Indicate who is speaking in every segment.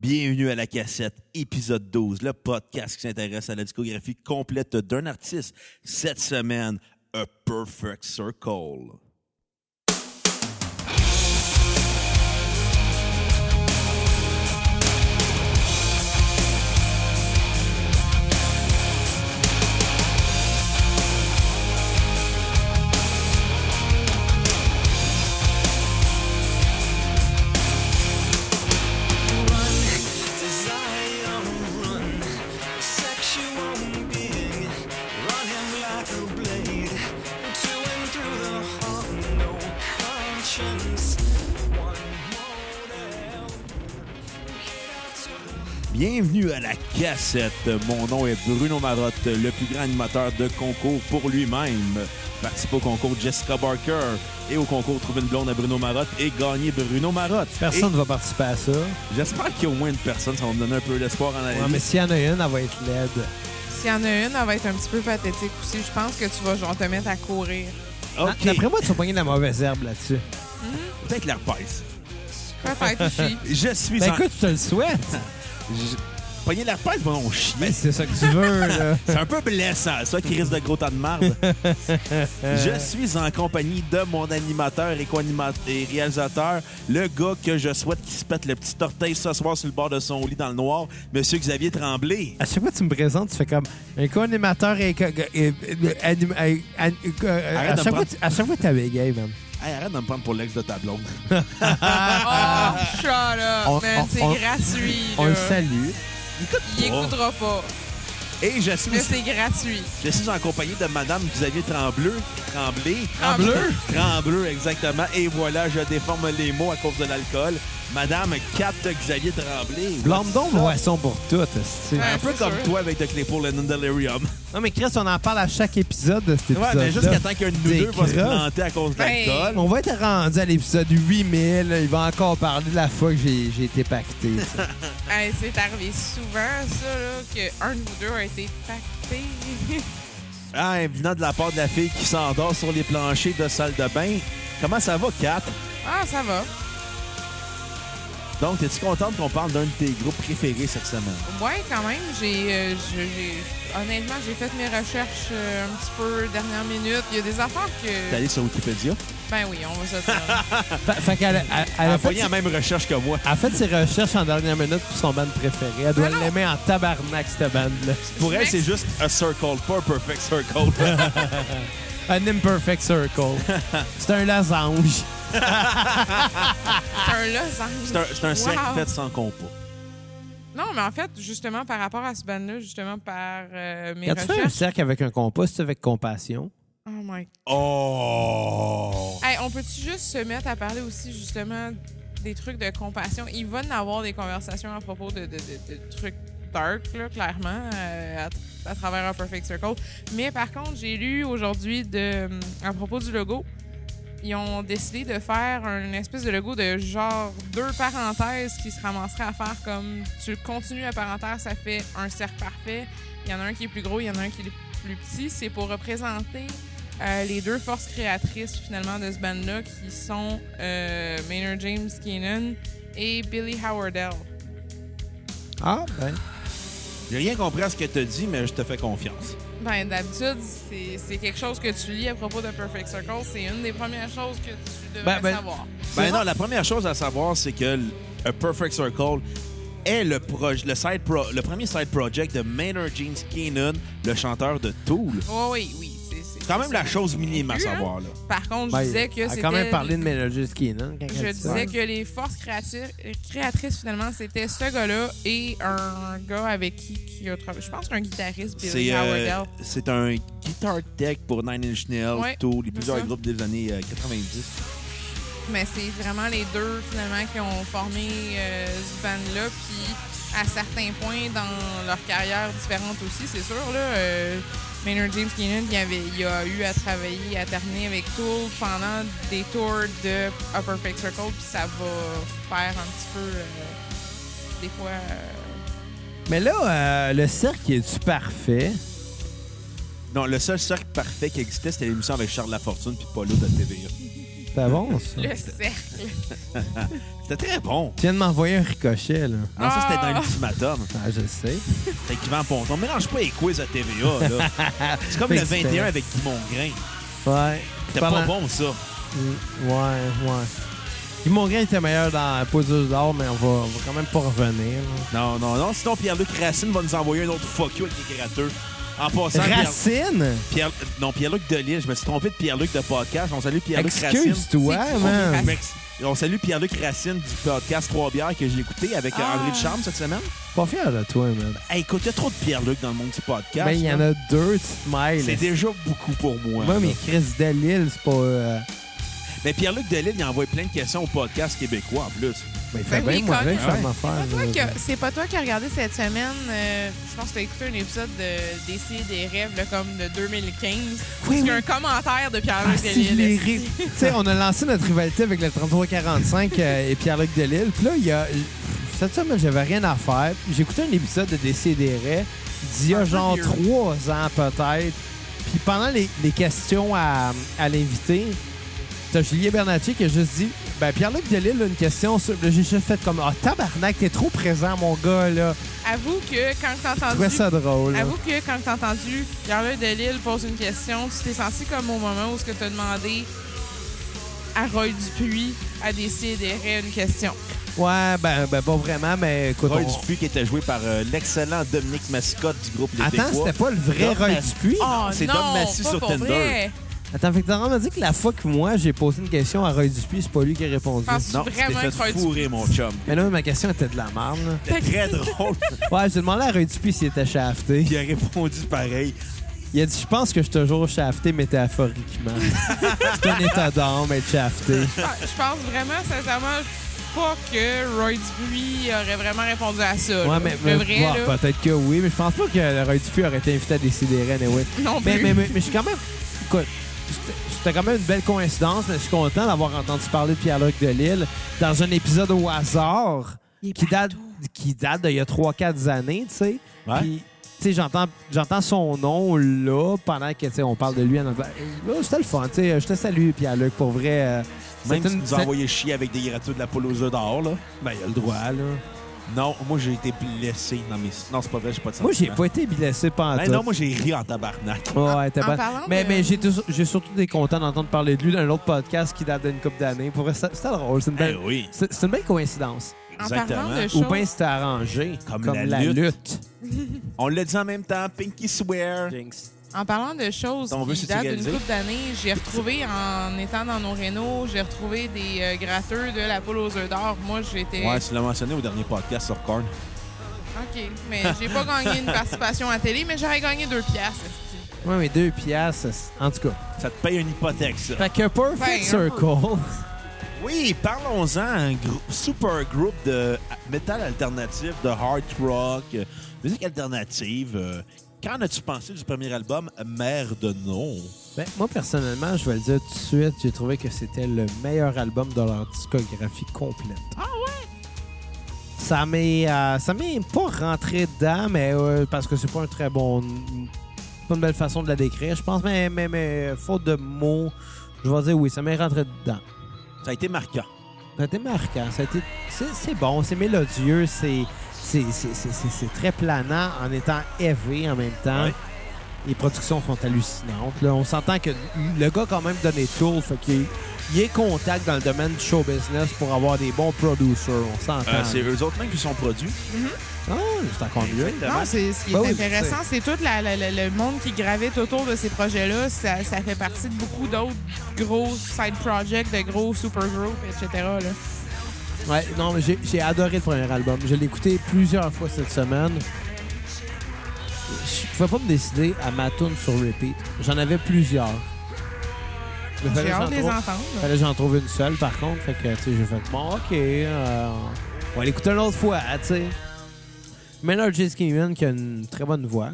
Speaker 1: Bienvenue à la cassette, épisode 12, le podcast qui s'intéresse à la discographie complète d'un artiste. Cette semaine, A Perfect Circle.
Speaker 2: Desire run, sexual being, run him like a blade, to and through the heart, no conscience. One motive, get out to the
Speaker 1: Bienvenue à la cassette. Mon nom est Bruno Marotte, le plus grand animateur de concours pour lui-même. Participe au concours Jessica Barker et au concours Trouver une blonde à Bruno Marotte et gagner Bruno Marotte.
Speaker 3: Personne ne va participer à ça. Ouais,
Speaker 1: Et J'espère qu'il y a au moins une personne, ça va me donner un peu d'espoir en la
Speaker 3: mais s'il y en a une, elle va être laide.
Speaker 4: S'il y en a une, elle va être un petit peu pathétique aussi. Je pense que tu vas genre te mettre à courir.
Speaker 1: Ok,
Speaker 3: D'après moi, tu vas pogner de la mauvaise herbe là-dessus.
Speaker 1: peut-être la repèse.
Speaker 4: Peut-être aussi.
Speaker 1: Je suis
Speaker 3: Ben
Speaker 1: en...
Speaker 3: écoute, je te le souhaite.
Speaker 1: Je- Pogner la repèse, mon on chie.
Speaker 3: Ben c'est ça que tu veux, là.
Speaker 1: C'est un peu blessant, ça, qui risque de gros tas de marde. je suis en compagnie de mon animateur et, co-anima- et réalisateur, le gars que je souhaite qu'il se pète le petit orteil ce soir sur le bord de son lit dans le noir, Monsieur Xavier Tremblay.
Speaker 3: À chaque fois que tu me présentes, tu fais comme un co-animateur et. co- et- et- anim- et- an- et- co- euh,
Speaker 1: Arrête
Speaker 3: À
Speaker 1: de
Speaker 3: chaque
Speaker 1: me
Speaker 3: fois, tu- à chaque fois, t'es avec gay, man.
Speaker 1: Hey, arrête de me prendre pour l'ex de ta blonde.
Speaker 4: Oh, shut
Speaker 3: On-
Speaker 4: up, man.
Speaker 3: on- on-
Speaker 4: C'est gratuit.
Speaker 3: On le
Speaker 1: Euh,
Speaker 4: là.
Speaker 3: salue.
Speaker 4: Il
Speaker 1: Oh.
Speaker 4: écoutera pas.
Speaker 1: Et je suis,
Speaker 4: Mais c'est gratuit.
Speaker 1: je suis en compagnie de Madame Xavier Tremblay. Tremblay.
Speaker 4: Tremblay.
Speaker 1: Tremblay, exactement. Et voilà, je déforme les mots à cause de l'alcool. Madame Cat Xavier Tremblay.
Speaker 3: Blâme donc
Speaker 1: What's up?
Speaker 3: Moisson pour tout. esti.
Speaker 4: Ouais.
Speaker 1: Un peu
Speaker 4: c'est
Speaker 1: comme
Speaker 4: sûr.
Speaker 1: toi avec The Claypool Lennon Delirium.
Speaker 3: Non, mais Chris, on en parle à chaque épisode de cet
Speaker 1: Ouais,
Speaker 3: épisode.
Speaker 1: mais jusqu'à temps qu'un de nous
Speaker 3: Des
Speaker 1: deux va se
Speaker 3: crocs.
Speaker 1: planter à cause de
Speaker 4: Ben,
Speaker 1: l'alcool.
Speaker 3: On va être rendu à l'épisode 8000. Il va encore parler de la fois que j'ai j'ai été pacté. tu sais.
Speaker 4: Hey, c'est arrivé souvent, ça, là, qu'un de vous deux a été pacté.
Speaker 1: Ah, et venant de la part de la fille qui s'endort sur les planchers de salle de bain. Comment ça va, Kat?
Speaker 4: ah, ça va.
Speaker 1: Donc, es-tu contente qu'on parle d'un de tes groupes préférés cette semaine?
Speaker 4: Ouais, quand même. J'ai, euh, je- j'ai- honnêtement, j'ai fait mes recherches euh, un petit peu dernière minute. Il y a des affaires
Speaker 1: T'es
Speaker 4: que.
Speaker 1: allé sur Wikipédia?
Speaker 4: Ben oui, on va se dire.
Speaker 3: Fait- fait qu'elle a- elle- elle
Speaker 1: Elle
Speaker 3: a
Speaker 1: a
Speaker 3: fait
Speaker 1: pogné la même recherche que moi.
Speaker 3: Elle a fait ses recherches en dernière minute pour son band préféré. Elle doit
Speaker 4: Mais Ah non.
Speaker 3: l'aimer en tabarnak, cette band-là.
Speaker 1: Pour
Speaker 4: Je
Speaker 1: elle, c'est
Speaker 4: m'ex-
Speaker 1: juste a circle, pas a perfect circle.
Speaker 3: Un imperfect circle. C'est un losange.
Speaker 4: C'est un losange.
Speaker 1: c'est un, c'est un cercle
Speaker 4: Wow.
Speaker 1: fait sans compas.
Speaker 4: Non, mais en fait, justement, par rapport à ce band-là, justement, par euh, mes
Speaker 3: Quand tu fais un
Speaker 4: recherches.
Speaker 3: cercle avec un compas, c'est avec compassion.
Speaker 4: Oh my.
Speaker 1: Oh!
Speaker 4: Hey, on peut-tu juste se mettre à parler aussi, justement, des trucs de compassion? Il va y en avoir des conversations à propos de, de- de- de trucs dark, là, clairement, euh, à, à travers un Perfect Circle. Mais par contre, j'ai lu aujourd'hui de, hum, à propos du logo. Ils ont décidé de faire une espèce de logo de genre deux parenthèses qui se ramasseraient à faire comme tu continues la parenthèse, ça fait un cercle parfait. Il y en a un qui est plus gros, il y en a un qui est plus petit. C'est pour représenter euh, les deux forces créatrices finalement de ce band-là qui sont euh, Maynard James Keenan et Billy Howardell.
Speaker 3: Ah, ben.
Speaker 1: J'ai rien compris à ce que t'as dit, mais je te fais confiance.
Speaker 4: Ben, d'habitude, c'est c'est quelque chose que tu lis à propos de Perfect Circle. C'est une des premières choses que tu devrais
Speaker 3: Ben, ben,
Speaker 4: savoir.
Speaker 1: Ben
Speaker 3: C'est
Speaker 1: non, la première chose à savoir, c'est que l- A Perfect Circle est le, proj- le, side pro- le premier side project de Maynard James Keenan, le chanteur de Tool.
Speaker 4: Oh, oui, oui. c'est-
Speaker 1: C'est quand même la chose minime à
Speaker 4: Plus, hein?
Speaker 1: savoir. Là.
Speaker 4: Par contre,
Speaker 3: Ben,
Speaker 4: je disais que
Speaker 3: elle a
Speaker 4: c'était.
Speaker 3: quand même parlé de Melody Keenan. quand
Speaker 4: Je
Speaker 3: elle dit ça.
Speaker 4: disais que les forces créati- créatrices, finalement, c'était ce gars-là et un gars avec qui, qui a travaillé. Je pense qu'un guitariste, Billy
Speaker 1: C'est euh,
Speaker 4: Howardell.
Speaker 1: c'est un guitar tech pour Nine Inch Nails,
Speaker 4: Ouais,
Speaker 1: Tool et plusieurs
Speaker 4: ça.
Speaker 1: groupes des années euh, 90.
Speaker 4: Mais c'est vraiment les deux, finalement, qui ont formé euh, ce band-là. Puis, à certains points dans leur carrière différente aussi, c'est sûr. Là, euh, Maynard James Keenan, il, avait, il a eu à travailler, à terminer avec Tool pendant des tours de A Perfect Circle. Puis, ça va faire un petit peu, euh, des fois... euh,
Speaker 3: Mais là, euh, le cercle, il est-tu parfait?
Speaker 1: Non, le seul cercle parfait qui existait, c'était l'émission avec Charles Lafortune puis Polo de TVA.
Speaker 3: C'était bon, ça.
Speaker 4: Le cercle.
Speaker 1: C'était très bon.
Speaker 3: Tu viens de m'envoyer un ricochet, là.
Speaker 1: Non, ça, c'était
Speaker 4: Ah.
Speaker 1: dans l'ultimatum.
Speaker 3: Ah, je sais.
Speaker 1: Fait qu'il vend ponton. On mélange pas les quiz à TVA, là. C'est comme
Speaker 3: Fait
Speaker 1: le
Speaker 3: que c'était-
Speaker 1: 21 avec Guy Mongrain.
Speaker 3: Ouais.
Speaker 1: C'était pas
Speaker 3: Parlant-
Speaker 1: bon, ça.
Speaker 3: Mm, Ouais, ouais. Guy Mongrain était meilleur dans Pas dur d'or, mais on va, on va quand même pas revenir. là.
Speaker 1: Non, non, non. Sinon, Pierre-Luc Racine va nous envoyer un autre fuck you avec les gratteurs. En passant, Pierre-
Speaker 3: Racine!
Speaker 1: Pierre... non, Pierre-Luc Delisle. Je me suis trompé de Pierre-Luc de podcast. On salue Pierre-Luc Racine.
Speaker 4: C'est
Speaker 3: Excuse-toi,
Speaker 4: qui,
Speaker 3: man.
Speaker 1: Je m'ex- On salue Pierre-Luc Racine du podcast Trois bières que j'ai écouté avec euh,
Speaker 4: Ah.
Speaker 1: André de Charme cette semaine.
Speaker 3: Pas fier de toi, man.
Speaker 1: Hey, écoute, il y a trop de Pierre-Luc dans le monde du podcast.
Speaker 3: Ben, il y en
Speaker 1: là.
Speaker 3: a deux, tu te mêles.
Speaker 1: C'est déjà beaucoup pour moi.
Speaker 3: Ouais,
Speaker 1: là.
Speaker 3: mais Chris Delisle, c'est pas. euh,
Speaker 1: Mais Pierre-Luc Delisle, il envoie plein de questions au podcast québécois en plus.
Speaker 3: Ben, il fait
Speaker 4: Ben oui,
Speaker 3: bien, moi,
Speaker 4: Colin.
Speaker 3: avec
Speaker 1: Ouais.
Speaker 3: faire ma affaire.
Speaker 4: C'est pas
Speaker 3: là.
Speaker 4: toi qui a- C'est pas toi qui as regardé cette semaine, euh, je pense que t'as écouté un épisode de d'Essayer des rêves, là, comme de 2015.
Speaker 3: Oui,
Speaker 4: parce qu'il y
Speaker 3: oui.
Speaker 4: a un commentaire de Pierre-Luc
Speaker 3: Ah, si, je
Speaker 4: Delisle,
Speaker 3: l'ai
Speaker 4: esti.
Speaker 3: ri. Tu sais, on a lancé notre rivalité avec le 3345 euh, et Pierre-Luc Delisle. Puis là, il y a. Cette semaine, j'avais rien à faire. J'ai écouté un épisode de Décideret d'il y
Speaker 1: Un
Speaker 3: a
Speaker 1: peu
Speaker 3: genre
Speaker 1: vieux.
Speaker 3: trois ans, peut-être. Puis pendant les, les questions à, à l'invité, t'as Julien Bernatier qui a juste dit Ben, Pierre-Luc Delisle a une question sur. Là, J'ai juste fait comme Ah, tabarnak, t'es trop présent, mon gars, là.
Speaker 4: Avoue que quand t'as
Speaker 3: Je trouvais
Speaker 4: entendu.
Speaker 3: ça drôle. là.
Speaker 4: Avoue que quand t'as entendu Pierre-Luc Delisle pose une question, tu t'es senti comme au moment où ce que t'as demandé à Roy Dupuis à D'essayer des rêves une question.
Speaker 3: Ouais, ben, ben, pas vraiment, mais écoute.
Speaker 1: Roy
Speaker 3: on-
Speaker 1: Dupuis qui était joué par euh, l'excellent Dominique Mascotte du groupe Les
Speaker 3: Attends,
Speaker 1: Décois.
Speaker 3: c'était pas le vrai
Speaker 1: Dom
Speaker 3: Roy
Speaker 1: Mas-
Speaker 3: Dupuis?
Speaker 1: Non, c'est Dom
Speaker 4: Oh non,
Speaker 1: Massy
Speaker 4: pas
Speaker 1: sur
Speaker 4: pour
Speaker 1: Tinder.
Speaker 4: vrai.
Speaker 3: Attends, fait que Laurent m'a dit que la fois que moi, j'ai posé une question à Roy Dupuis, c'est pas lui qui a répondu.
Speaker 4: Pense-
Speaker 1: Non,
Speaker 4: Vraiment
Speaker 1: c'était
Speaker 4: que Roy
Speaker 1: fait fourrer, mon chum.
Speaker 3: Mais non, ma question était de la merde. là.
Speaker 1: C'était très drôle.
Speaker 3: Ouais, j'ai demandé à Roy Dupuis s'il était shafté.
Speaker 1: Il a répondu pareil.
Speaker 3: Il a dit Je pense que je suis toujours shafté métaphoriquement. c'est un état d'âme être shafté.
Speaker 4: Ah, Je pense vraiment, sincèrement, pas que Roy Dupuis aurait vraiment répondu à ça. là.
Speaker 3: Ouais, mais,
Speaker 4: le
Speaker 3: mais-
Speaker 4: vrai,
Speaker 3: ouais,
Speaker 4: là,
Speaker 3: peut-être que oui, mais je pense pas que Roy Dupuis aurait été invité à décider anyway.
Speaker 4: non
Speaker 3: Mais,
Speaker 4: plus.
Speaker 3: mais, mais- mais je suis quand même. Écoute, c'était- c'était quand même une belle coïncidence, mais je suis content d'avoir entendu parler de Pierre-Luc Delisle dans un épisode au hasard qui date, qui date d'il y a 3-4 années, tu sais.
Speaker 1: Ouais.
Speaker 3: Puis, tu sais, j'entends, j'entends son nom là pendant que, tu sais, on parle de lui. en avant. Là, c'était le fun, tu sais. Je te salue, Pierre-Luc, pour vrai. euh,
Speaker 1: Même
Speaker 3: c'est
Speaker 1: si
Speaker 3: une-
Speaker 1: nous
Speaker 3: c'est-
Speaker 1: envoyait chier avec des gratuits de la poule aux œufs d'or, là.
Speaker 3: Ben, il a le droit, là.
Speaker 1: Non, moi, j'ai été blessé. Non, mais non, c'est pas vrai, j'ai pas de
Speaker 3: Moi, j'ai
Speaker 1: sentiment.
Speaker 3: pas été blessé pendant
Speaker 1: Ben non, moi, j'ai ri en tabarnak.
Speaker 3: Ouais, t'es
Speaker 4: En
Speaker 3: bonne.
Speaker 4: parlant
Speaker 3: Mais,
Speaker 4: de-
Speaker 3: mais j'ai, tous- j'ai surtout des contents d'entendre parler de lui dans un autre podcast qui date d'une couple d'années. Pour vrai, ça- c'était drôle. C'est une
Speaker 1: Ben
Speaker 3: belle,
Speaker 1: oui,
Speaker 3: c'est, c'est une belle coïncidence.
Speaker 4: en parlant
Speaker 1: exactement.
Speaker 4: de
Speaker 3: Ou
Speaker 4: choses,
Speaker 3: bien c'était arrangé,
Speaker 1: Comme
Speaker 3: comme,
Speaker 1: la
Speaker 3: la,
Speaker 1: lutte.
Speaker 3: lutte.
Speaker 1: On l'a dit en même temps, Pinky Swear.
Speaker 4: en parlant de choses
Speaker 1: Ton vœu
Speaker 4: qui
Speaker 1: s'est-il
Speaker 4: datent d'une
Speaker 1: réalisé?
Speaker 4: couple d'années, j'ai retrouvé en étant dans nos rénaux, j'ai retrouvé des euh, gratteurs de la poule aux œufs d'or. Moi, j'étais
Speaker 1: Ouais, tu l'as mentionné au dernier podcast sur Korn.
Speaker 4: OK, mais j'ai pas gagné une participation à télé, mais j'aurais gagné deux piastres. esti.
Speaker 3: Ouais, mais deux piastres, en tout cas.
Speaker 1: Ça te paye une hypothèque, ça.
Speaker 3: Fait que Perfect
Speaker 4: Ben, un
Speaker 3: Circle.
Speaker 1: Oui, parlons-en. Un grou- super groupe de métal alternatif, de hard rock, euh, musique alternative. euh, Qu'en as-tu pensé du premier album, Mère de nom?
Speaker 3: Ben, moi, personnellement, je vais le dire tout de suite, j'ai trouvé que c'était le meilleur album de leur discographie complète.
Speaker 4: Ah ouais?
Speaker 3: Ça m'est, euh, ça m'est pas rentré dedans, mais euh, parce que c'est pas un très bon. pas une belle façon de la décrire, je pense, mais, mais, mais faute de mots, je vais dire oui, ça m'est rentré dedans.
Speaker 1: Ça a été marquant.
Speaker 3: Ça a été marquant. Ça a été- c'est, c'est bon, c'est mélodieux, c'est, c'est, c'est, c'est- c'est- c'est très planant en étant élevé en même temps.
Speaker 1: Ouais.
Speaker 3: Les productions sont hallucinantes. là. On s'entend que le gars a quand même donné tout. Fait qu'il est- il est contact dans le domaine du show business pour avoir des bons producers. On s'entend.
Speaker 1: Euh, c'est eux autres même qui sont produits.
Speaker 3: Ah, c'est encore mieux.
Speaker 4: Non, c'est, ce qui est
Speaker 3: Ben oui,
Speaker 4: intéressant, c'est tout la- la- la- le monde qui gravite autour de ces projets-là. Ça, ça fait partie de beaucoup d'autres gros side projects, de gros supergroupes, etc. là.
Speaker 3: Ouais, non, mais j'ai, j'ai adoré le premier album. Je l'ai écouté plusieurs fois cette semaine. Je pouvais pas me décider à ma tune sur repeat. J'en avais plusieurs. Il fallait
Speaker 4: J'ai
Speaker 3: que j'en
Speaker 4: hâte de les
Speaker 3: trouve-
Speaker 4: entendre.
Speaker 3: fallait que j'en trouve une seule, par contre. Fait que, tu sais, j'ai fait, bon, OK, euh, on va l'écouter une autre fois, tu sais. Maynard J. Skinner, qui a une très bonne voix.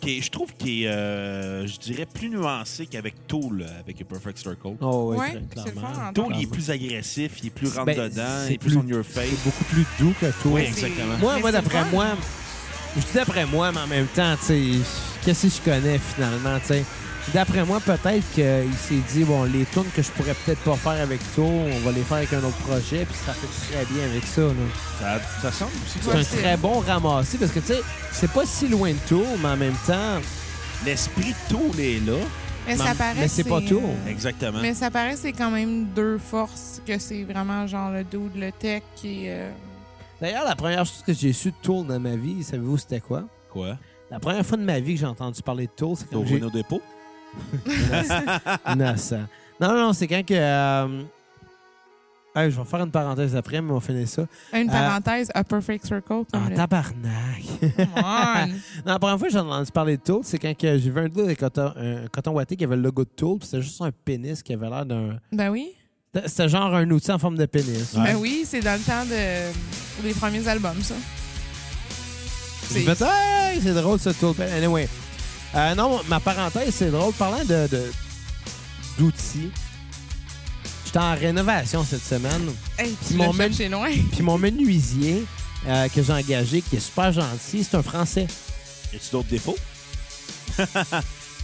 Speaker 1: Qui est- je trouve qu'il est, euh, je dirais, plus nuancé qu'avec Tool, euh, avec Perfect Circle.
Speaker 3: Oh, ouais,
Speaker 4: Ouais,
Speaker 3: très
Speaker 4: c'est le
Speaker 3: clairement.
Speaker 4: fun, hein.
Speaker 1: Tool, il est
Speaker 3: clairement.
Speaker 1: plus agressif, il est plus rentre
Speaker 3: Ben,
Speaker 1: dedans, il
Speaker 3: c'est
Speaker 1: est plus
Speaker 3: plus-
Speaker 1: on your face.
Speaker 3: C'est beaucoup plus doux que toi.
Speaker 1: Oui,
Speaker 4: C'est-
Speaker 1: exactement.
Speaker 3: Moi,
Speaker 4: Mais
Speaker 3: moi
Speaker 4: c'est
Speaker 3: d'après
Speaker 4: le fun.
Speaker 3: moi, je dis d'après moi, mais en même temps, tu sais, qu'est-ce que je connais finalement, tu sais? D'après moi, peut-être qu'il s'est dit, bon, les tunes que je pourrais peut-être pas faire avec toi, on va les faire avec un autre projet, puis ça fait très bien avec ça. là.
Speaker 1: Ça, ça semble aussi.
Speaker 3: C'est un très bon ramassis parce que, tu sais, c'est pas si loin de tout, mais en même temps,
Speaker 1: L'esprit de tout est là.
Speaker 4: Mais
Speaker 3: Mais-
Speaker 4: ça paraît.
Speaker 3: mais c'est pas tout.
Speaker 4: euh,
Speaker 1: Exactement.
Speaker 4: Mais ça paraît, c'est quand même deux forces que c'est vraiment genre le dude, le tech qui. euh,
Speaker 3: D'ailleurs, la première chose que j'ai su de Tool dans ma vie, savez-vous c'était quoi?
Speaker 1: Quoi?
Speaker 3: La première fois de ma vie que j'ai entendu parler de Tool, c'est quand j'ai...
Speaker 1: Au dépôt?
Speaker 3: Innocent. Non, non, non, c'est quand que... euh, hey, je vais faire une parenthèse après, mais on finit ça.
Speaker 4: Une
Speaker 3: Euh,
Speaker 4: parenthèse, A Perfect Circle. Comme
Speaker 3: En
Speaker 4: le-
Speaker 3: tabarnak!
Speaker 4: Come on.
Speaker 3: Non, la première fois que j'ai entendu parler de Tool, c'est quand que j'ai vu un deal de coton, un coton watté qui avait le logo de Tool, puis c'était juste un pénis qui avait l'air d'un...
Speaker 4: ben oui.
Speaker 3: C'était genre un outil en forme de pénis.
Speaker 1: Ouais.
Speaker 4: Ben oui, c'est dans le temps de, des premiers albums, ça.
Speaker 3: J'ai fait, hey, c'est drôle ce tour. Anyway. Euh, non, ma parenthèse, c'est drôle. Parlant de, de- d'outils, j'étais en rénovation cette semaine.
Speaker 4: Hey,
Speaker 3: Puis
Speaker 4: tu
Speaker 3: mon
Speaker 4: l'as
Speaker 3: même-
Speaker 4: cherché loin.
Speaker 3: Puis mon menuisier euh, que j'ai engagé, qui est super gentil, c'est un Français.
Speaker 1: Y a-tu d'autres défauts?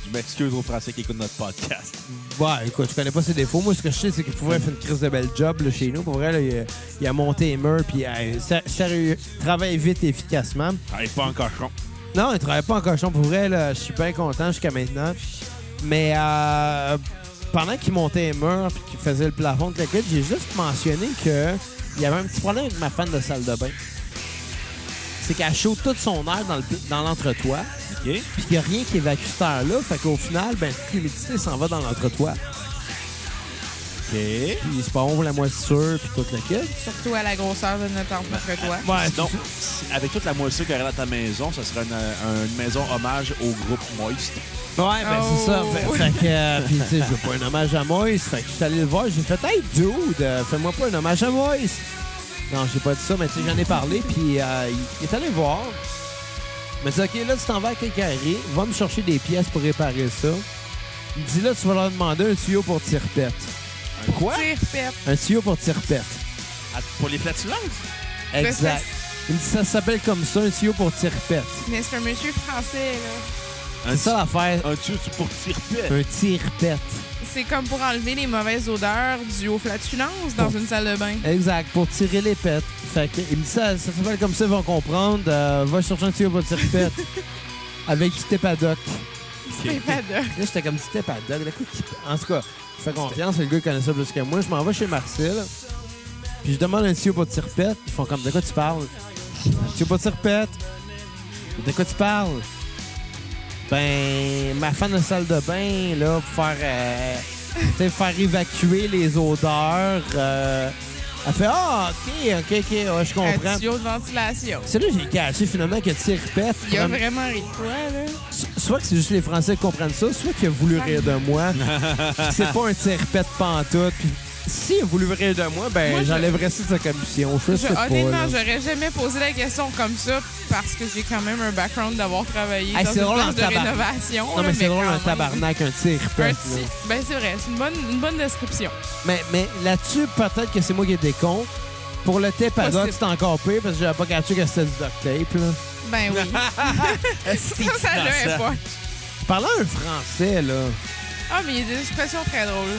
Speaker 1: Je m'excuse aux Français qui écoutent notre podcast.
Speaker 3: Ouais, écoute, je connais pas ses défauts. Moi, ce que je sais, c'est qu'il pourrait faire une crise de belle job là, chez nous. Pour vrai, là, il, a, il a monté les murs, puis euh, sa- sérieux, travaille vite et efficacement.
Speaker 1: Travaille Ah, pas en cochon.
Speaker 3: Non, il travaille pas en cochon pour vrai, là. Je suis bien content jusqu'à maintenant. Mais euh, pendant qu'il montait les murs puis qu'il faisait le plafond de la cuite, j'ai juste mentionné que il y avait un petit problème avec ma fan de salle de bain. C'est qu'elle chauffe tout son air dans, le, pla- dans l'entretoit,
Speaker 1: OK?
Speaker 3: puis il n'y a rien qui évacue cet air-là. Fait qu'au final, ben, toute l'humidité s'en va dans l'entretoit.
Speaker 1: OK.
Speaker 3: Puis il se pompe la moisissure, puis toute la cuite.
Speaker 4: Surtout à la grosseur de notre entre toi.
Speaker 3: Ouais,
Speaker 1: Sinon, si- avec toute la moisissure qu'il y aurait dans ta maison, ça serait une, euh, une maison hommage au groupe Moist.
Speaker 3: Ouais, ben c'est ça. Fait,
Speaker 4: Oh.
Speaker 3: fait que, euh, puis tu sais, je veux pas un hommage à Moïse. Fait que je suis allé le voir, j'ai fait, hey dude, euh, fais-moi pas un hommage à Moïse. Non, j'ai pas dit ça, mais tu sais, j'en ai parlé, puis euh, il est allé voir. Il m'a dit, OK, là, tu t'en vas à Calgary, va me chercher des pièces pour réparer ça. Il me dit, là, tu vas leur demander un tuyau pour tire-pète.
Speaker 1: Un quoi?
Speaker 4: Tire, pète.
Speaker 3: Un tuyau pour tire-pète.
Speaker 1: À- Pour les flatulences?
Speaker 3: Exact. Il me dit, ça s'appelle comme ça, un tuyau pour tire-pète.
Speaker 4: Mais c'est un monsieur français, là.
Speaker 1: Un,
Speaker 3: C'est ça Euh, l'affaire,
Speaker 1: un tuyau pour tirer
Speaker 3: un tire-pète.
Speaker 4: C'est comme pour enlever les mauvaises odeurs dues aux flatulences dans
Speaker 3: Bon.
Speaker 4: une salle de bain.
Speaker 3: Exact, pour tirer les pets. Fait que, il me dit ça, ça s'appelle comme ça, ils vont comprendre. Euh, va chercher un tuyau pour tirer pète. Avec du tépadoc.
Speaker 4: C'est pas de...
Speaker 3: Là, j'étais comme du tépadoc. Le coup, qui- En tout cas, je fais confiance, le gars connaît ça plus que moi. Je m'en vais chez Marcel. Puis je demande un tuyau pour tirer pète. Ils font comme, de quoi tu parles? Un tuyau pour tirer pète. De quoi tu parles? Ben, ma fan de salle de bain, là, pour faire, euh, tu sais, faire évacuer les odeurs. euh, elle fait Ah, ok, ok, ok, ouais, je
Speaker 4: Un
Speaker 3: comprends.
Speaker 4: tuyau de ventilation.
Speaker 3: C'est là que j'ai caché finalement que tu répètes.
Speaker 4: Il y a vraiment ri de toi, là.
Speaker 3: Soit que c'est juste les Français qui comprennent ça, soit qu'il a voulu rire de moi. Puis c'est pas un tir répète pantoute. Puis s'il a voulu rire de moi,
Speaker 4: Moi,
Speaker 3: ben
Speaker 4: je-
Speaker 3: j'enlèverais ça de sa commission. Je sais
Speaker 4: Je-
Speaker 3: pas. là.
Speaker 4: honnêtement, j'aurais jamais posé la question comme ça parce que j'ai quand même un background d'avoir travaillé
Speaker 3: Hey,
Speaker 4: dans
Speaker 3: c'est
Speaker 4: une
Speaker 3: drôle en
Speaker 4: place de
Speaker 3: tabarnak.
Speaker 4: rénovation.
Speaker 3: Non,
Speaker 4: là,
Speaker 3: mais c'est drôle,
Speaker 4: quand
Speaker 3: un
Speaker 4: même.
Speaker 3: tabarnak, un tir
Speaker 4: Un
Speaker 3: répète.
Speaker 4: petit- Ben, c'est vrai, c'est une bonne, une bonne description.
Speaker 3: Mais, mais là-dessus, peut-être que c'est moi qui ai des cons. Pour le tape à doc,
Speaker 4: Possible.
Speaker 3: c'est encore pire parce que j'avais pas caché que c'était du duct tape. Là.
Speaker 4: Ben oui. ça, ça a un
Speaker 1: innocent.
Speaker 4: point.
Speaker 3: Je parlais à un Français, là.
Speaker 4: Ah, mais il y a des expressions très drôles.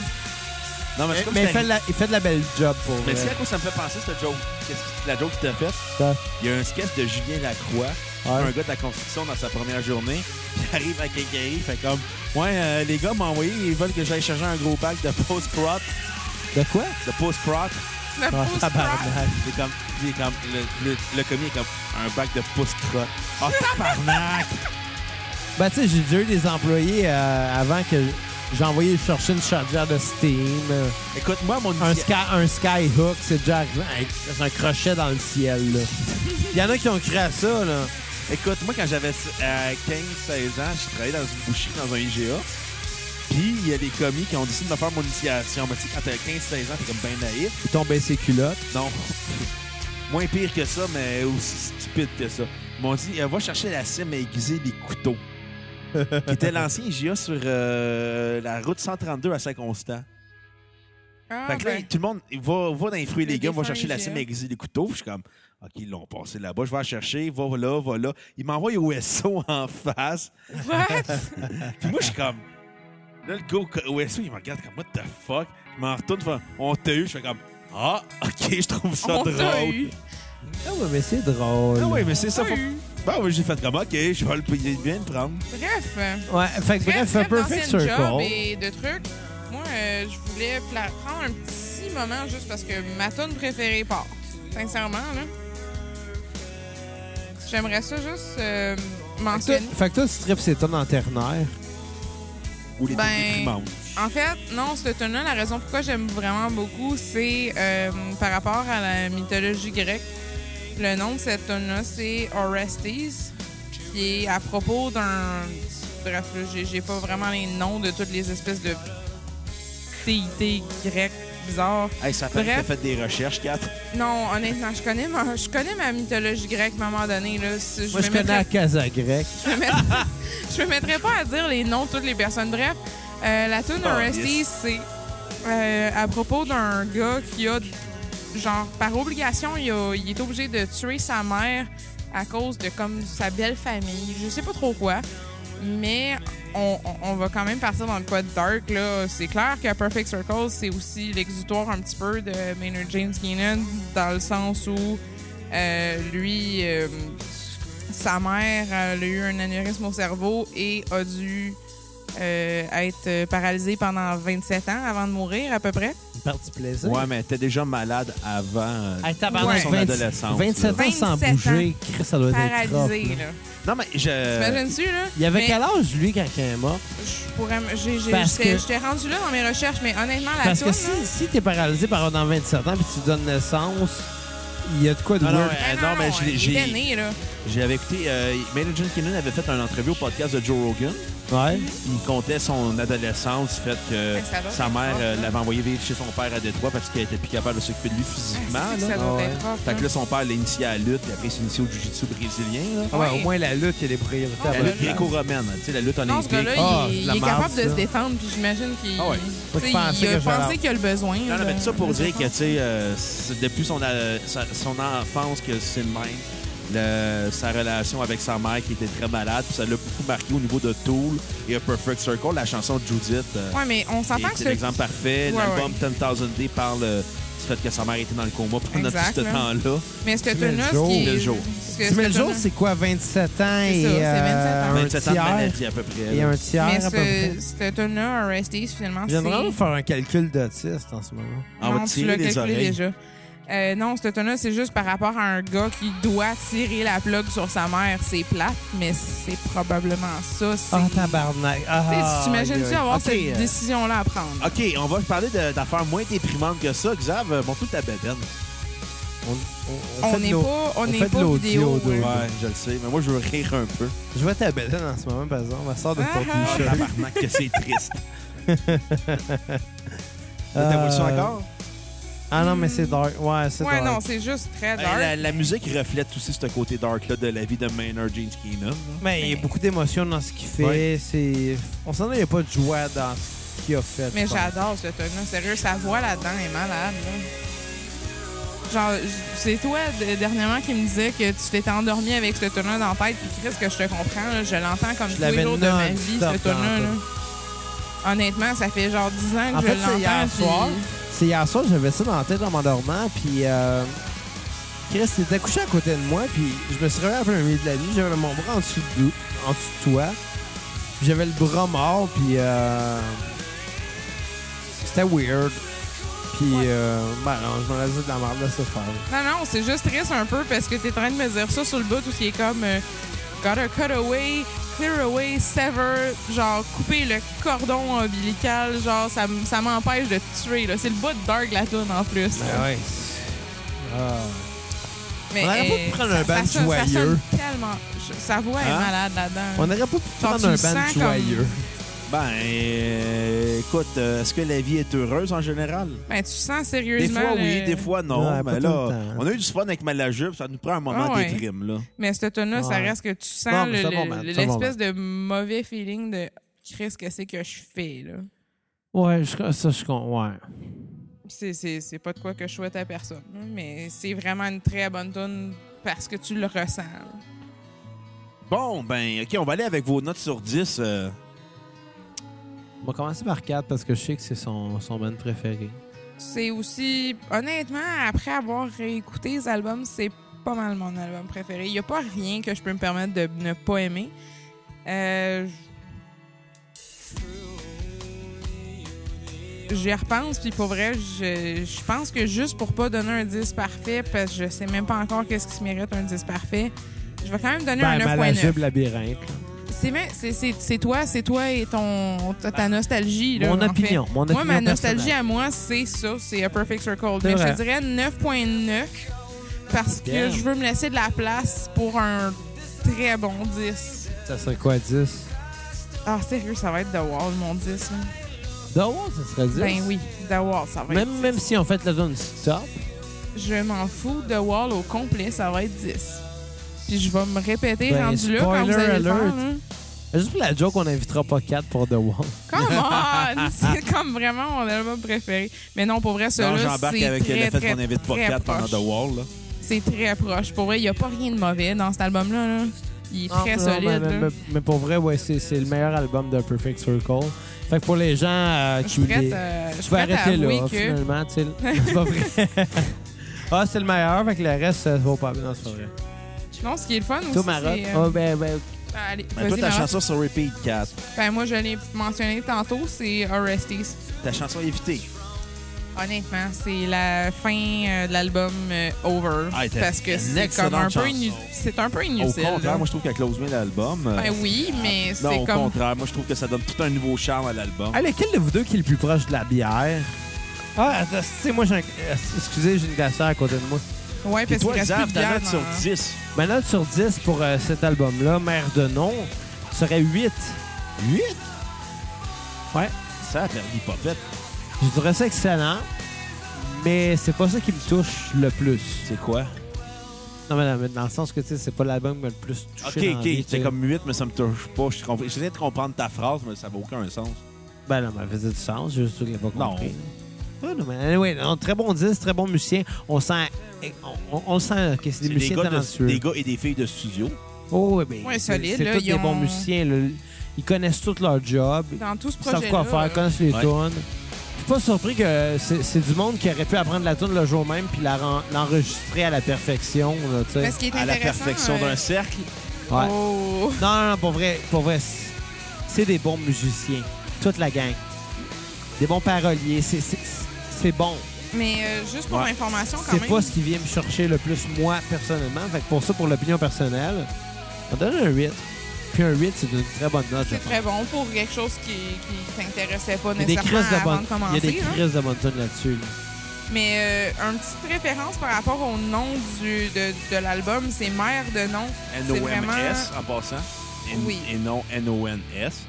Speaker 1: Non, mais
Speaker 3: Mais,
Speaker 1: c'est comme
Speaker 3: mais il,
Speaker 1: si
Speaker 3: fait
Speaker 1: t'arri-
Speaker 3: de la, il fait de la belle job pour
Speaker 1: Mais
Speaker 3: vrai.
Speaker 1: c'est à quoi ça me fait penser, cette joke? Qu'est-ce que- la joke qui t'a faite?
Speaker 3: Ouais.
Speaker 1: Il y a un sketch de Julien Lacroix, un gars de la construction dans sa première journée, puis il arrive à Kékeri, il fait comme Ouais, euh, les gars m'ont envoyé, ils veulent que j'aille chercher un gros pack de post-crop.
Speaker 3: De quoi?
Speaker 1: De post-crop.
Speaker 4: La
Speaker 3: Ah,
Speaker 4: pause
Speaker 3: tabarnak.
Speaker 1: C'est comme, il est comme le, le, le commis est comme un bac de post-crop. Oh, tabarnak!
Speaker 3: Ben, tu sais, j'ai déjà eu des employés euh, avant que j'ai envoyé chercher une chargeur de Steam. euh,
Speaker 1: Écoute, moi, mon
Speaker 3: Un,
Speaker 1: initiative-
Speaker 3: sky, un skyhook, c'est déjà arrivé. Hey, C'est un crochet dans le ciel, là. Il y en a qui ont créé à ça, là.
Speaker 1: Écoute, moi, quand j'avais euh, 15-16 ans, je travaillais dans une boucherie, dans un IGA. Puis, il y a des commis qui ont décidé de me faire mon initiation. Mais tu sais, quand t'as 15-16 ans, t'es comme ben naïf.
Speaker 3: Ils tombaient ses culottes.
Speaker 1: Non. Moins pire que ça, mais aussi stupide que ça. Ils m'ont dit, euh, va chercher la cime à aiguiser des couteaux. qui était l'ancien IGA sur euh, la route 132 à Saint-Constant.
Speaker 4: Ah,
Speaker 1: fait que là,
Speaker 4: ben,
Speaker 1: tout le monde il va, va dans les fruits et
Speaker 4: Les
Speaker 1: légumes, va
Speaker 4: défunts
Speaker 1: chercher la
Speaker 4: IGA.
Speaker 1: cime à aiguiser des couteaux. Puis Je suis comme, OK, ils l'ont passé là-bas, je vais la chercher, va là, va là. Ils m'envoient au SO en face.
Speaker 4: what?
Speaker 1: Puis moi, je suis comme, Là, le go OSU, il me regarde comme, what the fuck? Je m'en retourne, fait, on t'a eu. Je fais comme, ah, ok, je trouve ça
Speaker 4: On t'a
Speaker 1: drôle.
Speaker 4: eu.
Speaker 3: Ah ouais, mais c'est drôle.
Speaker 1: Ah oui, mais c'est
Speaker 4: On
Speaker 1: ça.
Speaker 4: t'a
Speaker 1: Faut...
Speaker 4: eu.
Speaker 1: Bon, moi, j'ai fait comme, ok, je vais le payer, bien le prendre.
Speaker 4: Bref.
Speaker 3: Ouais, fait que
Speaker 4: Très,
Speaker 3: bref,
Speaker 4: très
Speaker 3: Perfect
Speaker 4: d'anciennes
Speaker 3: Circle.
Speaker 4: jobs et de trucs. Moi, euh, je voulais pla- prendre un petit moment juste parce que ma tonne préférée part. Sincèrement, là. J'aimerais ça juste euh, mentionner.
Speaker 3: Fait que toi, tu tripes ces tonnes en ternaire.
Speaker 1: Ou les
Speaker 4: Ben,
Speaker 1: déprimantes.
Speaker 4: En fait, non, ce tome-là, la raison pourquoi j'aime vraiment beaucoup, c'est euh, par rapport à la mythologie grecque. Le nom de cette tome-là, c'est Orestes, qui est à propos d'un. Bref, là, j'ai- j'ai pas vraiment les noms de toutes les espèces de déités grecques bizarres.
Speaker 1: Hey, ça fait que t'as
Speaker 4: Bref.
Speaker 1: fait des recherches, Kat.
Speaker 4: Non, honnêtement, je connais ma, je connais ma mythologie grecque à un moment donné. Là, Si-
Speaker 3: Moi, je
Speaker 4: me
Speaker 3: connais
Speaker 4: mettrais-
Speaker 3: la Casa Grecque.
Speaker 4: je me mettrais- je me mettrais pas à dire les noms de toutes les personnes. Bref, euh, la tune
Speaker 1: Ah,
Speaker 4: Orestes,
Speaker 1: yes.
Speaker 4: c'est euh, à propos d'un gars qui a, genre, par obligation, il, a- il est obligé de tuer sa mère à cause de comme sa belle famille. Je sais pas trop quoi. Mais on, on- on va quand même partir dans le quoi de dark. là. C'est clair que Perfect Circle, c'est aussi l'exutoire un petit peu de Maynard James Keenan, dans le sens où euh, lui, euh, sa mère euh, elle a eu un anévrisme au cerveau et a dû euh, être euh, paralysée pendant 27 ans avant de mourir, à peu près.
Speaker 3: Une partie plaisir.
Speaker 1: Ouais, mais t'es déjà malade avant. euh,
Speaker 3: Hey,
Speaker 4: tabarnak,
Speaker 1: son
Speaker 3: vingt-
Speaker 1: adolescence,
Speaker 3: 27
Speaker 1: là.
Speaker 3: ans sans
Speaker 4: 27
Speaker 3: bouger, Chris, ça doit être rough,
Speaker 4: Paralysée,
Speaker 3: là.
Speaker 4: là.
Speaker 1: Non, mais je.
Speaker 4: T'imagines-tu, là?
Speaker 3: Il avait
Speaker 4: Mais
Speaker 3: quel âge, lui, quand il est mort?
Speaker 4: Je pourrais... m- j'ai- j'ai-
Speaker 3: Parce que-
Speaker 4: J'étais j'étais rendue là dans mes recherches, mais honnêtement, la
Speaker 3: Parce
Speaker 4: toune,
Speaker 3: que si,
Speaker 4: là,
Speaker 3: si t'es paralysé par un dans 27 ans puis tu donnes naissance, il y a de quoi de
Speaker 1: Non, non,
Speaker 3: weird.
Speaker 1: euh,
Speaker 4: ben
Speaker 1: non, mais
Speaker 4: non,
Speaker 1: j'ai-
Speaker 4: il
Speaker 1: j'ai-
Speaker 4: était né, là.
Speaker 1: J'avais écouté. Euh, Maynard James Keenan avait fait un entrevue au podcast de Joe Rogan.
Speaker 3: Ouais.
Speaker 1: Il me contait son adolescence, fait que
Speaker 4: Fait que ça doit
Speaker 1: sa
Speaker 4: être hein.
Speaker 1: mère
Speaker 4: fort,
Speaker 1: euh,
Speaker 4: là.
Speaker 1: l'avait envoyé vivre chez son père à Détroit parce qu'elle était plus capable de s'occuper de lui physiquement.
Speaker 4: Ah, c'est que
Speaker 1: là.
Speaker 4: ça doit
Speaker 3: ouais.
Speaker 4: être hein. rough,
Speaker 1: Fait que
Speaker 4: là.
Speaker 1: là, son père l'a initié à la lutte, et après, il s'est initié au jiu-jitsu brésilien.
Speaker 4: Oh,
Speaker 1: Là.
Speaker 3: Ah ouais, au moins, la lutte, il y a des priorités.
Speaker 4: Ah,
Speaker 1: La
Speaker 3: avant
Speaker 4: ouais,
Speaker 1: lutte
Speaker 4: là.
Speaker 1: gréco-romaine, hein, tu sais, la lutte
Speaker 4: Non, ce
Speaker 1: olympique.
Speaker 4: gars-là,
Speaker 3: Ah,
Speaker 4: il,
Speaker 3: c'est
Speaker 4: il
Speaker 3: la
Speaker 4: est
Speaker 3: marde,
Speaker 4: capable de
Speaker 3: ça.
Speaker 4: se défendre, puis j'imagine qu'il
Speaker 1: Ah ouais.
Speaker 4: tu sais,
Speaker 3: Faut penser
Speaker 4: il a
Speaker 3: que je vais
Speaker 4: pensé qu'il a le besoin.
Speaker 1: Non, non,
Speaker 4: de-
Speaker 1: mais tout ça pour
Speaker 4: de
Speaker 1: dire que, tu
Speaker 4: défendre.
Speaker 1: sais, euh, c'est depuis son, euh, sa- son enfance que c'est le même, le- sa relation avec sa mère qui était très malade, puis ça l'a beaucoup marqué au niveau de Tool et A Perfect Circle, la chanson de Judith. euh,
Speaker 4: Ouais, mais on
Speaker 1: qui
Speaker 4: s'entend
Speaker 1: est-
Speaker 4: que
Speaker 1: C'est
Speaker 4: ce-
Speaker 1: l'exemple parfait.
Speaker 4: Ouais,
Speaker 1: L'album 10,000 D parle euh, du fait que sa mère était dans le coma pendant
Speaker 4: Exact,
Speaker 1: tout ce
Speaker 4: là.
Speaker 1: temps-là.
Speaker 4: Mais ce
Speaker 3: Dix mille
Speaker 4: tune-là, ce
Speaker 3: jours.
Speaker 1: Dix
Speaker 4: qui
Speaker 1: mille
Speaker 4: est.
Speaker 1: jours.
Speaker 4: ce que-
Speaker 3: ça. Mais le
Speaker 4: ce
Speaker 3: jour,
Speaker 4: tune-là-
Speaker 3: c'est quoi, 27 ans et.
Speaker 4: ça, c'est
Speaker 3: euh,
Speaker 1: 27 Ben, ans de
Speaker 3: un tiers?
Speaker 1: maladie à peu près.
Speaker 3: Et
Speaker 1: là.
Speaker 3: un tiers,
Speaker 4: Mais
Speaker 3: à peu près.
Speaker 4: ce, ce tune-là, Orestes, finalement,
Speaker 3: Je
Speaker 4: c'est.
Speaker 3: viens de vraiment faire un calcul d'autiste en ce moment.
Speaker 1: On
Speaker 4: Non,
Speaker 1: va
Speaker 4: tu
Speaker 1: Ah tirer
Speaker 4: l'as
Speaker 1: les
Speaker 4: calculé
Speaker 1: oreilles.
Speaker 4: déjà. Euh, non, ce tune-là, c'est juste par rapport à un gars qui doit tirer la plug sur sa mère. C'est plate, mais c'est probablement ça. C'est...
Speaker 3: Ah, tabarnak.
Speaker 4: Tu sais,
Speaker 3: Ah,
Speaker 4: t'imagines-tu
Speaker 3: aïe, aïe.
Speaker 4: avoir
Speaker 3: Ok,
Speaker 4: cette
Speaker 3: euh,
Speaker 4: décision-là à prendre?
Speaker 1: OK, on va parler de- d'affaires moins déprimantes que ça. Xav, euh, montre-nous ta bedaine.
Speaker 3: euh, on- on- on fait
Speaker 4: on
Speaker 3: de
Speaker 4: n'est
Speaker 3: l'eau.
Speaker 4: pas, on
Speaker 3: on
Speaker 4: n'est
Speaker 3: fait de
Speaker 4: pas
Speaker 3: l'audio,
Speaker 4: vidéo.
Speaker 3: de-
Speaker 4: là.
Speaker 1: Ouais, je le sais, mais moi, je veux rire un peu.
Speaker 3: Je vois ta belle en ce moment, par exemple. Elle sort de ton
Speaker 4: Ah, ah.
Speaker 1: Ah,
Speaker 3: t-shirt.
Speaker 1: tabarnak, que c'est triste.
Speaker 3: Euh,
Speaker 1: T'as vu ça encore?
Speaker 3: Ah non, mais c'est dark. Ouais, c'est
Speaker 4: Ouais,
Speaker 3: dark.
Speaker 4: non, c'est juste très
Speaker 1: Ben,
Speaker 4: dark.
Speaker 1: la, la musique reflète aussi ce côté dark-là de la vie de Maynard James Keenan. là.
Speaker 3: Mais il y a beaucoup d'émotions dans ce qu'il fait.
Speaker 1: Ouais.
Speaker 3: C'est... On s'en dit qu'il n'y a pas de joie dans ce qu'il a fait.
Speaker 4: Mais
Speaker 3: je pense.
Speaker 4: j'adore ce tune-là. Sérieux, sa voix là-dedans est malade. là. Genre, j- c'est toi de- dernièrement qui me disais que tu t'étais endormi avec ce tune-là dans la tête. Puis Chris, que je te comprends, là, je l'entends comme tous les
Speaker 3: l'avais
Speaker 4: jours de ma vie,
Speaker 3: non-stop
Speaker 4: ce tune-là.
Speaker 3: dans la
Speaker 4: là. Honnêtement, ça fait genre 10 ans que
Speaker 3: En
Speaker 4: je
Speaker 3: fait,
Speaker 4: l'entends.
Speaker 3: c'est hier
Speaker 4: puis-
Speaker 3: soir. C'est hier soir, j'avais ça dans la tête en m'endormant. Puis euh, Chris était couché à côté de moi. Puis je me suis réveillé après le milieu de la nuit. J'avais mon bras en dessous de, en dessous de toi. Puis J'avais le bras mort. Puis euh, c'était weird. Puis euh, ben non, je me restais de la merde de se faire.
Speaker 4: Non, non, c'est juste triste un peu parce que t'es en train de me dire ça sur le bout où c'est comme euh, gotta cut away, clear away, sever, genre couper le cordon ombilical, genre ça, m- ça m'empêche de te tuer. là. C'est le bout de Dark la toune en plus. là.
Speaker 3: Ah ouais.
Speaker 4: Mais,
Speaker 3: On aurait pas pu
Speaker 4: euh,
Speaker 3: prendre un band
Speaker 4: ça- ça sonne- ça sonne
Speaker 3: joyeux.
Speaker 4: tellement. je- Sa voix est
Speaker 1: Hein?
Speaker 4: malade là-dedans.
Speaker 3: On n'aurait pas pu
Speaker 4: Genre,
Speaker 3: prendre
Speaker 4: tu
Speaker 3: un
Speaker 4: le
Speaker 3: band
Speaker 4: sens comme-
Speaker 3: joyeux.
Speaker 1: Ben, euh, écoute, euh, est-ce que la vie est heureuse en général?
Speaker 4: Ben, tu sens
Speaker 1: Des
Speaker 4: sérieusement.
Speaker 1: fois
Speaker 4: le-
Speaker 1: oui, des fois non.
Speaker 3: Ouais, pas
Speaker 1: mais
Speaker 3: tout
Speaker 1: là,
Speaker 3: le temps.
Speaker 1: on a eu du fun avec Malajup, ça nous prend un moment
Speaker 4: Ah ouais.
Speaker 1: d'étrime, là.
Speaker 4: Mais ce tune-là, ça
Speaker 3: Ouais.
Speaker 4: reste que tu
Speaker 3: Non,
Speaker 4: sens
Speaker 3: mais
Speaker 4: le-
Speaker 3: c'est un
Speaker 4: le-
Speaker 3: bon band, c'est un bon
Speaker 4: l'espèce de mauvais feeling de Chris, que c'est que je fais là.
Speaker 3: Ouais, je- ça, je comprends. Ouais.
Speaker 4: c'est, c'est, c'est pas de quoi que je souhaite à personne. hein, Mais c'est vraiment une très bonne tune parce que tu le ressens. là.
Speaker 1: Bon, ben, OK, on va aller avec vos notes sur 10. euh.
Speaker 3: On va commencer par 4 parce que je sais que c'est son, son band préféré.
Speaker 4: C'est aussi, honnêtement, après avoir réécouté les albums, c'est pas mal mon album préféré. Il n'y a pas rien que je peux me permettre de ne pas aimer. Euh, j- J'y repense, puis pour vrai, je, je pense que juste pour pas donner un 10 parfait, parce que je sais même pas encore qu'est-ce qui se mérite un 10 parfait, je vais quand même donner un 9.9.
Speaker 3: Malajube Ben, Labyrinthe.
Speaker 4: C'est vrai, c'est- c'est- c'est toi, c'est toi et ton ta, ta nostalgie. là,
Speaker 3: Mon
Speaker 4: en fait.
Speaker 3: opinion, mon
Speaker 4: Moi, ma
Speaker 3: opinion
Speaker 4: nostalgie
Speaker 3: personnelle.
Speaker 4: à moi, c'est ça, c'est A Perfect Circle.
Speaker 3: C'est
Speaker 4: Mais je
Speaker 3: vrai.
Speaker 4: te dirais 9.9 parce que
Speaker 3: Damn.
Speaker 4: je veux me laisser de la place pour un très bon 10.
Speaker 3: Ça serait quoi, 10?
Speaker 4: Ah, sérieux, ça va être The Wall, mon 10. là.
Speaker 3: D'abord, ça serait 10.
Speaker 4: Ben oui, The Wall, ça va
Speaker 3: Même,
Speaker 4: être
Speaker 3: même si en fait la donne stop,
Speaker 4: Je m'en fous, The Wall au complet, ça va être 10. Puis je vais me répéter
Speaker 3: Ben,
Speaker 4: rendu là quand vous
Speaker 3: spoiler
Speaker 4: allez le faire, hein.
Speaker 3: alert.
Speaker 4: là.
Speaker 3: juste pour la joke, on n'invitera pas 4 pour The Wall.
Speaker 4: Come on! c'est comme vraiment mon album préféré. Mais non, pour vrai,
Speaker 1: Non,
Speaker 4: celui-là,
Speaker 1: j'embarque
Speaker 4: c'est
Speaker 1: avec euh,
Speaker 4: très,
Speaker 1: le fait
Speaker 4: très,
Speaker 1: qu'on n'invite pas
Speaker 4: très
Speaker 1: 4 pendant
Speaker 4: proche.
Speaker 1: The Wall. là.
Speaker 4: C'est très proche. Pour vrai, il n'y a pas rien de mauvais dans cet album-là. là. Il est très
Speaker 3: Non, non,
Speaker 4: solide.
Speaker 3: Mais,
Speaker 4: là.
Speaker 3: mais- mais pour vrai, ouais, c'est c'est le meilleur album de Perfect Circle. Fait que pour les gens euh,
Speaker 4: je
Speaker 3: qui.
Speaker 4: suis prête,
Speaker 3: les-
Speaker 4: euh, je suis
Speaker 3: Je vais
Speaker 4: prête à
Speaker 3: arrêter
Speaker 4: avouer
Speaker 3: là,
Speaker 4: que...
Speaker 3: finalement. tu sais, C'est pas vrai. ah, c'est le meilleur, fait que le reste, ça vaut pas. Non, c'est pas vrai.
Speaker 4: Non, ce qui est le fun
Speaker 3: Toi,
Speaker 4: aussi,
Speaker 3: Marotte.
Speaker 4: c'est...
Speaker 3: Ah,
Speaker 4: euh,
Speaker 3: ben, ben,
Speaker 4: ben, allez,
Speaker 1: Ben, toi,
Speaker 4: vas-y,
Speaker 1: ta
Speaker 4: Marotte.
Speaker 1: chanson sur Repeat 4,
Speaker 4: Ben, moi, je l'ai mentionné tantôt, c'est Orestes.
Speaker 1: ta chanson évitée.
Speaker 4: Honnêtement, c'est la fin euh, de l'album euh, Over.
Speaker 1: Ah, c'était
Speaker 4: parce que
Speaker 1: une
Speaker 4: c'est comme un
Speaker 1: excellente
Speaker 4: peu,
Speaker 1: chanson.
Speaker 4: inu- c'est un peu
Speaker 1: Au
Speaker 4: inutile. là.
Speaker 1: contraire, moi, je trouve qu'elle close bien l'album. euh,
Speaker 4: Ben oui, mais
Speaker 1: non,
Speaker 4: c'est
Speaker 1: au
Speaker 4: comme...
Speaker 1: contraire. Moi, je trouve que ça donne tout un nouveau charme à l'album.
Speaker 3: Ah, lequel de vous deux qui est le plus proche de la bière? Ah, tu sais, moi, j'ai un- euh, Excusez, j'ai une glacière à côté de moi.
Speaker 4: Ouais,
Speaker 1: Puis
Speaker 4: parce qu'il
Speaker 1: toi,
Speaker 4: reste plus
Speaker 1: Xav,
Speaker 4: de
Speaker 1: ta
Speaker 4: bière
Speaker 1: note
Speaker 4: dans-
Speaker 1: sur 10.
Speaker 3: Ma note sur 10 pour euh, cet album-là, Mère de nom, serait 8.
Speaker 1: 8?
Speaker 3: Ouais.
Speaker 1: Ça a perdu popette.
Speaker 3: Je dirais ça excellent, mais c'est pas ça qui me touche le plus.
Speaker 1: C'est quoi?
Speaker 3: Non, mais dans, mais dans le sens que, tu sais, c'est pas l'album qui m'a le plus touché.
Speaker 1: OK,
Speaker 3: dans la
Speaker 1: OK.
Speaker 3: vie, tu
Speaker 1: C'est
Speaker 3: sais.
Speaker 1: comme 8, mais ça me touche pas. Je comprends- J'essaie de comprendre ta phrase, mais ça n'a aucun sens.
Speaker 3: Ben non, mais elle faisait du sens, je suis sûr qu'il n'a pas
Speaker 1: Non.
Speaker 3: compris. Non. non, mais anyway, non, très bon disque, très bon musicien. On sent, on, on- on sent que c'est
Speaker 1: C'est
Speaker 3: des
Speaker 1: des,
Speaker 3: musiciens
Speaker 1: gars de-
Speaker 3: talentueux.
Speaker 1: des gars et des filles de studio.
Speaker 3: Oh, oui, mais
Speaker 4: Ouais,
Speaker 3: c'est-
Speaker 4: solide,
Speaker 3: c'est
Speaker 4: là,
Speaker 3: tous
Speaker 4: ils
Speaker 3: des
Speaker 4: ont-
Speaker 3: bons musiciens. là. Ils connaissent tout leur job.
Speaker 4: dans tout ce
Speaker 3: Ils savent
Speaker 4: projet-là. euh,
Speaker 3: quoi faire, ils connaissent les
Speaker 1: Ouais.
Speaker 3: tunes. Je suis pas surpris que c'est c'est du monde qui aurait pu apprendre la tune le jour même puis la ren- l'enregistrer à la perfection. Là, tu sais.
Speaker 4: Mais ce qui est
Speaker 1: à la
Speaker 4: intéressant,
Speaker 1: perfection
Speaker 4: euh,
Speaker 1: d'un cercle.
Speaker 3: Ouais.
Speaker 4: oh.
Speaker 3: Non, non, non, pour vrai, pour vrai, c'est- c'est des bons musiciens. Toute la gang. Des bons paroliers. c'est- c'est- C'est bon.
Speaker 4: Mais euh, juste pour
Speaker 1: Ouais.
Speaker 4: information, quand
Speaker 3: C'est
Speaker 4: même.
Speaker 3: pas ce qui vient me chercher le plus, moi, personnellement. Fait que pour ça, pour l'opinion personnelle, on donne un 8. Puis un 8, c'est une très bonne note, je
Speaker 4: C'est
Speaker 3: pense.
Speaker 4: très bon pour quelque chose qui, qui t'intéressait pas
Speaker 3: Il y a des
Speaker 4: nécessairement
Speaker 3: crises de
Speaker 4: avant
Speaker 3: bonne
Speaker 4: de
Speaker 3: Il y a des
Speaker 4: commencer. hein. là.
Speaker 3: crises de bonne tonne là-dessus. là.
Speaker 4: Mais euh, une petite référence par rapport au nom du, de, de l'album, c'est Mère de nom. C'est vraiment...
Speaker 1: N-O-M-S, en passant. N-
Speaker 4: Oui.
Speaker 1: Et non N-O-N-S.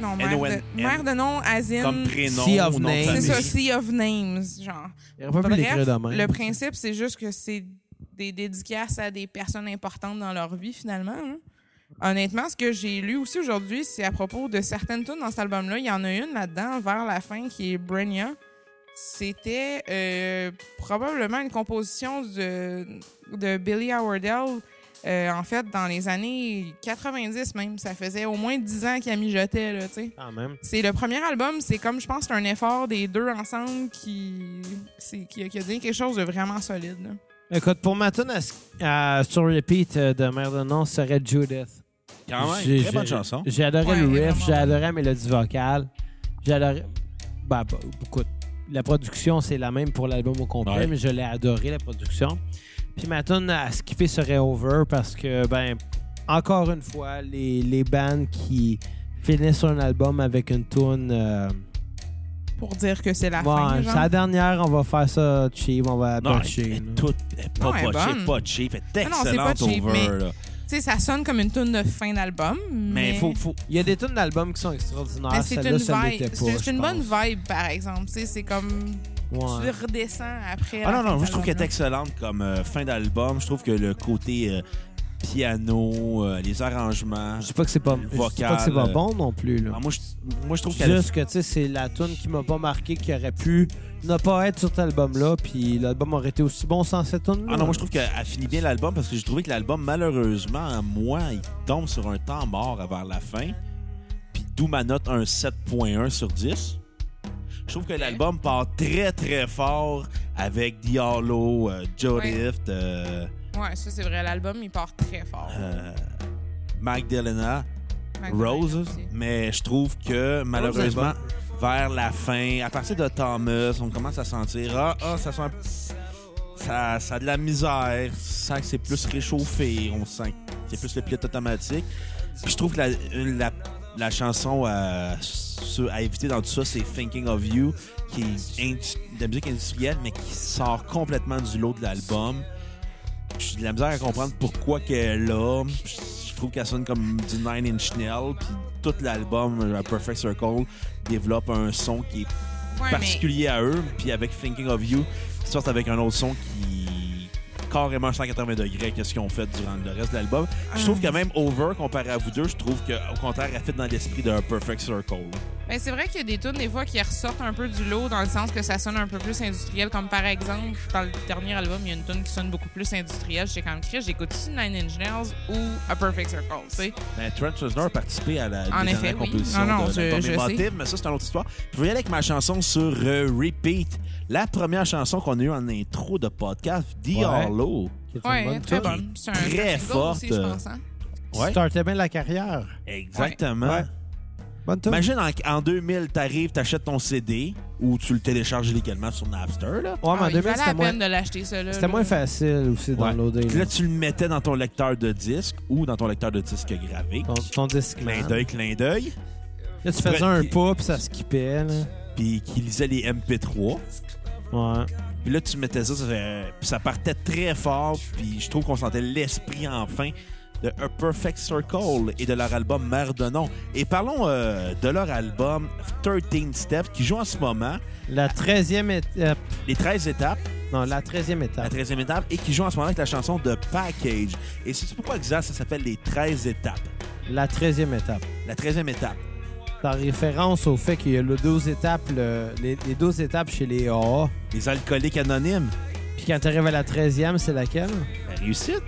Speaker 4: Non, Mère,
Speaker 1: N-O-N-N.
Speaker 4: de... Mère de nom,
Speaker 1: Comme
Speaker 4: Asine.
Speaker 1: prénom
Speaker 3: Sea of
Speaker 1: ou nom de
Speaker 3: Names.
Speaker 4: C'est
Speaker 1: famille.
Speaker 4: ça, Sea of Names, genre.
Speaker 3: Il aurait pas pu
Speaker 4: Bref,
Speaker 3: l'écrire de même.
Speaker 4: Le principe, c'est juste que c'est des dédicaces à des personnes importantes dans leur vie, finalement. hein. Honnêtement, ce que j'ai lu aussi aujourd'hui, c'est à propos de certaines tunes dans cet album-là. Il y en a une là-dedans, vers la fin, qui est Brenya. C'était euh, probablement une composition de, de Billy Howardell. euh, en fait, dans les années 90 même, ça faisait au moins 10 ans qu'elle mijotait, là, tu sais.
Speaker 3: Quand même.
Speaker 4: C'est le premier album, c'est comme je pense c'est un effort des deux ensemble qui, c'est- qui, a- qui a donné quelque chose de vraiment solide. là.
Speaker 3: Écoute, pour ma tune à, s- à sur repeat euh, de Mère de Nom, ce serait Judith.
Speaker 1: Quand
Speaker 3: J'ai-
Speaker 1: même, très bonne
Speaker 3: j'ai-
Speaker 1: chanson.
Speaker 3: J'ai adoré
Speaker 4: Ouais,
Speaker 3: le
Speaker 4: elle est
Speaker 3: riff,
Speaker 4: vraiment
Speaker 3: j'ai
Speaker 4: bonne.
Speaker 3: adoré la mélodie vocale, j'ai adoré. Ben, bah, écoute, la production, c'est la même pour l'album au complet,
Speaker 1: Ouais.
Speaker 3: mais je l'ai adoré, la production. Puis ma tune à skipper serait Over parce que, ben, encore une fois, les, les bands qui finissent un album avec une tune. euh,
Speaker 4: Pour dire que c'est la
Speaker 3: bon,
Speaker 4: fin.
Speaker 3: c'est
Speaker 4: genre.
Speaker 3: la dernière, on va faire ça cheap, on va
Speaker 1: Non,
Speaker 3: botcher,
Speaker 1: elle est
Speaker 3: là.
Speaker 1: toute- elle est pas
Speaker 4: Non, elle est
Speaker 1: botchée,
Speaker 4: bonne.
Speaker 1: pas cheap. Elle est
Speaker 4: Non, non, c'est pas
Speaker 1: excellente
Speaker 4: cheap, mais-
Speaker 1: over. là.
Speaker 4: Tu sais, ça sonne comme une tune de fin d'album. Mais,
Speaker 1: Mais faut, faut,
Speaker 3: Il y a des tunes d'albums qui sont extraordinaires.
Speaker 4: mais c'est une
Speaker 3: Celle-là, ça l'était
Speaker 4: vibe.
Speaker 3: pas,
Speaker 4: C'est
Speaker 3: je
Speaker 4: c'est une bonne
Speaker 3: pense.
Speaker 4: vibe, par exemple. Tu sais, c'est comme
Speaker 3: Ouais.
Speaker 4: tu redescends après.
Speaker 1: Ah
Speaker 4: la
Speaker 1: non,
Speaker 4: fin
Speaker 1: non,
Speaker 4: de
Speaker 1: moi je trouve qu'elle est
Speaker 4: l'album,
Speaker 1: excellente comme euh, fin d'album. Je trouve que le côté euh, piano, euh, les arrangements.
Speaker 3: Je dis pas que c'est pas, je dis pas
Speaker 1: Vocal,
Speaker 3: que c'est pas
Speaker 1: euh,
Speaker 3: bon non plus. Là.
Speaker 1: Ah, moi, je, moi, je trouve qu'elle.
Speaker 3: Juste que tu sais, c'est la tune qui m'a pas marqué qui aurait pu ne pas être sur cet album-là, puis l'album aurait été aussi bon sans cette tune.
Speaker 1: Ah non, moi je trouve qu'elle finit bien l'album parce que j'ai trouvé que l'album, malheureusement, à moi, il tombe sur un temps mort vers la fin. Puis d'où ma note un 7.1 sur 10. Je trouve que
Speaker 4: Ok.
Speaker 1: l'album part très, très fort avec Diallo, euh, Joe
Speaker 4: Ouais.
Speaker 1: Lift, euh,
Speaker 4: Ouais, ça, c'est vrai. L'album, il part très fort.
Speaker 1: euh, Magdalena,
Speaker 4: Magdalena
Speaker 1: Rose.
Speaker 4: aussi.
Speaker 1: Mais je trouve que, malheureusement, vers la fin, à partir de Thomas, on commence à sentir Ah, ah, ça sent un- Ça, ça a de la misère, ça sent que c'est plus réchauffé, on sent que c'est plus le pilote automatique. Puis je trouve que la, une- la, la chanson à, sur- à éviter dans tout ça, c'est Thinking of You, qui est indu- de la musique industrielle, mais qui sort complètement du lot de l'album. J'ai de la misère à comprendre pourquoi qu'elle là. Je trouve qu'elle sonne comme du Nine Inch Nails. Puis tout l'album, euh, Perfect Circle, développe un son qui est
Speaker 4: Ouais, mais
Speaker 1: particulier à eux. Puis avec Thinking of You, ils sortent avec un autre son qui est carrément 180 degrés que ce qu'ils ont fait durant le reste de l'album. Je trouve que même Over, comparé à vous deux, je trouve qu'au contraire, elle fit dans l'esprit d'un Perfect Circle.
Speaker 4: ben, c'est vrai qu'il y a des tunes, des fois, qui ressortent un peu du lot dans le sens que ça sonne un peu plus industriel. Comme par exemple, dans le dernier album, il y a une tune qui sonne beaucoup plus industrielle. J'étais comme Chris, j'écoute-tu Nine Inch Nails ou A Perfect Circle, tu sais?
Speaker 1: Mais Ben, Trent Reznor a participé à la
Speaker 4: En
Speaker 1: dernière
Speaker 4: effet, oui.
Speaker 1: composition
Speaker 4: Non, non,
Speaker 1: de
Speaker 4: je-
Speaker 1: l'album
Speaker 4: je
Speaker 1: Emotive,
Speaker 4: sais.
Speaker 1: mais ça, c'est une autre histoire. Je vais y aller avec ma chanson sur euh, Repeat. La première chanson qu'on a eue en intro de podcast, Diallo.
Speaker 3: C'est une
Speaker 4: Ouais,
Speaker 3: bonne
Speaker 4: très
Speaker 3: tune.
Speaker 4: bonne. C'est un
Speaker 1: Très
Speaker 4: très
Speaker 1: forte.
Speaker 4: forte. Aussi, je pense, hein?
Speaker 1: Ouais.
Speaker 3: Startait bien la carrière.
Speaker 1: Exactement.
Speaker 3: Ouais. Ben, Bonne tune.
Speaker 1: Imagine en, en 2000, t'arrives, t'achètes ton CD ou tu le télécharges légalement sur Napster. Là.
Speaker 3: Ouais, mais en
Speaker 4: Ah, il
Speaker 3: 2000,
Speaker 4: valait
Speaker 3: c'était
Speaker 4: la
Speaker 3: moins,
Speaker 4: peine de l'acheter, ça. là,
Speaker 3: c'était
Speaker 4: là.
Speaker 3: moins facile aussi de
Speaker 1: Ouais.
Speaker 3: downloader.
Speaker 1: Puis
Speaker 3: là.
Speaker 1: là, tu le mettais dans ton lecteur de disque ou dans ton lecteur de disque graphique.
Speaker 3: Ton, ton disque.
Speaker 1: Clin
Speaker 3: man.
Speaker 1: d'œil, clin d'œil.
Speaker 3: Là, tu faisais un pas, puis ça skippait. Là.
Speaker 1: Puis qui lisait les MP3.
Speaker 3: Ouais.
Speaker 1: Puis là, tu mettais ça, ça, fait- puis ça partait très fort. Puis je trouve qu'on sentait l'esprit enfin de A Perfect Circle et de leur album Mère de Nom. Et parlons euh, de leur album 13 Steps qui joue en ce moment
Speaker 3: La 13e étape.
Speaker 1: les 13 étapes.
Speaker 3: Non, la 13e
Speaker 1: la
Speaker 3: étape.
Speaker 1: 13e étape, et qui joue en ce moment avec la chanson de Package. Et c'est pourquoi exact, ça s'appelle les 13 étapes.
Speaker 3: La 13e étape.
Speaker 1: La 13e étape.
Speaker 3: En référence au fait qu'il y a le 12 étapes, le- les, les 12 étapes chez les AA.
Speaker 1: Les alcooliques anonymes.
Speaker 3: Puis quand tu arrives à la 13e, c'est laquelle?
Speaker 1: La réussite?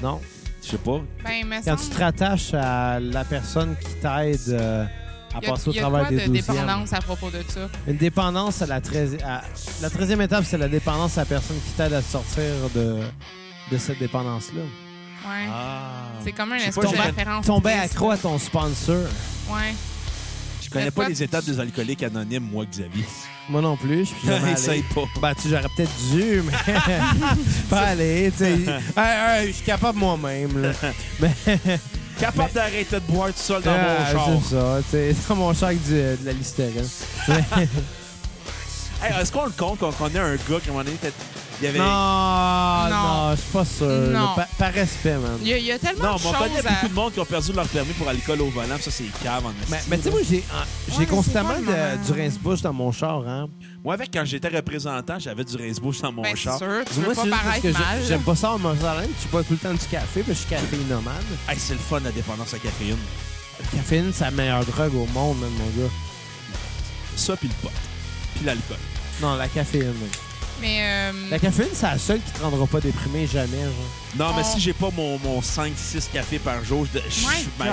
Speaker 3: Non.
Speaker 1: Je sais pas.
Speaker 4: Ben, mais
Speaker 3: Quand tu te rattaches à la personne qui t'aide euh, à passer au
Speaker 4: Il y a de
Speaker 3: travers
Speaker 4: quoi
Speaker 3: des 12e.
Speaker 4: de dépendance à propos de ça.
Speaker 3: Une dépendance à la 13e... à- La 13e étape, c'est la dépendance à la personne qui t'aide à te sortir de, de cette dépendance-là.
Speaker 4: Ouais.
Speaker 1: Ah.
Speaker 4: C'est comme un
Speaker 1: Je sais
Speaker 4: espèce
Speaker 1: pas,
Speaker 4: de
Speaker 1: j'ai-
Speaker 4: référence.
Speaker 3: Tomber
Speaker 4: triste.
Speaker 3: accro à ton sponsor.
Speaker 4: Ouais.
Speaker 1: Je connais
Speaker 4: Mais
Speaker 1: pas
Speaker 4: pas-
Speaker 1: les étapes des alcooliques anonymes, moi, Xavier.
Speaker 3: Moi non plus, je suis jamais allé.
Speaker 1: Essaye pas.
Speaker 3: Ben, tu sais, j'aurais peut-être dû, mais je suis pas allé. tu sais. Hey, hey, je suis capable moi-même. là. Mais
Speaker 1: Capable d'arrêter de boire tout seul dans
Speaker 3: Ah,
Speaker 1: mon char.
Speaker 3: C'est ça, tu sais, dans mon char avec du- euh, de la listerine.
Speaker 1: Hey, Est-ce qu'on le compte qu'on qu'on est un gars qui, à un moment donné, peut-être- il y avait...
Speaker 3: Non, non,
Speaker 4: Non.
Speaker 3: je suis pas sûr.
Speaker 4: Non.
Speaker 3: là. Pa- par respect, man.
Speaker 4: Il y, a- il y a tellement
Speaker 1: Non,
Speaker 4: de hein.
Speaker 1: mais on connaît
Speaker 4: choses à...
Speaker 1: beaucoup de monde qui ont perdu leur permis pour alcool au volant. puis Ça, c'est cave en
Speaker 3: Mais,
Speaker 1: esti,
Speaker 3: mais tu sais,
Speaker 1: là.
Speaker 3: moi, j'ai ah, j'ai
Speaker 4: mais c'est
Speaker 3: constamment
Speaker 4: pas le
Speaker 3: de-
Speaker 4: moment.
Speaker 3: du rince-bouche dans mon char. Hein.
Speaker 1: Moi, avec, quand j'étais représentant, j'avais du rince-bouche dans mon
Speaker 4: Ben, c'est
Speaker 1: char.
Speaker 4: sûr, tu
Speaker 3: Moi,
Speaker 4: veux pas
Speaker 3: c'est juste parce que
Speaker 4: paraître
Speaker 3: j'ai-
Speaker 4: mal.
Speaker 3: j'aime pas ça en Montréal. Je bois tout le temps du café, puis je suis caféinomane.
Speaker 1: Hey, c'est le fun, la dépendance à caféine.
Speaker 3: Le caféine, c'est la meilleure drogue au monde, man, mon gars.
Speaker 1: Ça, puis le pot. Puis l'alcool.
Speaker 3: Non, la caféine. man.
Speaker 4: Mais euh,
Speaker 3: La caféine, c'est la seule qui te rendra pas déprimé jamais, genre.
Speaker 1: Non, mais
Speaker 4: Oh.
Speaker 1: si j'ai pas mon, mon 5-6 cafés par jour, je je
Speaker 4: my
Speaker 1: suis
Speaker 4: God.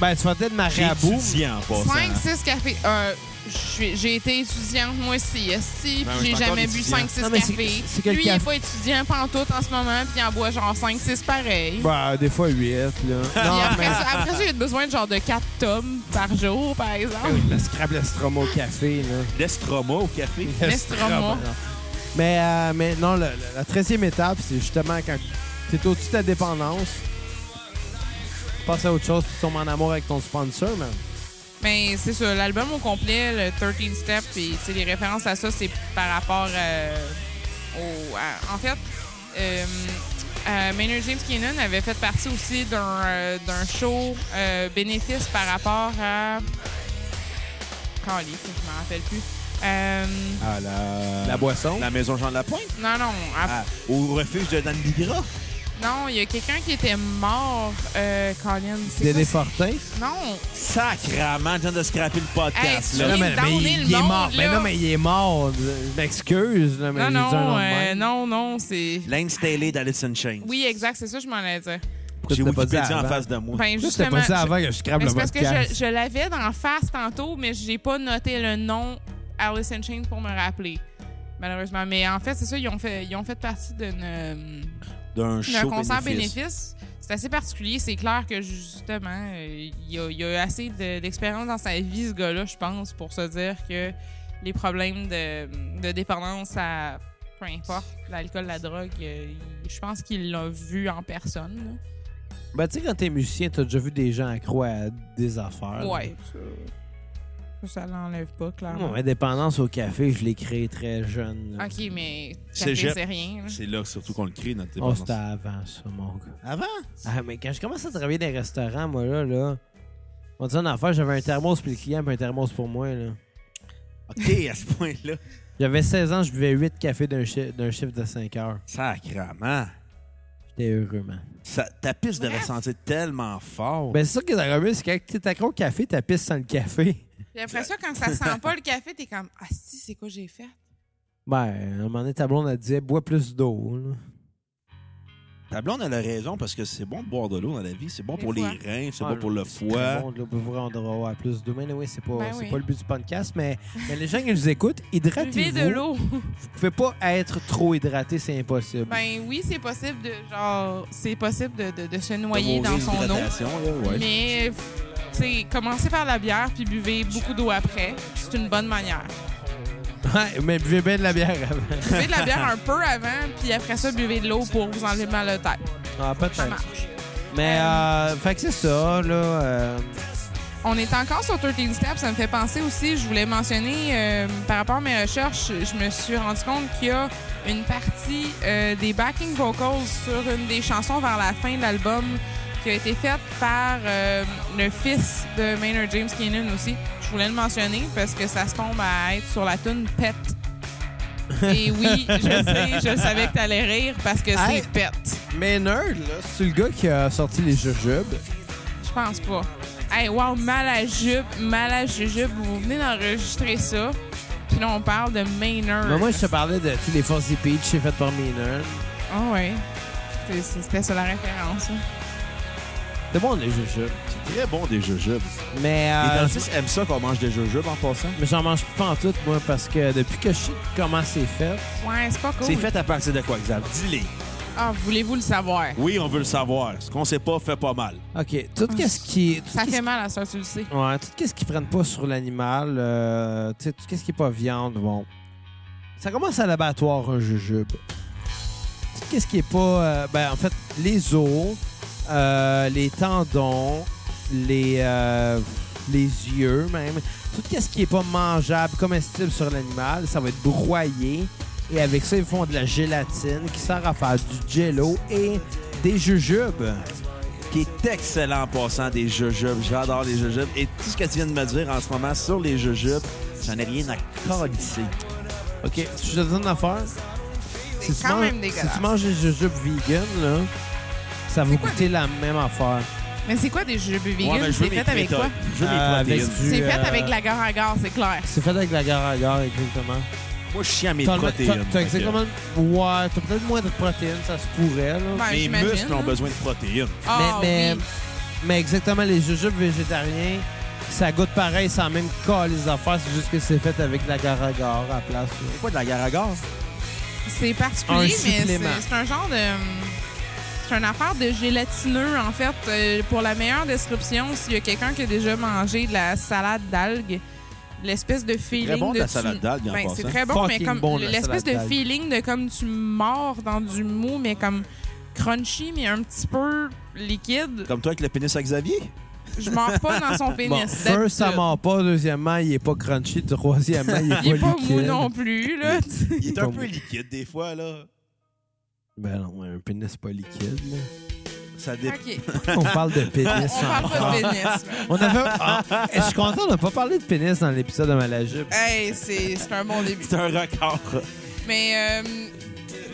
Speaker 3: Ben, tu vas peut-être marrer à bout.
Speaker 1: J'étudie en passant.
Speaker 4: 5, 6 cafés. Euh, je suis- j'ai été étudiante, moi aussi, esti,
Speaker 1: Ben,
Speaker 4: puis
Speaker 1: mais
Speaker 4: j'ai
Speaker 1: t'es encore
Speaker 4: jamais bu
Speaker 1: étudiant.
Speaker 4: 5, 6
Speaker 3: Non, mais c'est-
Speaker 4: cafés.
Speaker 3: c'est que le
Speaker 4: Lui, il est
Speaker 3: café-
Speaker 4: pas étudiant pantoute en ce moment, puis il en boit genre 5, 6 pareil.
Speaker 3: Ben, des fois 8, là.
Speaker 4: Puis
Speaker 3: Non,
Speaker 4: après,
Speaker 3: mais...
Speaker 4: ça, après ça, j'ai besoin de genre de 4 tomes par jour, par exemple.
Speaker 3: La Scrabble Estroma au café, là. ah
Speaker 1: L'estroma au café.
Speaker 4: L'estroma.
Speaker 3: Mais, euh, mais non, le- le- la 13e étape, c'est justement quand t'es au-dessus de ta dépendance, tu passes à autre chose, puis tu tombes en amour avec ton sponsor, man.
Speaker 4: Mais Ben, c'est ça, l'album au complet, le 13 Step, puis tu sais, les références à ça, c'est par rapport euh, au. à- en fait, euh, euh, Maynard James Keenan avait fait partie aussi d'un euh, d'un show euh, bénéfice par rapport à. Calice, je m'en rappelle plus. Euh,
Speaker 1: À la...
Speaker 3: Ah,
Speaker 4: Ah.
Speaker 3: La boisson.
Speaker 1: La maison Jean Lapointe.
Speaker 4: non, non, à-
Speaker 1: Ah, au refuge de Dan Ligra.
Speaker 4: non, il y a quelqu'un qui était mort, euh, Colin. c'est
Speaker 3: Dédé
Speaker 4: quoi
Speaker 3: Fortin.
Speaker 4: ça? Non,
Speaker 1: Sacrament, je viens de scraper le podcast.
Speaker 4: Hey,
Speaker 1: là.
Speaker 4: tu-
Speaker 3: mais,
Speaker 4: down,
Speaker 3: mais
Speaker 4: il
Speaker 3: il, est
Speaker 4: monte,
Speaker 3: mort. Mais
Speaker 4: là.
Speaker 3: non, mais il est mort. Je m'excuse, là, mais
Speaker 4: non,
Speaker 3: j'ai dit un nom
Speaker 4: non,
Speaker 3: de
Speaker 4: euh,
Speaker 3: même.
Speaker 4: non, non, c'est.
Speaker 1: Lane Staley d'Alice in Chains.
Speaker 4: Oui, exact, c'est ça, que je m'en allais dire.
Speaker 3: Pourquoi
Speaker 1: J'ai
Speaker 3: tu l'as pas dit
Speaker 1: Wikipédia en
Speaker 3: avant?
Speaker 1: face de moi.
Speaker 4: Ben,
Speaker 3: Pourquoi tu l'as
Speaker 4: justement.
Speaker 3: pas dit
Speaker 4: je-
Speaker 3: avant que je scrape
Speaker 4: mais
Speaker 3: le
Speaker 4: c'est parce que je,
Speaker 3: podcast?
Speaker 4: je l'avais d'en face tantôt, mais j'ai pas noté le nom Alice in Chains pour me rappeler, malheureusement. Mais en fait, c'est ça, ils ont fait, ils ont fait partie d'une, euh,
Speaker 1: D'un
Speaker 4: d'un
Speaker 1: show
Speaker 4: concert
Speaker 1: bénéfice.
Speaker 4: bénéfice. C'est assez particulier. C'est clair que justement, euh, il y a, il y a eu assez de- d'expérience dans sa vie, ce gars-là, je pense, pour se dire que les problèmes de, de dépendance à peu importe, l'alcool, la drogue, euh, il- je pense qu'il l'a vu en personne. là.
Speaker 3: Ben, tu sais, quand t'es musicien, t'as déjà vu des gens accro à des
Speaker 1: Ah
Speaker 3: affaires.
Speaker 4: Ouais. Ça, ça l'enlève pas, clairement.
Speaker 3: Mon indépendance au café, je l'ai créé très jeune. là.
Speaker 4: Ok, mais ça
Speaker 1: Cégep.
Speaker 4: fait, c'est rien. là.
Speaker 1: C'est là surtout qu'on le crée, notre
Speaker 3: Oh,
Speaker 1: dépendance.
Speaker 3: c'était avant, ça, mon gars.
Speaker 1: Avant?
Speaker 3: Ah, mais quand je commence à travailler dans les restaurants, moi, là, là, on disait en affaire, j'avais un thermos pour le client puis un thermos pour moi, là.
Speaker 1: OK, à ce point-là.
Speaker 3: J'avais 16 ans, je buvais 8 cafés d'un chiffre, d'un chiffre de 5 heures.
Speaker 1: Sacrement.
Speaker 3: J'étais heureux, man.
Speaker 1: Ça, ta pisse devait
Speaker 4: Bref.
Speaker 1: sentir tellement fort.
Speaker 3: Ben, c'est ça qui est arrivé, c'est que quand t'es accro au café, t'as pisse sans le café.
Speaker 4: Puis après ça, quand ça sent pas le café, t'es comme Ah, si, c'est quoi j'ai fait?
Speaker 3: Ben, à un moment donné, ta blonde, elle disait, bois plus d'eau, là.
Speaker 1: Ta blonde, elle a raison parce que c'est bon de boire de l'eau dans la vie. C'est bon
Speaker 4: Des
Speaker 1: pour
Speaker 4: fois.
Speaker 1: les reins, c'est
Speaker 3: Ah,
Speaker 1: bon pour le
Speaker 3: Très
Speaker 1: foie.
Speaker 3: bon, de l'eau, pour vrai, on devrait avoir plus d'eau. Mais oui, c'est pas,
Speaker 4: Ben
Speaker 3: c'est
Speaker 4: oui.
Speaker 3: pas le but du podcast, mais, mais les gens qui nous écoutent, hydratez-vous.
Speaker 4: Buvez de l'eau.
Speaker 3: Vous pouvez pas être trop hydraté, c'est impossible.
Speaker 4: Ben oui, c'est possible de genre c'est possible de, de- de se
Speaker 1: T'as
Speaker 4: noyer
Speaker 1: mon
Speaker 4: dans son eau.
Speaker 1: réhydratation, là, ouais.
Speaker 4: Mais c'est commencez par la bière puis buvez beaucoup d'eau après. C'est une bonne manière.
Speaker 3: Ouais, mais buvez bien de la bière avant.
Speaker 4: Buvez de la bière un peu avant, puis après ça, buvez de l'eau pour vous enlever le mal de tête.
Speaker 3: Ah,
Speaker 4: Ça
Speaker 3: peut-être.
Speaker 4: marche.
Speaker 3: Mais, euh, fait que c'est ça, là. euh,
Speaker 4: On est encore sur 13 Steps. Ça me fait penser aussi, je voulais mentionner, euh, par rapport à mes recherches, je me suis rendu compte qu'il y a une partie euh, des backing vocals sur une des chansons vers la fin de l'album qui a été faite par euh, le fils de Maynard James Keenan aussi. Je voulais le mentionner parce que ça se tombe à être sur la tune Pet. Et oui, je sais, je savais que t'allais rire parce que
Speaker 3: Hey.
Speaker 4: c'est Pet.
Speaker 3: Mais Nerd, là, c'est le gars qui a sorti les jujubes.
Speaker 4: Je pense pas. Hey, wow, mal à jupe, mal à jujube, vous venez d'enregistrer ça. Puis là, on parle de Maynard.
Speaker 1: Ben,
Speaker 3: Mais moi, je te parlais de tous les Forces Peach c'est fait par Maynard.
Speaker 4: Ah ouais. C'est- c'est- C'était ça la référence. hein.
Speaker 3: C'est bon, les jujubes.
Speaker 1: C'est très bon des jujubes.
Speaker 3: Mais,
Speaker 1: les
Speaker 3: euh,
Speaker 1: dentistes aiment ça qu'on mange des jujubes en passant.
Speaker 3: mais j'en mange plus en tout, moi, parce que depuis que je sais comment c'est fait,
Speaker 4: Ouais, c'est pas cool.
Speaker 1: C'est fait à partir de quoi, Xav? Dis-les.
Speaker 4: Ah, voulez-vous le savoir?
Speaker 1: Oui, on veut le savoir. Ce qu'on sait pas fait pas mal.
Speaker 3: OK, tout ce qui. Tout
Speaker 4: Ah, Ça
Speaker 3: qu'est-ce
Speaker 4: fait mal à ça, tu le sais.
Speaker 3: Ouais, tout ce qu'ils prennent pas sur l'animal, euh, tu sais, tout ce qui est pas viande, bon. Ça commence à l'abattoir, un jujube. Tout ce qui est pas. euh, ben, en fait, les os, euh, les tendons, les, euh, les yeux, même. Tout ce qui est pas mangeable, comestible sur l'animal, ça va être broyé. Et avec ça, ils font de la gélatine qui sert à faire du jello et des jujubes.
Speaker 1: Qui est excellent en passant des jujubes. J'adore les jujubes. Et tout ce que tu viens de me dire en ce moment sur les jujubes, j'en ai rien à calisser.
Speaker 3: OK, je te donne une affaire. Si tu,
Speaker 4: quand
Speaker 3: manges,
Speaker 4: même
Speaker 3: si
Speaker 4: dégueulasse.
Speaker 3: tu manges des jujubes vegan, là, ça va
Speaker 4: quoi
Speaker 3: goûter la même affaire.
Speaker 4: Mais c'est quoi des jujubes
Speaker 1: Ouais,
Speaker 4: vegan?
Speaker 1: mais je veux
Speaker 4: c'est
Speaker 1: mes
Speaker 4: fait avec quoi?
Speaker 1: protéines. Je veux mes
Speaker 3: Euh, avec
Speaker 1: protéines.
Speaker 3: du-
Speaker 4: C'est fait
Speaker 3: euh,
Speaker 4: avec la gare à gare, c'est clair.
Speaker 3: C'est fait avec la gare à gare, exactement.
Speaker 1: Moi, je chie à mes
Speaker 3: T'as le-
Speaker 1: protéines.
Speaker 3: t'as- t'as
Speaker 1: Fait que
Speaker 3: exactement. Ouais, t'as peut-être moins de protéines, ça se pourrait, là.
Speaker 4: Ben,
Speaker 1: Mes
Speaker 4: j'imagine,
Speaker 1: muscles ont
Speaker 4: hein.
Speaker 1: besoin de protéines.
Speaker 4: Ah,
Speaker 3: mais, mais,
Speaker 4: oui.
Speaker 3: mais exactement, les jujubes végétariens, ça goûte pareil, sans même cas les affaires, c'est juste que c'est fait avec la gare à gare à la place. là.
Speaker 1: Quoi de la garagare?
Speaker 4: C'est particulier,
Speaker 3: Un
Speaker 4: mais c'est
Speaker 3: supplément.
Speaker 4: c'est un genre de. euh, C'est une affaire de gélatineux, en fait. Euh, pour la meilleure description, s'il y a quelqu'un qui a déjà mangé de la salade d'algues, l'espèce de feeling.
Speaker 1: bon,
Speaker 4: de
Speaker 1: la
Speaker 4: tu-
Speaker 1: salade d'algues, en
Speaker 4: Ben,
Speaker 1: passant.
Speaker 4: C'est très bon, mais
Speaker 3: Fucking
Speaker 4: comme
Speaker 3: bon, la
Speaker 4: l'espèce
Speaker 3: salade
Speaker 4: de
Speaker 3: d'algues.
Speaker 4: feeling de comme tu mords dans du mou, mais comme crunchy, mais un petit peu liquide.
Speaker 1: Comme toi avec le pénis à Xavier?
Speaker 4: Je mords pas dans son pénis.
Speaker 3: Bon, first, ça
Speaker 4: d'habitude.
Speaker 3: ment pas. Deuxièmement, il est pas crunchy. Troisièmement, il est pas
Speaker 4: Il est pas mou
Speaker 3: liquide.
Speaker 4: non plus, là.
Speaker 1: Il est un
Speaker 3: Comme-
Speaker 1: peu liquide des fois, là.
Speaker 3: Ben non, un pénis pas liquide. là.
Speaker 1: Ça dépend.
Speaker 4: OK.
Speaker 3: On parle de pénis.
Speaker 4: On parle pas de pénis, mais-
Speaker 3: On avait. Ah, je suis content, on n'a pas parlé de pénis dans l'épisode de Malajube.
Speaker 4: Hey, c'est c'est un bon début.
Speaker 1: C'est un record.
Speaker 4: Mais euh,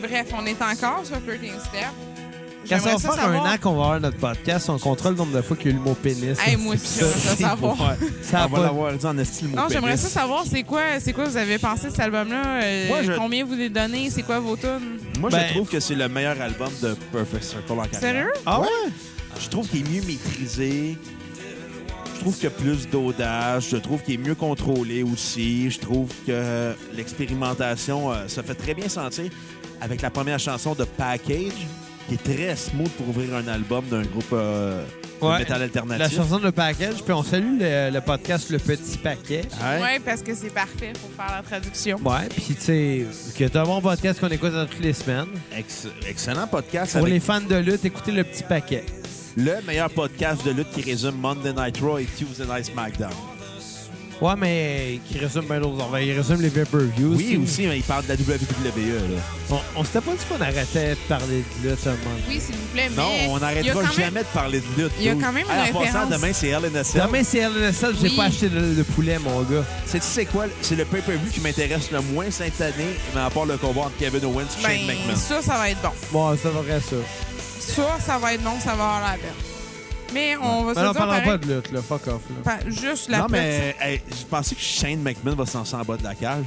Speaker 4: bref, on est encore sur 13 Steps.
Speaker 3: Quand ça va
Speaker 4: J'aimerais
Speaker 3: faire
Speaker 4: savoir-
Speaker 3: un an qu'on va avoir notre podcast, on contrôle le nombre de fois qu'il y a eu le mot pénis.
Speaker 4: Hey, moi aussi, j'aimerais ça savoir.
Speaker 3: Ça
Speaker 1: On
Speaker 3: a
Speaker 1: va
Speaker 3: pas-
Speaker 1: l'avoir dit en estime.
Speaker 4: Non, j'aimerais ça savoir c'est quoi, c'est quoi vous avez pensé de cet album-là, euh,
Speaker 1: Moi, je-
Speaker 4: combien vous les donnez, c'est quoi vos tunes.
Speaker 1: Moi,
Speaker 3: Ben-
Speaker 1: je trouve que c'est le meilleur album de Perfect Circle en carrière.
Speaker 4: Sérieux?
Speaker 3: Ah ouais?
Speaker 1: Je trouve qu'il est mieux maîtrisé. Je trouve qu'il y a plus d'audace. Je trouve qu'il est mieux contrôlé aussi. Je trouve que euh, l'expérimentation euh, se fait très bien sentir avec la première chanson de Package, qui est très smooth pour ouvrir un album d'un groupe euh, de
Speaker 3: Ouais.
Speaker 1: métal
Speaker 3: La
Speaker 1: alternatif.
Speaker 3: chanson de package, puis on salue le, le podcast Le Petit Paquet.
Speaker 1: Ouais.
Speaker 4: Ouais, parce que c'est parfait pour faire la traduction.
Speaker 3: Ouais, puis tu sais, que t'as un bon podcast qu'on écoute toutes les semaines.
Speaker 1: Ex- excellent podcast.
Speaker 3: Pour
Speaker 1: avec
Speaker 3: les fans de lutte, écoutez Le Petit Paquet.
Speaker 1: Le meilleur podcast de lutte qui résume Monday Night Raw et Tuesday Night SmackDown.
Speaker 3: Ouais, mais qui résume bien d'autres affaires. Il résume les pay-per-views.
Speaker 1: Oui, aussi, mais il parle de la WWE. Là.
Speaker 3: On, on s'était pas dit qu'on arrêtait de parler de lutte à un moment donné.
Speaker 4: Oui, s'il vous plaît, mais.
Speaker 1: Non, on
Speaker 4: il y a
Speaker 1: n'arrêtera
Speaker 4: quand même-
Speaker 1: jamais de parler de lutte.
Speaker 4: il y a
Speaker 1: dude.
Speaker 4: quand même
Speaker 1: Hey,
Speaker 4: une
Speaker 1: En passant,
Speaker 4: référence.
Speaker 1: demain, c'est LNSL.
Speaker 3: Demain, c'est LNSL, j'ai
Speaker 4: Oui.
Speaker 3: pas acheté de, de poulet, mon gars.
Speaker 1: Sais-tu c'est quoi? C'est le pay-per-view qui m'intéresse le moins cette année, mais à part le combat entre Kevin Owens et Shane
Speaker 4: Ben,
Speaker 1: McMahon.
Speaker 4: ça, ça va être bon.
Speaker 3: Bon, ça devrait ça.
Speaker 4: Ça, ça va être bon, ça va avoir la peine. Mais on va se
Speaker 3: Mais on
Speaker 4: dire.
Speaker 3: parlera
Speaker 4: pareil,
Speaker 3: pas de lutte, là. Fuck off, là.
Speaker 4: pa- Juste la
Speaker 1: Non, mais hey, je pensais que Shane McMahon va s'en sortir en bas de la cage.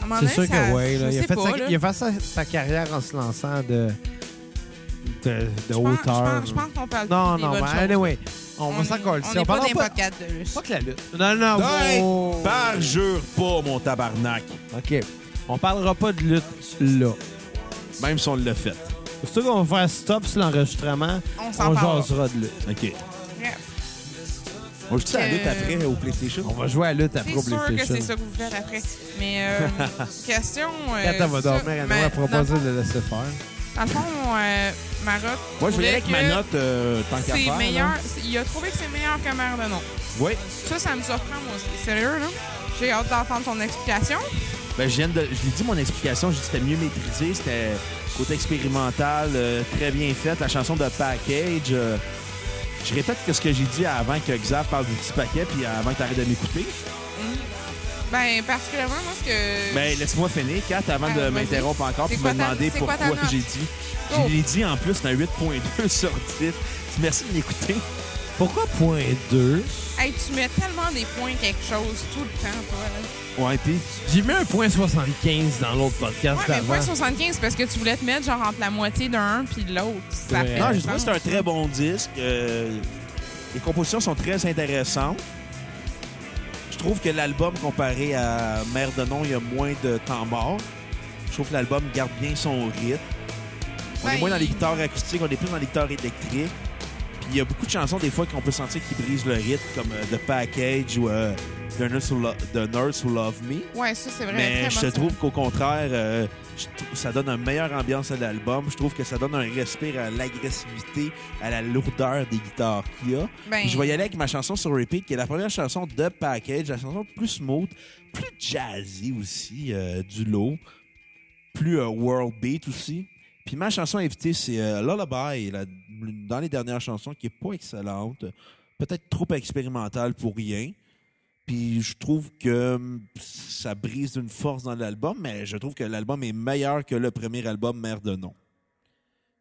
Speaker 4: À un moment
Speaker 3: C'est
Speaker 4: donné,
Speaker 3: sûr
Speaker 4: ça-
Speaker 3: que oui. Là.
Speaker 4: je
Speaker 3: Il, a
Speaker 4: sais
Speaker 3: fait
Speaker 4: pas,
Speaker 3: sa,
Speaker 4: là.
Speaker 3: il a fait sa, sa carrière en se lançant de, de, de
Speaker 4: Je pense- je
Speaker 3: hauteur.
Speaker 4: pense- Je pense qu'on parle
Speaker 3: non,
Speaker 4: des
Speaker 3: non,
Speaker 4: bonnes
Speaker 3: mais
Speaker 4: choses.
Speaker 3: anyway, on, va s'en coller.
Speaker 4: On
Speaker 3: On
Speaker 4: n'est pas
Speaker 3: parlera
Speaker 4: des
Speaker 3: pas,
Speaker 4: podcasts de lutte.
Speaker 3: pas que la lutte. Non, non,
Speaker 4: Ah,
Speaker 1: Hey,
Speaker 3: on-
Speaker 1: Parjure pas, mon tabarnak,
Speaker 3: OK. On parlera pas de lutte là.
Speaker 1: même si on l'a fait.
Speaker 3: C'est sûr qu'on va faire stop sur l'enregistrement.
Speaker 4: On s'en
Speaker 3: On
Speaker 4: parle.
Speaker 3: jasera de lutte.
Speaker 1: OK.
Speaker 4: Bref,
Speaker 1: On joue la lutte
Speaker 4: Euh,
Speaker 1: après au PlayStation?
Speaker 3: On va jouer à lutte après
Speaker 4: c'est
Speaker 3: au
Speaker 4: sûr que c'est
Speaker 3: PlayStation.
Speaker 4: ça que vous faites après. Mais euh, question. euh,
Speaker 3: Quand elle va
Speaker 4: ça,
Speaker 3: dormir, elle
Speaker 4: ma-
Speaker 3: va proposer de laisser faire.
Speaker 4: Dans le fond, euh, Maroc.
Speaker 1: Moi, je vais y aller avec
Speaker 4: trouvait
Speaker 1: ma
Speaker 4: que
Speaker 1: note euh, tant qu'à
Speaker 4: C'est
Speaker 1: faire.
Speaker 4: meilleur.
Speaker 1: là.
Speaker 4: Il a trouvé que c'est meilleur que Mère de Nom.
Speaker 1: Oui.
Speaker 4: Ça, ça me surprend, moi aussi. Sérieux, là? J'ai hâte d'entendre ton explication.
Speaker 1: Ben, je viens de, je lui dis mon explication, je dis que c'était mieux maîtrisé, c'était côté expérimental, euh, très bien fait, la chanson de Package. euh, je répète que ce que j'ai dit avant que Xav parle du petit paquet, puis avant que t'arrêtes de m'écouter.
Speaker 4: Ben, particulièrement, moi, ce que.
Speaker 1: Ben, laisse-moi finir, Kat, avant
Speaker 4: Ah,
Speaker 1: de
Speaker 4: vas-y.
Speaker 1: m'interrompre encore,
Speaker 4: C'est
Speaker 1: puis me
Speaker 4: quoi ta-
Speaker 1: demander
Speaker 4: c'est quoi
Speaker 1: pourquoi
Speaker 4: ta note? Oh.
Speaker 1: j'ai dit.
Speaker 4: Go.
Speaker 1: Je l'ai dit en plus, c'est un 8.2 sur 10. Merci de m'écouter.
Speaker 3: Pourquoi point 2?
Speaker 4: Hey, tu mets tellement des points quelque chose tout le temps, toi. là.
Speaker 1: Ouais, puis
Speaker 3: J'ai mis un point 75 dans l'autre podcast
Speaker 4: Ouais, mais
Speaker 3: d'avant.
Speaker 4: point 75 parce que tu voulais te mettre genre entre la moitié d'un puis l'autre. Ça
Speaker 3: Ouais.
Speaker 4: fait
Speaker 1: Non,
Speaker 4: du
Speaker 1: Euh, je trouve que c'est un
Speaker 4: sens.
Speaker 1: très bon disque. Euh, les compositions sont très intéressantes. Je trouve que l'album, comparé à Mère de Nom, il y a moins de temps mort. Je trouve que l'album garde bien son rythme. On est
Speaker 4: Ben,
Speaker 1: moins dans les
Speaker 4: il-
Speaker 1: guitares acoustiques, on est plus dans les guitares électriques. Puis il y a beaucoup de chansons, des fois, qu'on peut sentir qui brisent le rythme, comme euh, The Package ou euh, The, Nurse Who Lo- The Nurse Who Love Me.
Speaker 4: Ouais, ça, c'est vrai.
Speaker 1: Mais
Speaker 4: très
Speaker 1: je
Speaker 4: bon,
Speaker 1: trouve qu'au contraire, euh, je trou- ça donne une meilleure ambiance à l'album. Je trouve que ça donne un respire à l'agressivité, à la lourdeur des guitares qu'il y a.
Speaker 4: ça. Ben,
Speaker 1: Je vais y aller avec ma chanson sur Repeat, qui est la première chanson de Package, la chanson plus smooth, plus jazzy aussi euh, du lot, plus euh, world beat aussi. Puis ma chanson invitée, c'est euh, Lullaby, la- dans les dernières chansons, qui est pas excellente, peut-être trop expérimentale pour rien. Puis je trouve que hum, ça brise une force dans l'album, mais je trouve que l'album est meilleur que le premier album Mère de Nom.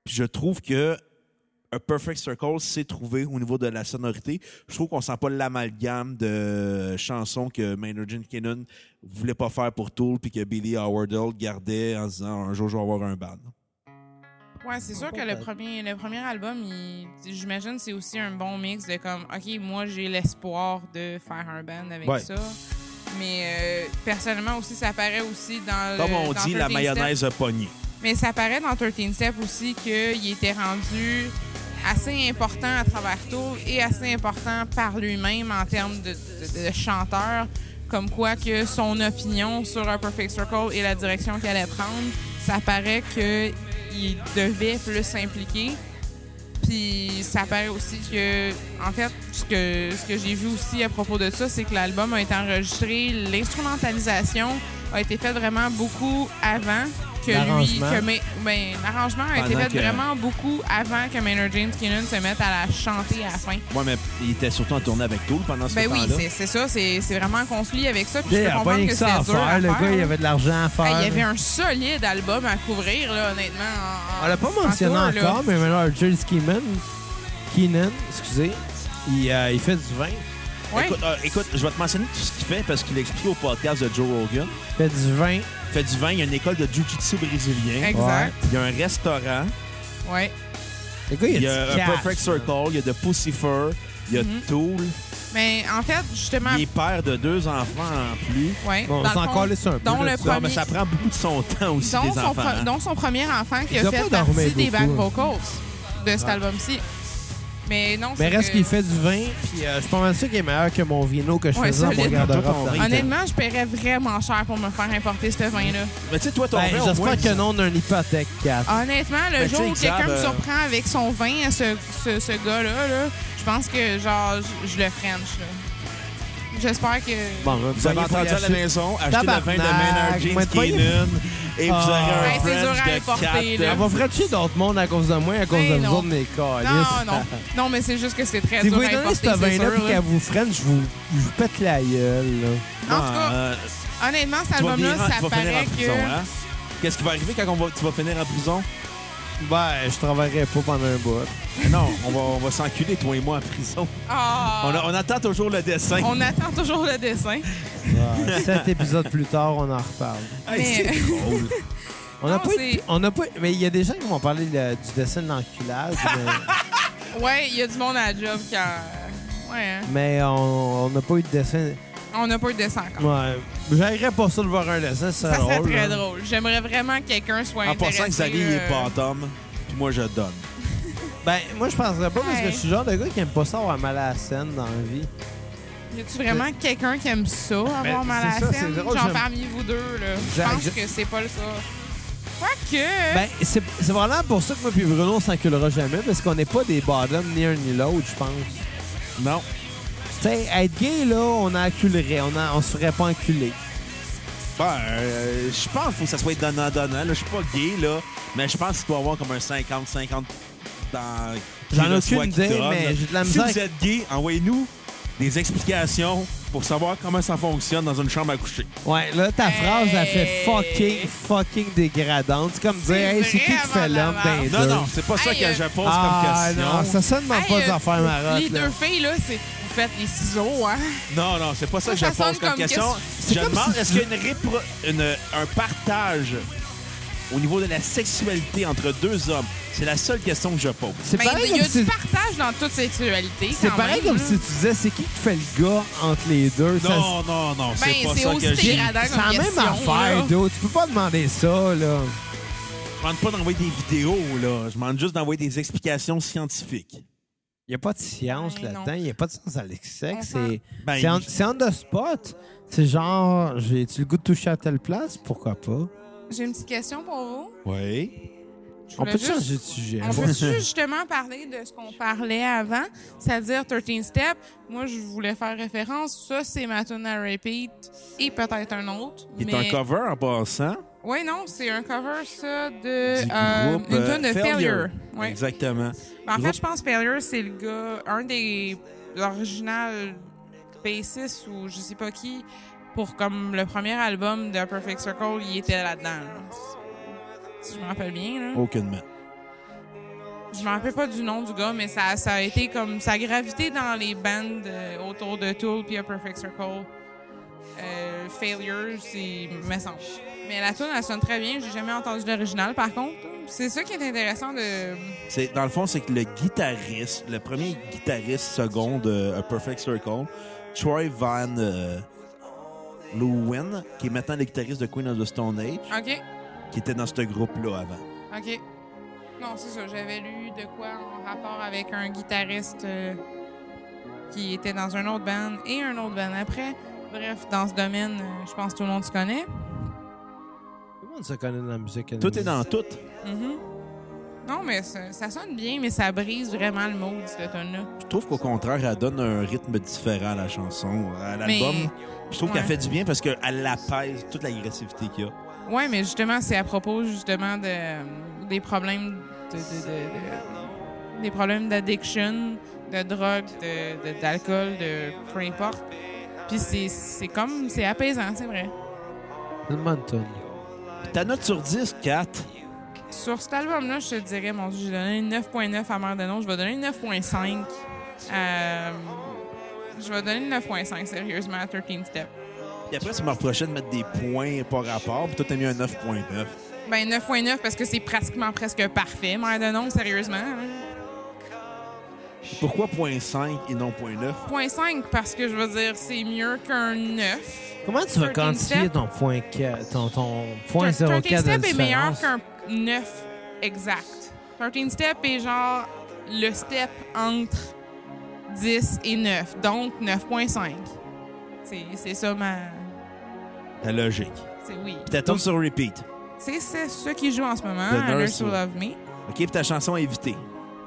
Speaker 1: Puis je trouve que A Perfect Circle s'est trouvé au niveau de la sonorité. Je trouve qu'on sent pas l'amalgame de chansons que Maynard Jenkins voulait pas faire pour Tool puis que Billy Howard Old gardait en se disant un jour je vais avoir un band.
Speaker 4: Ouais, c'est sûr que le premier, le premier album, il- j'imagine c'est aussi un bon mix de comme, OK, moi, j'ai l'espoir de faire un band avec
Speaker 1: Ouais.
Speaker 4: ça. Mais euh, personnellement aussi, ça paraît aussi dans
Speaker 1: Comme
Speaker 4: le-
Speaker 1: on
Speaker 4: Euh, dans
Speaker 1: dit, la
Speaker 4: 13
Speaker 1: mayonnaise a pogné.
Speaker 4: Mais ça paraît dans 13 Step aussi qu'il était rendu assez important à travers tout et assez important par lui-même en termes de, de- de chanteur, comme quoi que son opinion sur un Perfect Circle et la direction qu'elle allait prendre, ça paraît qu'il devait plus s'impliquer. Puis ça paraît aussi que, en fait, ce que, ce que j'ai vu aussi à propos de ça, c'est que l'album a été enregistré, l'instrumentalisation a été faite vraiment beaucoup avant que lui.
Speaker 3: L'arrangement.
Speaker 4: Que, mais, ben, l'arrangement a été
Speaker 1: Pendant
Speaker 4: fait
Speaker 1: que-
Speaker 4: vraiment beaucoup avant que Maynard James Keenan se mette à la chanter à la fin.
Speaker 1: Moi, mais il était surtout en tournée avec Tool pendant ce
Speaker 4: Ben oui,
Speaker 1: temps-là.
Speaker 4: c'est, c'est ça, c'est, c'est vraiment en conflit avec ça. Puis je
Speaker 3: Il
Speaker 4: peux
Speaker 3: n'y a pas
Speaker 4: comprendre
Speaker 3: rien
Speaker 4: que
Speaker 3: que
Speaker 4: c'était
Speaker 3: ça à
Speaker 4: dur à
Speaker 3: faire. Le gars, il
Speaker 4: là.
Speaker 3: avait de l'argent à
Speaker 4: Hey,
Speaker 3: faire.
Speaker 4: il y avait un solide album à couvrir, là, honnêtement. en-
Speaker 3: On l'a pas
Speaker 4: en
Speaker 3: mentionné
Speaker 4: tour, là.
Speaker 3: encore, mais maintenant, Jules Keenan, Keenan, excusez, il, euh, il fait du vin.
Speaker 4: Ouais.
Speaker 1: Écoute, euh, écoute, je vais te mentionner tout ce qu'il fait parce qu'il explique au podcast de Joe Rogan.
Speaker 3: Il fait du vin.
Speaker 1: Il fait du vin, il y a une école de jiu-jitsu brésilien.
Speaker 4: Exact.
Speaker 1: Il y a un restaurant.
Speaker 4: Ouais.
Speaker 3: Le gars, il a,
Speaker 1: Il y a
Speaker 3: du
Speaker 1: euh,
Speaker 3: cash,
Speaker 1: Perfect
Speaker 3: là.
Speaker 1: Circle, il y a The Pussifer, il y a
Speaker 4: Mhm.
Speaker 1: Tool.
Speaker 4: Mais en fait, justement,
Speaker 1: Il est père de deux enfants en plus.
Speaker 4: ouais,
Speaker 3: Bon, on
Speaker 4: dans
Speaker 3: s'en
Speaker 4: le fond,
Speaker 3: calisse un peu,
Speaker 4: dont
Speaker 3: là,
Speaker 4: le
Speaker 3: tu
Speaker 1: Non,
Speaker 4: premier,
Speaker 1: mais ça prend beaucoup de son temps aussi,
Speaker 4: dont
Speaker 1: des
Speaker 4: son
Speaker 1: enfants.
Speaker 4: pre-
Speaker 1: hein.
Speaker 4: dont son premier enfant qui
Speaker 3: Ils
Speaker 4: a
Speaker 3: ont pas
Speaker 4: fait
Speaker 3: dormi
Speaker 4: partie des
Speaker 3: beaucoup,
Speaker 4: back
Speaker 3: hein.
Speaker 4: vocals de cet album-ci. Mais non,
Speaker 3: Mais
Speaker 4: c'est
Speaker 3: reste
Speaker 4: que-
Speaker 3: qu'il fait du vin, puis euh, je suis pas mal sûr qu'il est meilleur que mon vino que je
Speaker 4: Ouais,
Speaker 3: faisais en mon
Speaker 4: solide. Ben,
Speaker 1: Ton
Speaker 3: garde-robe.
Speaker 1: vin.
Speaker 4: Honnêtement, je paierais vraiment cher pour me faire importer ce vin-là.
Speaker 1: Mais tu sais, toi, ton
Speaker 3: Ben,
Speaker 1: vin, au moins,
Speaker 3: J'espère que
Speaker 1: ça-
Speaker 3: non, on a une hypothèque, Kat.
Speaker 4: Ah. Honnêtement, le
Speaker 1: Ben,
Speaker 4: jour
Speaker 1: tu sais,
Speaker 4: où quelqu'un
Speaker 1: Xav,
Speaker 4: me
Speaker 1: euh,
Speaker 4: surprend avec son vin, ce, ce, ce gars-là, là, je pense que genre je, je le French. là. J'espère que.
Speaker 3: Bon, va-
Speaker 1: Vous avez
Speaker 3: voyez,
Speaker 1: entendu à la
Speaker 3: voyez,
Speaker 1: maison, achetez le vin de
Speaker 3: Tabarnak, mais
Speaker 1: Maynard James
Speaker 3: voyez-
Speaker 1: Keenan et vous
Speaker 3: Ah.
Speaker 1: aurez
Speaker 4: Hey,
Speaker 1: un
Speaker 4: c'est dur à
Speaker 1: French de
Speaker 4: importer,
Speaker 1: quatre.
Speaker 4: là.
Speaker 3: Elle va fratcher d'autres mondes à cause de moi, à cause
Speaker 4: Ben
Speaker 3: de vous
Speaker 4: non.
Speaker 3: autres, mes câlisses.
Speaker 4: Non, non. Non, mais c'est juste que c'est très
Speaker 3: Si vous
Speaker 4: dur
Speaker 3: lui
Speaker 4: à
Speaker 3: donnez
Speaker 4: importer,
Speaker 3: ce
Speaker 4: c'est
Speaker 3: vin-là
Speaker 4: sûr.
Speaker 3: pour
Speaker 4: là.
Speaker 3: qu'elle vous freine, je vous, je vous pète la gueule. là.
Speaker 4: En tout cas,
Speaker 1: euh,
Speaker 4: honnêtement, cet
Speaker 1: tu vas
Speaker 4: album-là,
Speaker 1: venir en-
Speaker 4: ça
Speaker 1: tu vas finir en
Speaker 4: paraît que.
Speaker 1: prison, hein? Qu'est-ce qui va arriver quand on va- tu vas finir en prison?
Speaker 3: Ben, je travaillerai pas pendant un bout.
Speaker 1: Mais non, on va, on va s'enculer, toi et moi, en prison.
Speaker 4: Ah,
Speaker 1: On, a- on attend toujours le dessin.
Speaker 4: on attend toujours le dessin.
Speaker 3: Ouais, Sept épisodes plus tard, on en reparle.
Speaker 1: Hey, c'est
Speaker 4: Mais-
Speaker 1: drôle.
Speaker 3: On n'a
Speaker 4: Non,
Speaker 3: pas,
Speaker 4: c'est-
Speaker 3: été- on n'a pas. Mais il y a des gens qui m'ont parlé là, du dessin de l'enculade,
Speaker 4: Ouais, il y a du monde à la job qui a. Ouais, hein.
Speaker 3: mais, mais on on n'a pas eu de dessin.
Speaker 4: on n'a pas eu de dessin encore.
Speaker 3: Ouais, j'aimerais pas ça de voir un dessin, c'est
Speaker 4: Ça serait
Speaker 3: drôle. hein.
Speaker 4: très
Speaker 3: là.
Speaker 4: drôle. J'aimerais vraiment que quelqu'un soit
Speaker 1: En
Speaker 4: intéressé.
Speaker 1: pensant que Xavier il est
Speaker 4: euh,
Speaker 1: pantom, puis moi, je donne.
Speaker 3: Ben, moi, je penserais pas parce que
Speaker 4: Ouais.
Speaker 3: je suis le genre de gars qui aime pas ça avoir mal à la scène dans la vie.
Speaker 4: Y a-tu vraiment quelqu'un qui aime ça, avoir
Speaker 3: Ben,
Speaker 4: mal
Speaker 3: c'est
Speaker 4: à
Speaker 3: ça,
Speaker 4: la
Speaker 3: c'est
Speaker 4: scène?
Speaker 3: drôle,
Speaker 4: Genre
Speaker 3: j'aime-
Speaker 4: parmi vous deux, là. Je
Speaker 3: Exact,
Speaker 4: pense
Speaker 3: je-
Speaker 4: que c'est pas le cas. Quoique.
Speaker 3: Ben, c'est c'est vraiment pour ça que moi puis Bruno, on s'enculera jamais parce qu'on n'est pas des bottoms ni un ni l'autre, je pense.
Speaker 1: Non.
Speaker 3: Tu sais, être gay, là, on enculerait. On, en- on se ferait pas enculer.
Speaker 1: Ben, euh, je pense qu'il faut que ça soit donnant-donnant. là. Je suis pas gay, là, mais je pense qu'il doit y avoir comme un 50-50 dans... qui
Speaker 3: J'en ai
Speaker 1: le soit
Speaker 3: aucune
Speaker 1: qui
Speaker 3: idée,
Speaker 1: donne,
Speaker 3: mais
Speaker 1: là.
Speaker 3: j'ai de la
Speaker 1: si
Speaker 3: misère
Speaker 1: vous êtes gay, envoyez-nous des explications pour savoir comment ça fonctionne dans une chambre à coucher.
Speaker 3: Ouais, là, ta phrase, elle fait
Speaker 4: Hey.
Speaker 3: fucking, fucking dégradante. C'est comme dire,
Speaker 4: C'est
Speaker 3: hey, c'est qui qui
Speaker 4: vraiment
Speaker 3: fait l'homme
Speaker 4: de la
Speaker 3: d'un
Speaker 1: Non, non, c'est pas ça
Speaker 4: Hey,
Speaker 1: que
Speaker 4: euh,
Speaker 1: je pose
Speaker 3: Ah,
Speaker 1: comme
Speaker 3: non,
Speaker 1: question.
Speaker 3: ça sonne même
Speaker 4: Hey,
Speaker 3: pas
Speaker 4: euh,
Speaker 3: des affaires marottes.
Speaker 4: Les
Speaker 3: là.
Speaker 4: deux filles, là, c'est. Vous faites les ciseaux, hein?
Speaker 1: Non, non, c'est pas ça que je
Speaker 4: Ça
Speaker 1: pose
Speaker 4: sonne
Speaker 1: comme
Speaker 4: comme
Speaker 1: question.
Speaker 3: question.
Speaker 1: Je
Speaker 3: C'est comme
Speaker 1: demande,
Speaker 3: si
Speaker 1: est-ce
Speaker 3: tu-
Speaker 1: qu'il y a une répro- une- un partage au niveau de la sexualité entre deux hommes? C'est la seule question que je pose.
Speaker 3: C'est
Speaker 4: Mais
Speaker 3: pareil
Speaker 4: Ben, il y a
Speaker 3: comme
Speaker 4: du
Speaker 3: si-
Speaker 4: partage dans toute sexualité.
Speaker 3: C'est
Speaker 4: quand
Speaker 3: pareil
Speaker 4: même,
Speaker 3: comme
Speaker 4: là.
Speaker 3: si tu disais, c'est qui qui fait le gars entre les deux? Ça-
Speaker 1: Non, non, non, c'est
Speaker 4: Ben,
Speaker 1: pas
Speaker 4: c'est
Speaker 1: ça
Speaker 4: aussi
Speaker 1: que je
Speaker 4: dégradant.
Speaker 3: c'est
Speaker 4: comme
Speaker 3: la même
Speaker 4: question,
Speaker 3: affaire,
Speaker 4: là.
Speaker 3: dude. Tu peux pas demander ça, là.
Speaker 1: Je demande pas d'envoyer des vidéos, là. Je demande juste d'envoyer des explications scientifiques.
Speaker 3: Il n'y a pas de science
Speaker 4: Ben,
Speaker 3: là-dedans. Il n'y a pas de science à l'excès.
Speaker 4: On
Speaker 3: C'est
Speaker 1: Ben,
Speaker 3: c'est on, c'est on the spot. C'est genre, j'ai-tu le goût de toucher à telle place? Pourquoi pas?
Speaker 4: J'ai une petite question pour vous.
Speaker 1: Oui.
Speaker 4: Je
Speaker 3: On
Speaker 4: voulais
Speaker 3: peut
Speaker 4: juste-
Speaker 3: changer de sujet.
Speaker 4: On peut justement parler de ce qu'on parlait avant, c'est-à-dire 13 Steps. Moi, je voulais faire référence. Ça, c'est ma tune à repeat et peut-être un autre.
Speaker 1: Il est
Speaker 4: mais-
Speaker 1: un cover en passant
Speaker 4: Oui, non, c'est un cover, ça, de
Speaker 1: du
Speaker 4: euh,
Speaker 1: groupe
Speaker 4: une
Speaker 1: euh,
Speaker 4: tune de Failure. Ouais.
Speaker 1: Exactement.
Speaker 4: Ben,
Speaker 1: Le
Speaker 4: en fait,
Speaker 1: groupe-
Speaker 4: je pense que Failure, c'est le gars, un des original bassistes ou je sais pas qui, pour comme le premier album de Perfect Circle, il était là-dedans. là. Si je me rappelle bien, là.
Speaker 1: Aucunement.
Speaker 4: Je me rappelle pas du nom du gars, mais ça, ça a été comme. Ça a gravité dans les bands euh, autour de Tool puis A Perfect Circle. Euh, Failure, c'est. me semble. Mais la tune, elle sonne très bien. J'ai jamais entendu l'original, par contre. C'est ça qui est intéressant de.
Speaker 1: C'est- Dans le fond, c'est que le guitariste, le premier guitariste second de A Perfect Circle, Troy Van euh, Leeuwen, qui est maintenant le guitariste de Queen of the Stone Age,
Speaker 4: OK.
Speaker 1: qui était dans ce groupe-là avant.
Speaker 4: OK. Non, c'est ça. J'avais lu de quoi en rapport avec un guitariste euh, qui était dans un autre band et un autre band après. Bref, dans ce domaine, euh, je pense que tout le monde se connaît.
Speaker 3: Tout le monde se connaît dans la musique.
Speaker 1: Tout est dans tout.
Speaker 4: Mhm. Non, mais ça, ça sonne bien, mais ça brise vraiment le mood, cette tonne-là.
Speaker 1: Je trouve qu'au contraire, elle donne un rythme différent à la chanson, à l'album.
Speaker 4: Mais-
Speaker 1: Je trouve qu'elle
Speaker 4: ouais.
Speaker 1: fait du bien parce qu'elle apaise toute l'agressivité qu'il y a.
Speaker 4: Ouais, mais justement, c'est à propos justement de, euh, des problèmes de, de- de- de- des problèmes d'addiction, de drogue, de- de- d'alcool, de, peu importe. Puis c'est- c'est comme, c'est apaisant, c'est vrai.
Speaker 3: Le mountain.
Speaker 1: Ta note sur 10, 4.
Speaker 4: Sur cet album-là, je te dirais, mon Dieu, j'ai donné 9.9 à Mère de Nom. Je vais donner 9.5. Euh, je vais donner 9.5, sérieusement, à 13 Steps.
Speaker 1: Et après, tu me reprochais de mettre des points par rapport, puis toi, t'as mis un 9.9.
Speaker 4: Ben 9.9 parce que c'est pratiquement presque parfait, mère de nom, sérieusement. hein.
Speaker 1: Pourquoi 0.5 et non 0.9?
Speaker 4: Point 5, parce que je veux dire, c'est mieux qu'un 9.
Speaker 3: Comment tu vas
Speaker 4: 13
Speaker 3: quantifier
Speaker 4: step?
Speaker 3: ton point, qu- ton, ton point
Speaker 4: Thir-
Speaker 3: 0,4 de
Speaker 4: 13 step est
Speaker 3: différence?
Speaker 4: meilleur qu'un 9 exact. 13 step est genre le step entre 10 et 9, donc 9.5. C'est- C'est ça ma.
Speaker 1: La logique.
Speaker 4: C'est oui.
Speaker 1: Puis ta tune sur repeat.
Speaker 4: C'est c'est ce qui joue en ce moment,
Speaker 1: The
Speaker 4: Others
Speaker 1: Nurse,
Speaker 4: Who
Speaker 1: oui.
Speaker 4: Love Me.
Speaker 1: OK, puis ta chanson évitée.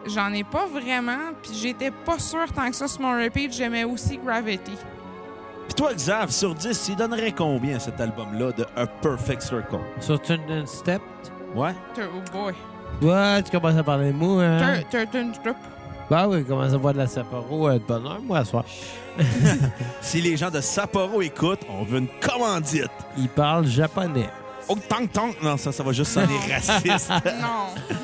Speaker 4: J'en ai pas vraiment, puis j'étais pas sûre tant que ça sur mon repeat. J'aimais aussi Gravity.
Speaker 1: Puis toi, Xav, sur 10, tu donnerais combien à cet album-là de A Perfect Circle?
Speaker 3: Sur Turn Step?
Speaker 1: Ouais?
Speaker 4: Tur- Oh boy.
Speaker 3: Ouais, tu commences à parler mou, hein?
Speaker 4: Tur- Turtle Drop.
Speaker 3: Bah oui, je commence à boire de la Sapporo euh, de bonne heure, moi, à soir.
Speaker 1: Si les gens de Sapporo écoutent, on veut une commandite.
Speaker 3: Il parle japonais.
Speaker 1: Oh, tang, tang! Non, ça, ça va juste sonner raciste.
Speaker 4: Non.
Speaker 3: Ah,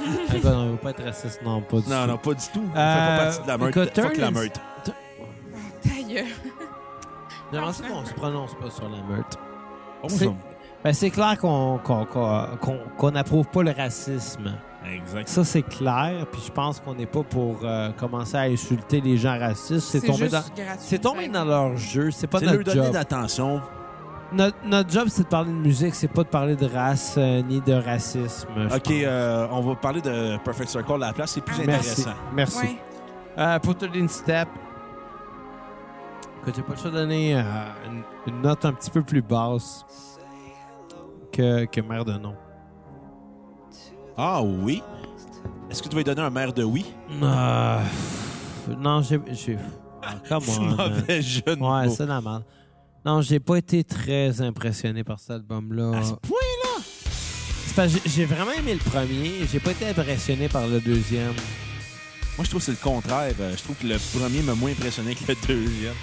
Speaker 3: bah, non, il veut pas être raciste, non, pas du
Speaker 1: non,
Speaker 3: tout.
Speaker 1: non, pas du tout. On
Speaker 3: Euh,
Speaker 1: fait pas partie de la meute.
Speaker 3: écoute,
Speaker 1: Fuck la
Speaker 3: Turn is-
Speaker 1: meute.
Speaker 4: D'ailleurs.
Speaker 3: J'aimerais ça qu'on se prononce pas sur la meute.
Speaker 1: Bonjour.
Speaker 3: Ben, c'est clair qu'on qu'on- qu'on- qu'on- qu'on n'approuve pas le racisme.
Speaker 1: Exact.
Speaker 3: Ça, c'est clair. Puis je pense qu'on n'est pas pour euh, commencer à insulter les gens racistes. C'est tombé, dans...
Speaker 4: gratuit.
Speaker 3: c'est tombé dans leur jeu. C'est pas
Speaker 1: C'est leur
Speaker 3: notre
Speaker 1: donner
Speaker 3: job. Ben,
Speaker 1: d'attention.
Speaker 3: Notre, notre job, c'est de parler de musique. C'est pas de parler de race euh, ni de racisme. je
Speaker 1: OK,
Speaker 3: pense.
Speaker 1: euh, on va parler de Perfect Circle à la place. C'est plus
Speaker 4: Ah,
Speaker 3: Merci.
Speaker 1: intéressant.
Speaker 3: Merci.
Speaker 4: Ouais.
Speaker 3: Euh, pour Tolin Step, que j'ai pas le choix de donner euh, une, une note un petit peu plus basse que, que Mère de Nom.
Speaker 1: Ah oui? Est-ce que tu vas lui donner un maire de oui?
Speaker 3: Euh, non, j'ai. j'ai- Ah, come
Speaker 1: C'est
Speaker 3: on, man.
Speaker 1: mauvais jeu de
Speaker 3: Ouais,
Speaker 1: mots.
Speaker 3: c'est la merde. Non, j'ai pas été très impressionné par cet album-là.
Speaker 1: À ce point-là?
Speaker 3: C'est parce que j'ai- j'ai vraiment aimé le premier, j'ai pas été impressionné par le deuxième.
Speaker 1: Moi, je trouve que c'est le contraire. Euh, Je trouve que le premier m'a moins impressionné que le deuxième.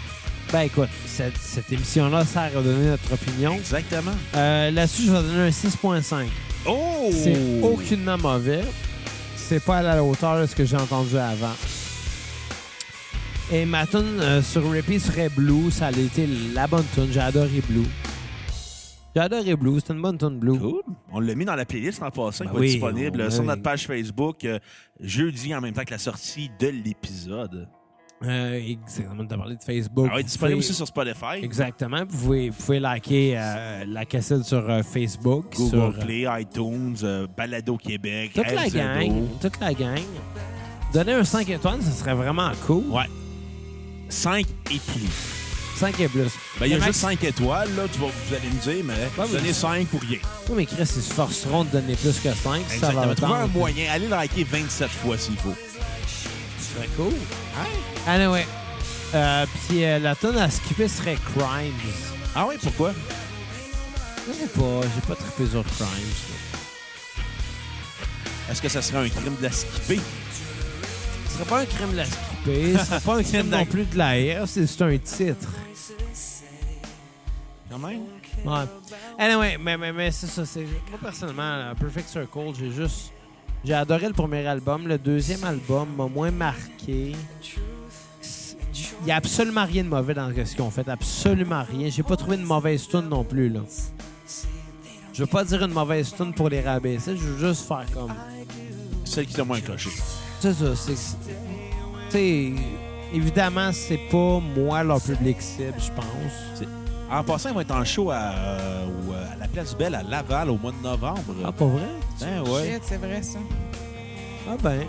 Speaker 3: Ben écoute, cette, cette émission-là sert à donner notre opinion.
Speaker 1: Exactement.
Speaker 3: Euh, Là-dessus, je vais donner un 6.5.
Speaker 1: Oh!
Speaker 3: C'est aucunement mauvais. C'est pas à la hauteur de ce que j'ai entendu avant. Et ma tune euh, sur repeat serait Blue. Ça a été la bonne tune. J'ai adoré Blue. J'ai adoré Blue. C'était une bonne tune Blue.
Speaker 1: Cool. On l'a mis dans la playlist en passant,
Speaker 3: Ben
Speaker 1: qui va
Speaker 3: oui,
Speaker 1: être disponible
Speaker 3: on-
Speaker 1: sur
Speaker 3: oui.
Speaker 1: notre page Facebook euh, jeudi en même temps que la sortie de l'épisode.
Speaker 3: Euh, exactement. T'as parlé de Facebook.
Speaker 1: Elle va être
Speaker 3: Vous
Speaker 1: Ah disponible
Speaker 3: pouvez-
Speaker 1: aussi sur Spotify,
Speaker 3: Exactement. Vous pouvez, vous pouvez liker euh, la cassette sur euh, Facebook.
Speaker 1: Google
Speaker 3: sur, euh,
Speaker 1: Play, iTunes, euh, Balado Québec,
Speaker 3: Toute la
Speaker 1: RZO.
Speaker 3: gang. Toute la gang. Donner un 5 étoiles, ce serait vraiment cool.
Speaker 1: Ouais. 5 et plus.
Speaker 3: 5 et plus.
Speaker 1: Ben, il y a
Speaker 3: Le
Speaker 1: juste 5 étoiles, là, tu vas, vous allez me dire, mais
Speaker 3: Ouais,
Speaker 1: vous
Speaker 3: oui.
Speaker 1: donnez 5 pour rien.
Speaker 3: Oui, Oh, mais Chris, ils se forceront de donner plus que 5. Ça va
Speaker 1: Exactement. Trouvez un
Speaker 3: tendre.
Speaker 1: moyen. Allez le liker 27 fois s'il faut.
Speaker 3: Ce serait cool. Anyway. Euh, Puis euh, la tonne à skipper serait Crimes.
Speaker 1: Ah oui, pourquoi?
Speaker 3: Je sais pas, j'ai pas trippé sur Crimes. là.
Speaker 1: Est-ce que ça serait un crime de la skipper?
Speaker 3: Ce serait pas un crime de la skipper, ce serait pas un crime non plus de la R, c'est juste un titre.
Speaker 1: Quand même.
Speaker 3: Ouais. Anyway, mais, mais, mais c'est ça. c'est- Moi, personnellement, là, Perfect Circle, j'ai juste. J'ai adoré le premier album. Le deuxième album m'a moins marqué. C'est- Il n'y a absolument rien de mauvais dans ce qu'ils ont fait. Absolument rien. J'ai pas trouvé de mauvaise tune non plus. là. Je veux pas dire une mauvaise tune pour les rabaisser. Je veux juste faire comme.
Speaker 1: Celle qui t'a moins accroché.
Speaker 3: C'est ça. C'est. Tu sais, évidemment, c'est pas moi leur public cible, je pense.
Speaker 1: C'est- En passant, ils vont être en show à, euh, au- à la Place Belle à Laval au mois de novembre.
Speaker 3: Ah, pas vrai?
Speaker 1: Ben ouais.
Speaker 4: Shit, c'est vrai, ça.
Speaker 3: Ah, ben.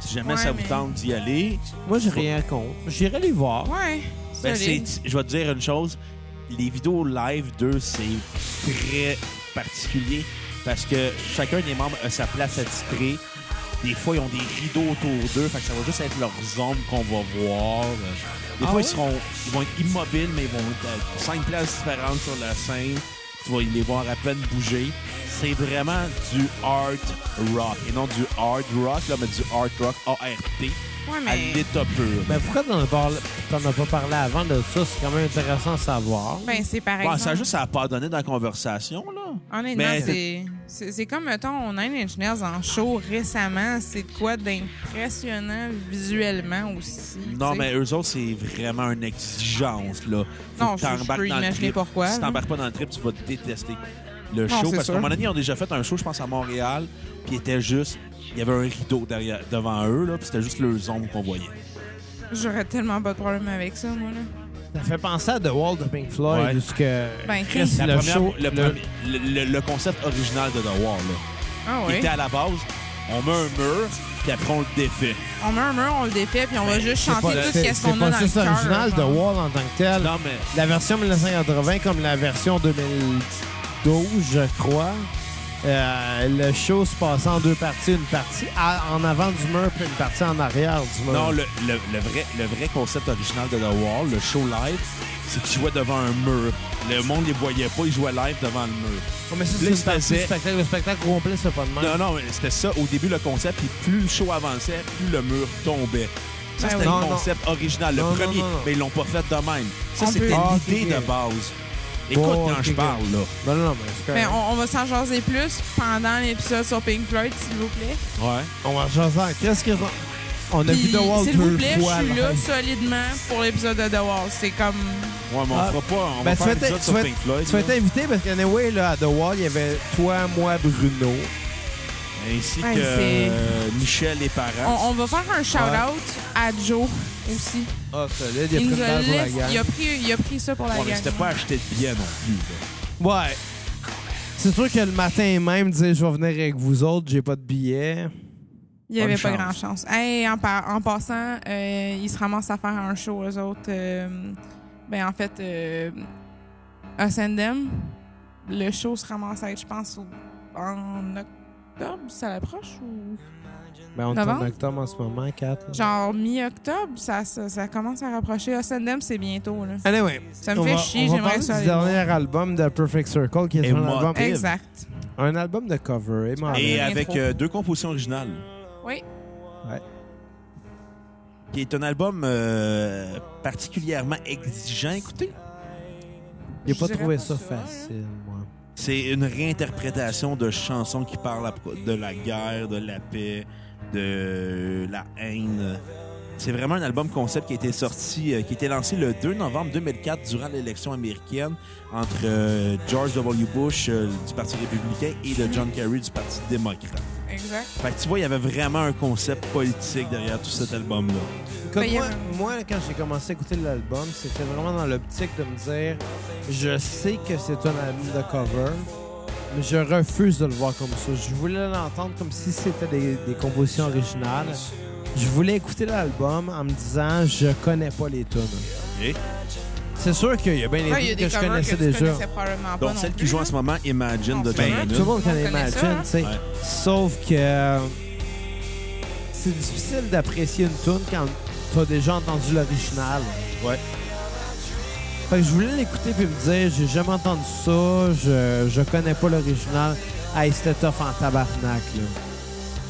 Speaker 1: Si jamais
Speaker 4: Ouais,
Speaker 1: ça vous
Speaker 4: mais-
Speaker 1: tente d'y aller,
Speaker 3: Moi, j'ai rien contre. J'irai les voir.
Speaker 4: Ouais.
Speaker 1: ben c'est,
Speaker 4: solide.
Speaker 1: je vais te dire une chose. Les vidéos live d'eux, c'est très particulier parce que chacun des membres a sa place attitrée. Des fois, ils ont des rideaux autour d'eux, fait que ça va juste être leurs ombres qu'on va voir. Des
Speaker 3: Ah
Speaker 1: fois,
Speaker 3: ouais?
Speaker 1: ils, seront, ils vont être immobiles, mais ils vont être à cinq places différentes sur la scène. Tu vas les voir à peine bouger. C'est vraiment du hard rock. Et non du hard rock, là, mais du hard rock A-R-T
Speaker 4: Ouais,
Speaker 1: à
Speaker 4: mais.
Speaker 1: l'état pur.
Speaker 3: Mais Ben, pourquoi t'en as, parlé- t'en as pas parlé avant de ça? C'est quand même intéressant à savoir.
Speaker 4: Ben, c'est pareil.
Speaker 1: Bon, ça juste à pas donner dans la conversation, là.
Speaker 4: Honnêtement,
Speaker 1: Mais-
Speaker 4: c'est- c'est c'est comme, mettons, Nine Inch Nails en show récemment. C'est de quoi d'impressionnant visuellement aussi.
Speaker 1: Non,
Speaker 4: tu sais.
Speaker 1: mais eux autres, c'est vraiment une exigence, là. Faut
Speaker 4: Non,
Speaker 1: que
Speaker 4: je- je
Speaker 1: t'embarques
Speaker 4: peux
Speaker 1: dans le
Speaker 4: imaginer
Speaker 1: trip.
Speaker 4: pourquoi,
Speaker 1: Si
Speaker 4: là.
Speaker 1: t'embarques pas dans le trip, tu vas te détester.
Speaker 5: Non,
Speaker 1: le show.
Speaker 5: c'est
Speaker 1: Parce qu'à un
Speaker 5: sûr.
Speaker 1: moment donné, ils ont déjà fait un show, je pense, à Montréal. Puis il était juste. Il y avait un rideau derrière, devant eux, là, puis c'était juste le ombre qu'on voyait.
Speaker 4: J'aurais tellement pas de problème avec ça, moi, là.
Speaker 3: Ça fait penser à The Wall de Pink Floyd,
Speaker 1: Ouais.
Speaker 3: parce que
Speaker 4: Ben,
Speaker 3: Chris,
Speaker 1: La
Speaker 3: le
Speaker 1: première-
Speaker 3: show,
Speaker 1: le, premier- le- le- le concept original de The Wall, là,
Speaker 4: Ah
Speaker 1: qui
Speaker 4: oui.
Speaker 1: était à la base, on met un mur, puis après on le défait.
Speaker 4: On met un mur, on le défait, puis on va juste chanter
Speaker 3: c'est-
Speaker 4: tout ce
Speaker 3: c'est
Speaker 4: qu'on a
Speaker 3: Ben, pas
Speaker 4: dans le
Speaker 3: juste
Speaker 4: cœur.
Speaker 3: original The
Speaker 4: genre.
Speaker 3: Wall en tant que tel.
Speaker 1: Non, mais
Speaker 3: La version 1980 comme la version 2012, je crois. Euh, le show se passait en deux parties, une partie à- en avant du mur puis une partie en arrière du mur.
Speaker 1: Non, le, le- le vrai, le vrai concept original de The Wall, le show live, c'est qu'ils jouaient devant un mur. Le monde les voyait pas, ils jouaient live devant le mur.
Speaker 3: mais ça,
Speaker 1: là,
Speaker 3: c'est une
Speaker 1: il se
Speaker 3: partie
Speaker 1: faisait-
Speaker 3: du spectacle. Le spectacle complet, c'est pas de même.
Speaker 1: Non, non, mais c'était ça au début le concept, puis plus le show avançait, plus le mur tombait. Ça,
Speaker 4: Ben
Speaker 1: c'était
Speaker 4: oui.
Speaker 1: le
Speaker 3: Non, non.
Speaker 1: concept original, le
Speaker 3: Non, non,
Speaker 1: premier,
Speaker 3: non, non.
Speaker 1: mais ils l'ont pas fait de même. Ça,
Speaker 4: On
Speaker 1: c'était
Speaker 4: peut-
Speaker 3: Ah,
Speaker 1: l'idée
Speaker 3: ok, ok.
Speaker 1: de base. Écoute
Speaker 3: Oh,
Speaker 1: quand
Speaker 3: ok,
Speaker 1: je
Speaker 3: ok.
Speaker 1: parle, là.
Speaker 3: non, non, non, mais c'est
Speaker 4: Mais
Speaker 3: correct.
Speaker 4: Ben, on, on va s'en jaser plus pendant l'épisode sur Pink Floyd, s'il vous plaît.
Speaker 1: Ouais.
Speaker 3: on va jaser. Qu'est-ce que on a
Speaker 4: Puis,
Speaker 3: vu The Wall
Speaker 4: S'il vous
Speaker 3: deux
Speaker 4: plaît,
Speaker 3: fois
Speaker 4: je suis là
Speaker 3: live.
Speaker 4: solidement pour l'épisode de The Wall. C'est comme.
Speaker 1: Ouais, mais on
Speaker 3: Ah.
Speaker 1: fera pas. On va
Speaker 3: Ben, tu
Speaker 1: faire un
Speaker 3: vas
Speaker 1: épisode
Speaker 3: être-
Speaker 1: sur
Speaker 3: tu vas-
Speaker 1: Pink Floyd.
Speaker 3: Tu vas
Speaker 1: là.
Speaker 3: être invité parce qu'anyway, là, à The Wall, il y avait toi, moi, Bruno.
Speaker 1: Ainsi que
Speaker 4: Ouais, c'est-
Speaker 1: euh, Michel et
Speaker 4: On,
Speaker 1: parents.
Speaker 4: on va faire un shout-out à Joe aussi.
Speaker 3: Ah, solide,
Speaker 4: Il,
Speaker 3: il a
Speaker 4: nous
Speaker 3: pris
Speaker 4: a
Speaker 3: le pour la
Speaker 4: laissé-
Speaker 3: gang.
Speaker 4: il a pris, il a pris ça pour la
Speaker 1: Ouais, mais
Speaker 4: gang.
Speaker 1: c'était pas acheté de billets non plus. là.
Speaker 3: Ouais. C'est sûr que le matin même, dire je vais venir avec vous autres, j'ai pas de billet.
Speaker 4: Il n'y avait
Speaker 1: Bonne
Speaker 4: pas
Speaker 1: chance.
Speaker 4: grand chance. Hey, en, par- en passant, euh, ils se ramassent à faire un show, eux autres. euh, ben, en fait, euh, Us and Them, le show se ramasse à être, je pense, au- en octobre, ça l'approche ou.
Speaker 3: Mais Ben, on est
Speaker 4: Novembre?
Speaker 3: en octobre en ce moment, 4.
Speaker 4: Genre mi-octobre, ça, ça, ça commence à rapprocher. Us and Them, c'est bientôt, là.
Speaker 3: Anyway,
Speaker 4: Ça me
Speaker 3: on
Speaker 4: fait
Speaker 3: va,
Speaker 4: chier,
Speaker 3: on va
Speaker 4: j'aimerais
Speaker 3: parler
Speaker 4: ça
Speaker 3: du
Speaker 4: aller
Speaker 3: dernier album de Perfect Circle qui est un
Speaker 1: Émotif.
Speaker 3: album,
Speaker 4: Exact.
Speaker 3: un album de cover. eh, émotif.
Speaker 1: Et
Speaker 4: Rien
Speaker 1: avec
Speaker 4: trop.
Speaker 1: euh, deux compositions originales.
Speaker 4: Oui.
Speaker 1: qui est un album euh, particulièrement exigeant. Écoutez,
Speaker 3: J'ai pas
Speaker 4: je dirais
Speaker 3: trouvé
Speaker 4: pas
Speaker 3: ça
Speaker 4: ça, hein.
Speaker 3: facile, moi.
Speaker 1: c'est une réinterprétation de chansons qui parlent à pro- de la guerre, de la paix, de la haine. C'est vraiment un album concept qui a été sorti, euh, qui a été lancé le 2 novembre 2004 durant l'élection américaine entre euh, George W. Bush euh, du Parti républicain et de John Kerry du Parti démocrate.
Speaker 4: Exact.
Speaker 1: Fait que tu vois, il y avait vraiment un concept politique derrière tout cet album-là.
Speaker 3: Comme
Speaker 4: Ben, il y
Speaker 3: moi,
Speaker 4: avait-
Speaker 3: moi, quand j'ai commencé à écouter l'album, c'était vraiment dans l'optique de me dire je sais que c'est un album de cover, mais je refuse de le voir comme ça. Je voulais l'entendre comme si c'était des, des compositions originales. Je voulais écouter l'album en me disant je connais pas les tunes.
Speaker 1: Ok.
Speaker 3: C'est sûr qu'il y a bien des
Speaker 4: Là, il y a
Speaker 3: tunes
Speaker 4: des
Speaker 3: que je
Speaker 4: covers
Speaker 3: connaissais
Speaker 4: que tu
Speaker 3: déjà.
Speaker 4: connaissais probablement pas
Speaker 1: Donc,
Speaker 4: non
Speaker 1: celle qui
Speaker 4: plus,
Speaker 1: joue en
Speaker 4: là.
Speaker 1: ce moment, Imagine de
Speaker 4: Non,
Speaker 1: John
Speaker 4: c'est
Speaker 3: Ben,
Speaker 4: vrai.
Speaker 1: Lennon.
Speaker 3: tout le monde
Speaker 4: Tout le
Speaker 3: connaît
Speaker 4: monde connaît ça,
Speaker 3: Imagine,
Speaker 4: hein?
Speaker 3: tu sais.
Speaker 1: Ouais.
Speaker 3: Sauf que euh, c'est difficile d'apprécier une tune quand t'as déjà entendu l'original.
Speaker 1: Ouais.
Speaker 3: Fait que je voulais l'écouter puis me dire j'ai jamais entendu ça, je, je connais pas l'original. Hey, c'était tough en tabarnak, là.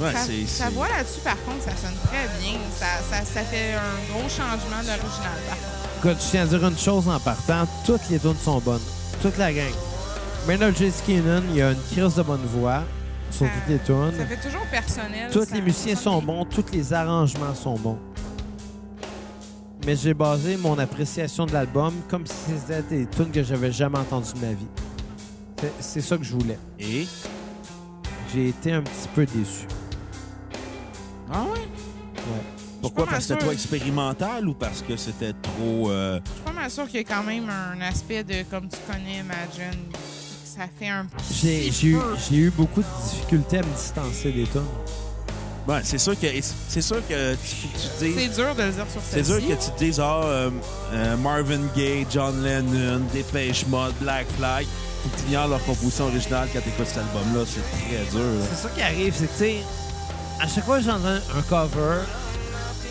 Speaker 1: Ouais,
Speaker 4: Ça,
Speaker 1: c'est-
Speaker 4: sa
Speaker 1: c'est-
Speaker 4: voix là-dessus, par contre, ça sonne très bien. Ça, ça, ça fait un gros changement de l'original, par contre.
Speaker 3: Écoute, je tiens à dire une chose en partant, toutes les tunes sont bonnes. Toute la gang. Maynard J. Keenan, il a une crise de bonne voix sur
Speaker 4: Ah,
Speaker 3: toutes les tunes.
Speaker 4: Ça fait toujours personnel.
Speaker 3: Tous
Speaker 4: ça-
Speaker 3: les musiciens
Speaker 4: ça
Speaker 3: sont
Speaker 4: sonne
Speaker 3: bons, tous les arrangements sont bons. Mais j'ai basé mon appréciation de l'album comme si c'était des tunes que j'avais jamais entendues de ma vie. C'est- C'est ça que je voulais.
Speaker 1: Et
Speaker 3: J'ai été un petit peu déçu.
Speaker 1: Ah ouais?
Speaker 4: Je suis pas
Speaker 1: Pourquoi?
Speaker 4: mal
Speaker 1: Parce que
Speaker 4: sûre.
Speaker 1: c'était trop expérimental ou parce que c'était trop... euh,
Speaker 4: Je suis pas mal sûr qu'il y a quand même un aspect de comme tu connais Imagine. Ça fait un
Speaker 3: J'ai
Speaker 4: petit.
Speaker 3: j'ai eu,
Speaker 4: peu.
Speaker 3: j'ai eu beaucoup de difficultés à me distancer des tunes.
Speaker 1: Ouais, c'est sûr que c'est sûr que tu, tu
Speaker 4: C'est
Speaker 1: dis...
Speaker 4: dur de le dire sur
Speaker 1: C'est
Speaker 4: celle-ci.
Speaker 1: sûr que tu te dises, ah, euh, euh, Marvin Gaye, John Lennon, Dépêche Mode, Black Flag. Faut que tu ignores leur composition originale quand t'écoutes cet album-là. C'est très dur. là.
Speaker 3: C'est ça qui arrive, c'est que, tu sais, à chaque fois que j'entends un cover,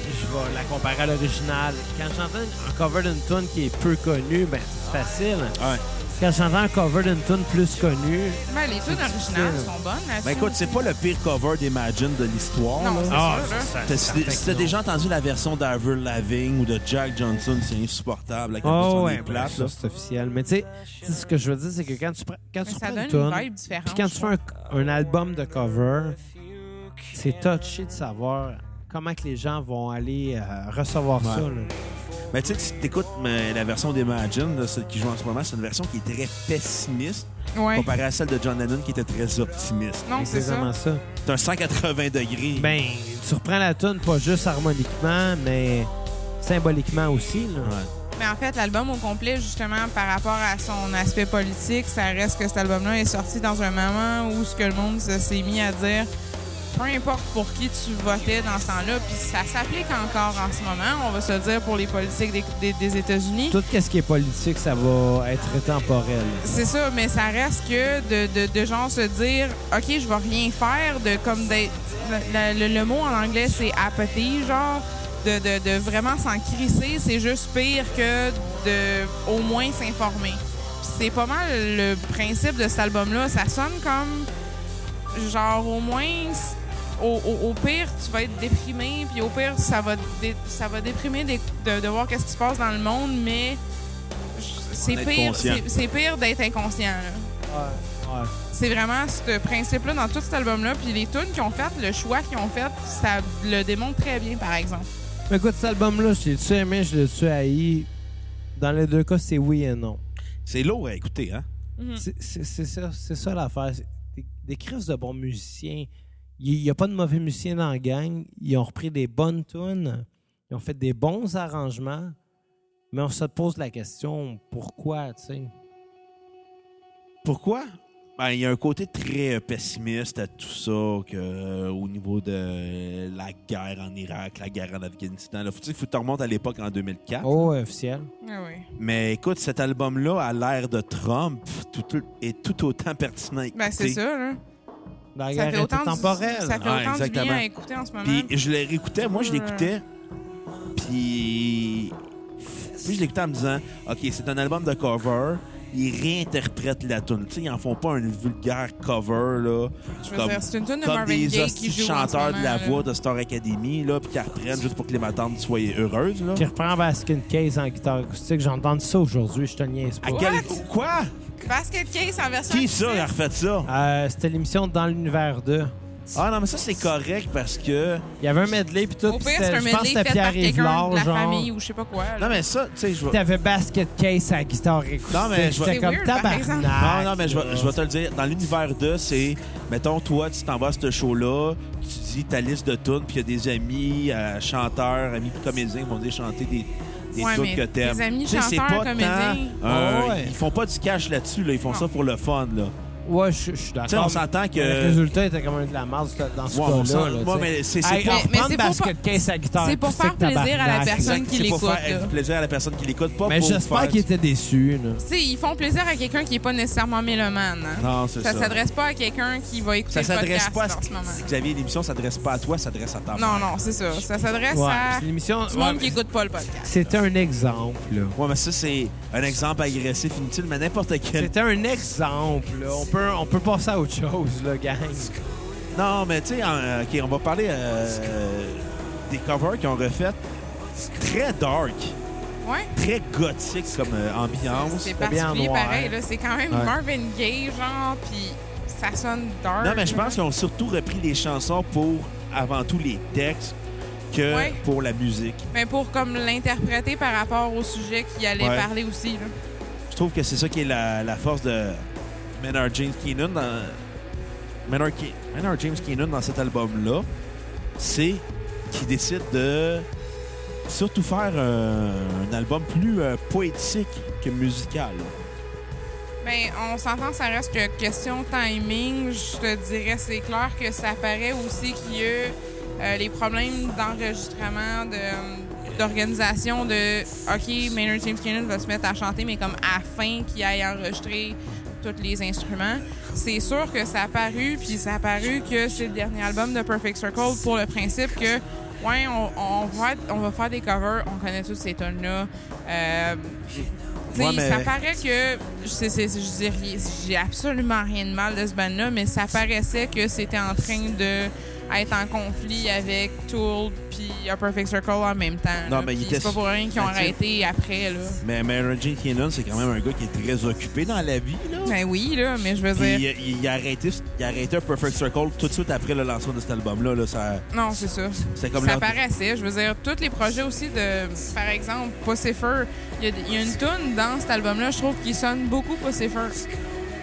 Speaker 3: je vais la comparer à l'original. Quand j'entends un cover d'une tune qui est peu connue, ben c'est facile.
Speaker 1: Ouais.
Speaker 3: Quand j'entends un cover d'une tune plus connue,
Speaker 4: Ben, les tunes originales sont bonnes là-dessus.
Speaker 1: Ben écoute, c'est pas le pire cover d'Imagine de l'histoire. là.
Speaker 4: Non, c'est
Speaker 3: Ah,
Speaker 4: sûr, là.
Speaker 1: T'as- Si t'as- si t'as
Speaker 3: non.
Speaker 1: déjà entendu la version d'Avril Lavigne ou de Jack Johnson, c'est insupportable. La
Speaker 3: Oh,
Speaker 1: composition
Speaker 3: ouais,
Speaker 1: est
Speaker 3: ben,
Speaker 1: plate,
Speaker 3: ça,
Speaker 1: là.
Speaker 3: c'est officiel. Mais tu sais, tu sais, ce que je veux dire, c'est que quand tu, prends- quand
Speaker 4: Mais
Speaker 3: tu
Speaker 4: ça
Speaker 3: reprends une
Speaker 4: donne
Speaker 3: tune,
Speaker 4: une vibe différente.
Speaker 3: puis quand
Speaker 4: je
Speaker 3: tu fais un, un album de cover, c'est touché de savoir comment que les gens vont aller euh, recevoir ça. là.
Speaker 1: Mais tu sais, si t'écoutes mais la version d'Imagine, là, celle qui joue en ce moment, c'est une version qui est très pessimiste
Speaker 4: Ouais.
Speaker 1: comparée à celle de John Lennon qui était très optimiste.
Speaker 4: Non, c'est ça.
Speaker 3: Exactement ça.
Speaker 1: C'est un 180 degrés.
Speaker 3: Ben, tu reprends la tune pas juste harmoniquement, mais symboliquement aussi. Là.
Speaker 1: Ouais.
Speaker 4: Mais en fait, l'album au complet, justement, par rapport à son aspect politique, ça reste que cet album-là est sorti dans un moment où ce que le monde se- s'est mis à dire, peu importe pour qui tu votais dans ce temps-là, puis ça s'applique encore en ce moment, on va se le dire, pour les politiques des, des- des États-Unis.
Speaker 3: Tout ce qui est politique, ça va être temporel.
Speaker 4: C'est ça, mais ça reste que de, de, de genre se dire, OK, je vais rien faire, de comme d'être. la- la- Le, le mot en anglais, c'est apathy, genre, de, de, de vraiment s'en crisser, c'est juste pire que de au moins s'informer. Puis C'est pas mal le principe de cet album-là. Ça sonne comme, genre, au moins. Au, au- au pire, tu vas être déprimé, puis au pire, ça va, te dé- ça va déprimer des- de, de voir qu'est-ce qui se passe dans le monde, mais c'est
Speaker 1: Être
Speaker 4: pire,
Speaker 1: conscient.
Speaker 4: c'est- c'est pire d'être inconscient. là.
Speaker 3: Ouais. ouais.
Speaker 4: C'est vraiment ce principe-là dans tout cet album-là. Puis les tunes qu'ils ont faites, le choix qu'ils ont fait, ça le démontre très bien, par exemple.
Speaker 3: Mais écoute, cet album-là, je l'ai-tu aimé, je l'ai-tu haï? Dans les deux cas, c'est oui et non.
Speaker 1: C'est lourd à écouter, hein?
Speaker 4: Hmm.
Speaker 3: C'est- C'est c'est ça, c'est ça l'affaire. C'est Des, des crises de bons musiciens. Il n'y a pas de mauvais musiciens dans la gang. Ils ont repris des bonnes tunes. Ils ont fait des bons arrangements. Mais on se pose la question pourquoi, tu sais?
Speaker 1: Pourquoi? Ben, il y a un côté très euh, pessimiste à tout ça, que, euh, au niveau de euh, la guerre en Irak, la guerre en Afghanistan. Là, faut, tu sais, faut que tu remontes à l'époque en 2004.
Speaker 3: Oh, officiel.
Speaker 4: Ah oui.
Speaker 1: Mais écoute, cet album-là, à l'ère de Trump, tout, tout- est tout autant pertinent. à
Speaker 4: Ben, c'est
Speaker 1: écouter.
Speaker 4: ça, là.
Speaker 3: La
Speaker 4: Ça
Speaker 3: guerre
Speaker 4: fait
Speaker 3: était
Speaker 4: autant, du,
Speaker 3: temporelle.
Speaker 4: ça fait
Speaker 1: Ouais,
Speaker 4: autant du
Speaker 1: exactement.
Speaker 4: bien à écouter en ce moment.
Speaker 1: Puis je le réécoutais, moi je l'écoutais, puis... Puis je l'écoutais en me disant, OK, c'est un album de cover, ils réinterprètent la tune. Tu sais, ils en font pas un vulgaire cover, là.
Speaker 4: Je veux dire, c'est une tune de
Speaker 1: comme
Speaker 4: Marvin
Speaker 1: des
Speaker 4: Gaye
Speaker 1: hosties
Speaker 4: qui joue en ce
Speaker 1: chanteurs
Speaker 4: moment,
Speaker 1: de la
Speaker 4: là.
Speaker 1: voix de Star Academy, là, puis qui reprennent juste pour que les matantes soient heureuses, là.
Speaker 3: Qui reprend Baskin Case en guitare acoustique. J'ai entendu ça aujourd'hui, je te niaise
Speaker 4: Ah.
Speaker 3: pas.
Speaker 1: À quel... Quoi?
Speaker 4: Basket Case en version.
Speaker 1: Qui ça a
Speaker 4: acoustique.
Speaker 1: refait ça?
Speaker 3: Euh, C'était l'émission Dans l'univers 2.
Speaker 1: Ah non, mais ça, c'est correct parce que...
Speaker 3: Il y avait un medley puis tout.
Speaker 4: Au
Speaker 3: puis
Speaker 4: pire,
Speaker 3: c'était-
Speaker 4: c'est un
Speaker 3: je pense que
Speaker 4: medley
Speaker 3: c'était
Speaker 4: fait par quelqu'un
Speaker 3: Pierre-Yves
Speaker 4: de la
Speaker 3: genre.
Speaker 4: famille ou je sais pas quoi. là.
Speaker 1: Non, mais ça, tu sais, je vais...
Speaker 3: T'avais basket case à la guitare écoute.
Speaker 1: Non, mais je vais-
Speaker 3: J'étais
Speaker 4: C'est
Speaker 3: comme
Speaker 4: weird, par
Speaker 3: tabarnak.
Speaker 4: exemple.
Speaker 1: Non, non, mais je vais, je vais te le dire. Dans l'univers 2, c'est. Mettons, toi, tu t'en vas à ce show-là, tu dis ta liste de tunes, puis il y a des amis, euh, chanteurs, amis comédiens qui vont dire chanter des, des
Speaker 4: Ouais,
Speaker 1: tunes
Speaker 4: mais
Speaker 1: que t'aimes.
Speaker 4: des amis
Speaker 1: Tu sais, c'est
Speaker 4: chanteurs,
Speaker 1: pas
Speaker 4: comédiens.
Speaker 1: tant, euh,
Speaker 3: Ah Ouais.
Speaker 1: Ils font pas du cash là-dessus, là, ils font
Speaker 4: Non.
Speaker 1: ça pour le fun. Là.
Speaker 3: Ouais, je je suis
Speaker 1: Tu sais, on
Speaker 3: d'accord.
Speaker 1: s'entend
Speaker 3: mais Le
Speaker 1: que.
Speaker 3: résultat était comme un de la merde dans ce
Speaker 1: Ouais, on
Speaker 3: cas-là.
Speaker 1: s'en-
Speaker 3: là,
Speaker 1: ouais,
Speaker 3: tu sais.
Speaker 1: mais c'est- c'est
Speaker 3: Hey,
Speaker 1: pour-
Speaker 3: on
Speaker 1: Mais-
Speaker 4: mais
Speaker 3: reprend
Speaker 4: c'est pour
Speaker 3: basket case à la guitare
Speaker 4: c'est pour
Speaker 3: acoustique,
Speaker 4: faire plaisir à la
Speaker 3: tabarnak.
Speaker 4: personne. Personne qui
Speaker 1: c'est pour
Speaker 4: l'écoute,
Speaker 1: faire
Speaker 4: là.
Speaker 1: plaisir à la personne qui l'écoute, pas
Speaker 3: Mais
Speaker 1: pour
Speaker 3: j'espère
Speaker 1: faire-
Speaker 3: qu'il était déçu. là.
Speaker 4: Tu sais, ils font plaisir à quelqu'un qui est pas nécessairement mélomane. hein.
Speaker 1: Non, c'est ça.
Speaker 4: Ça s'adresse pas à quelqu'un qui va écouter
Speaker 1: Ça
Speaker 4: le
Speaker 1: s'adresse
Speaker 4: podcast
Speaker 1: pas à.
Speaker 4: en ce moment.
Speaker 1: Xavier, l'émission s'adresse pas à toi, s'adresse à ta mère.
Speaker 4: Non, non, c'est ça. Ça s'adresse
Speaker 3: Ouais,
Speaker 4: à
Speaker 3: c'est l'émission.
Speaker 4: du
Speaker 3: ouais,
Speaker 4: monde qui écoute pas le podcast.
Speaker 3: C'était un exemple. là.
Speaker 1: Ouais, mais ça, c'est un exemple agressif inutile, mais n'importe quel
Speaker 3: C'était un exemple. là. On peut, on peut passer à autre chose, là, gang.
Speaker 1: Non, mais tu sais, en- OK, on va parler euh, des covers qu'ils ont refaites. Très dark,
Speaker 4: Ouais.
Speaker 1: très gothique comme euh, ambiance.
Speaker 4: C'est
Speaker 3: bien
Speaker 4: particulier
Speaker 3: noir.
Speaker 4: pareil, là. C'est quand même
Speaker 3: Ouais.
Speaker 4: Marvin Gaye, genre, puis ça sonne dark.
Speaker 1: Non, mais je pense qu'ils
Speaker 4: là.
Speaker 1: ont surtout repris les chansons pour avant tout les textes que
Speaker 4: Ouais.
Speaker 1: pour la musique.
Speaker 4: Mais pour comme l'interpréter par rapport au sujet qu'il allait
Speaker 1: Ouais.
Speaker 4: parler aussi, là.
Speaker 1: Je trouve que c'est ça qui est la, la force de Maynard James Keenan dans Maynard, Ke- Maynard James Keenan dans cet album-là, c'est qu'il décide de surtout faire euh, un album plus euh, poétique que musical.
Speaker 4: Ben, on s'entend, ça reste que question timing. Je te dirais, c'est clair que ça paraît aussi qu'il y a euh, les problèmes d'enregistrement, de- euh, d'organisation, de, OK, Maynard James Keenan va se mettre à chanter, mais comme afin qu'il aille enregistrer tous les instruments. C'est sûr que ça a paru, puis ça a paru que c'est le dernier album de Perfect Circle pour le principe que, ouais, on, on va, être- on va faire des covers, on connaît toutes ces tonnes-là. Euh, tu sais,
Speaker 1: Ouais, mais-
Speaker 4: Ça paraît que, je, sais- c'est- je dirais, j'ai absolument rien de mal de ce band-là, mais ça paraissait que c'était en train de être en conflit avec Tool puis A Perfect Circle en même temps.
Speaker 1: Non,
Speaker 4: là.
Speaker 1: mais il
Speaker 4: Puis
Speaker 1: était
Speaker 4: C'est pas pour rien qu'ils ont
Speaker 1: Mais tu sais-
Speaker 4: arrêté après, là.
Speaker 1: Mais Mary Jane Keenan, c'est quand même un gars qui est très occupé dans la vie, là.
Speaker 4: Ben oui, là, mais je veux
Speaker 1: Puis,
Speaker 4: dire...
Speaker 1: il, il a arrêté, il a arrêté un Perfect Circle tout de suite après le lancement de cet album-là. Là, ça,
Speaker 4: Non, c'est ça.
Speaker 1: c'est comme
Speaker 4: ça
Speaker 1: leur-
Speaker 4: paraissait. Je veux dire, tous les projets aussi de, par exemple, Pacifer. Il y, a des- il y a une tune dans cet album-là, je trouve, qui sonne beaucoup Pacifer.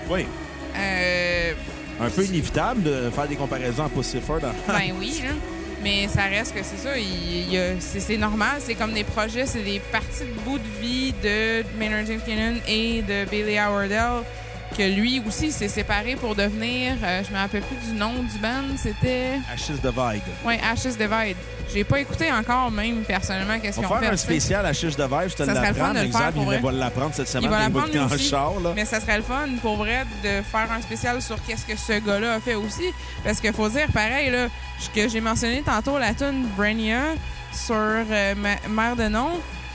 Speaker 1: Oui.
Speaker 4: Euh,
Speaker 1: Un peu inévitable de faire des comparaisons à Pussifer dans.
Speaker 4: ben oui, là. Mais ça reste que c'est ça. il- il y a- c'est c'est normal. C'est comme des projets, c'est des parties de bout de vie de Maynard James Keenan et de Billy Howardell que lui aussi s'est séparé pour devenir, euh, je me rappelle plus du nom du band, c'était
Speaker 1: Ashes Divide.
Speaker 4: ouais Ashes Divide. J'ai pas écouté encore même personnellement qu'est-ce
Speaker 1: On
Speaker 4: qu'ils ont
Speaker 1: va
Speaker 4: fait.
Speaker 1: faire un
Speaker 4: tu sais.
Speaker 1: spécial Ashes Divide, je te
Speaker 4: Ça serait le fun
Speaker 1: l'apprends.
Speaker 4: de le
Speaker 1: exemple,
Speaker 4: faire pour
Speaker 1: il va
Speaker 4: vrai.
Speaker 1: l'apprendre cette semaine,
Speaker 4: Il va
Speaker 1: puis
Speaker 4: l'apprendre
Speaker 1: écouter
Speaker 4: lui
Speaker 1: en
Speaker 4: aussi.
Speaker 1: char. Là.
Speaker 4: Mais ça serait le fun pour vrai de faire un spécial sur qu'est-ce que ce gars-là a fait aussi. Parce qu'il faut dire, pareil, là, ce que j'ai mentionné tantôt la tune Brenia sur euh, Ma- Mère de Nom.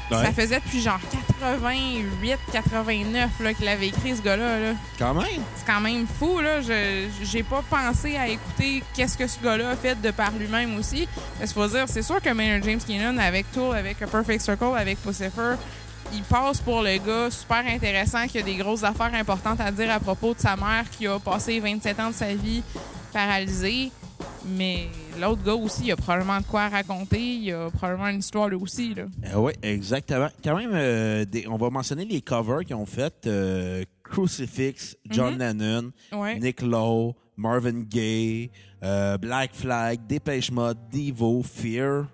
Speaker 1: Ouais.
Speaker 4: Ça faisait depuis genre 88, 89 là, qu'il avait écrit ce gars-là. là.
Speaker 1: Quand même.
Speaker 4: C'est quand même fou. là. Je J'ai pas pensé à écouter qu'est-ce que ce gars-là a fait de par lui-même aussi. Parce qu'il faut dire, c'est sûr que Maynard James Keenan, avec Tool, avec A Perfect Circle, avec Pussifer, il passe pour le gars super intéressant qui a des grosses affaires importantes à dire à propos de sa mère qui a passé 27 ans de sa vie paralysée. Mais l'autre gars aussi, il a probablement de quoi raconter. Il a probablement une histoire lui aussi. Là.
Speaker 1: Euh, oui, exactement. Quand même, euh, des- on va mentionner les covers qu'ils ont fait. euh, Crucifix, John Lennon,
Speaker 4: Mm-hmm. Ouais.
Speaker 1: Nick Lowe, Marvin Gaye, euh, Black Flag, Dépêche Mode, Devo, Fear,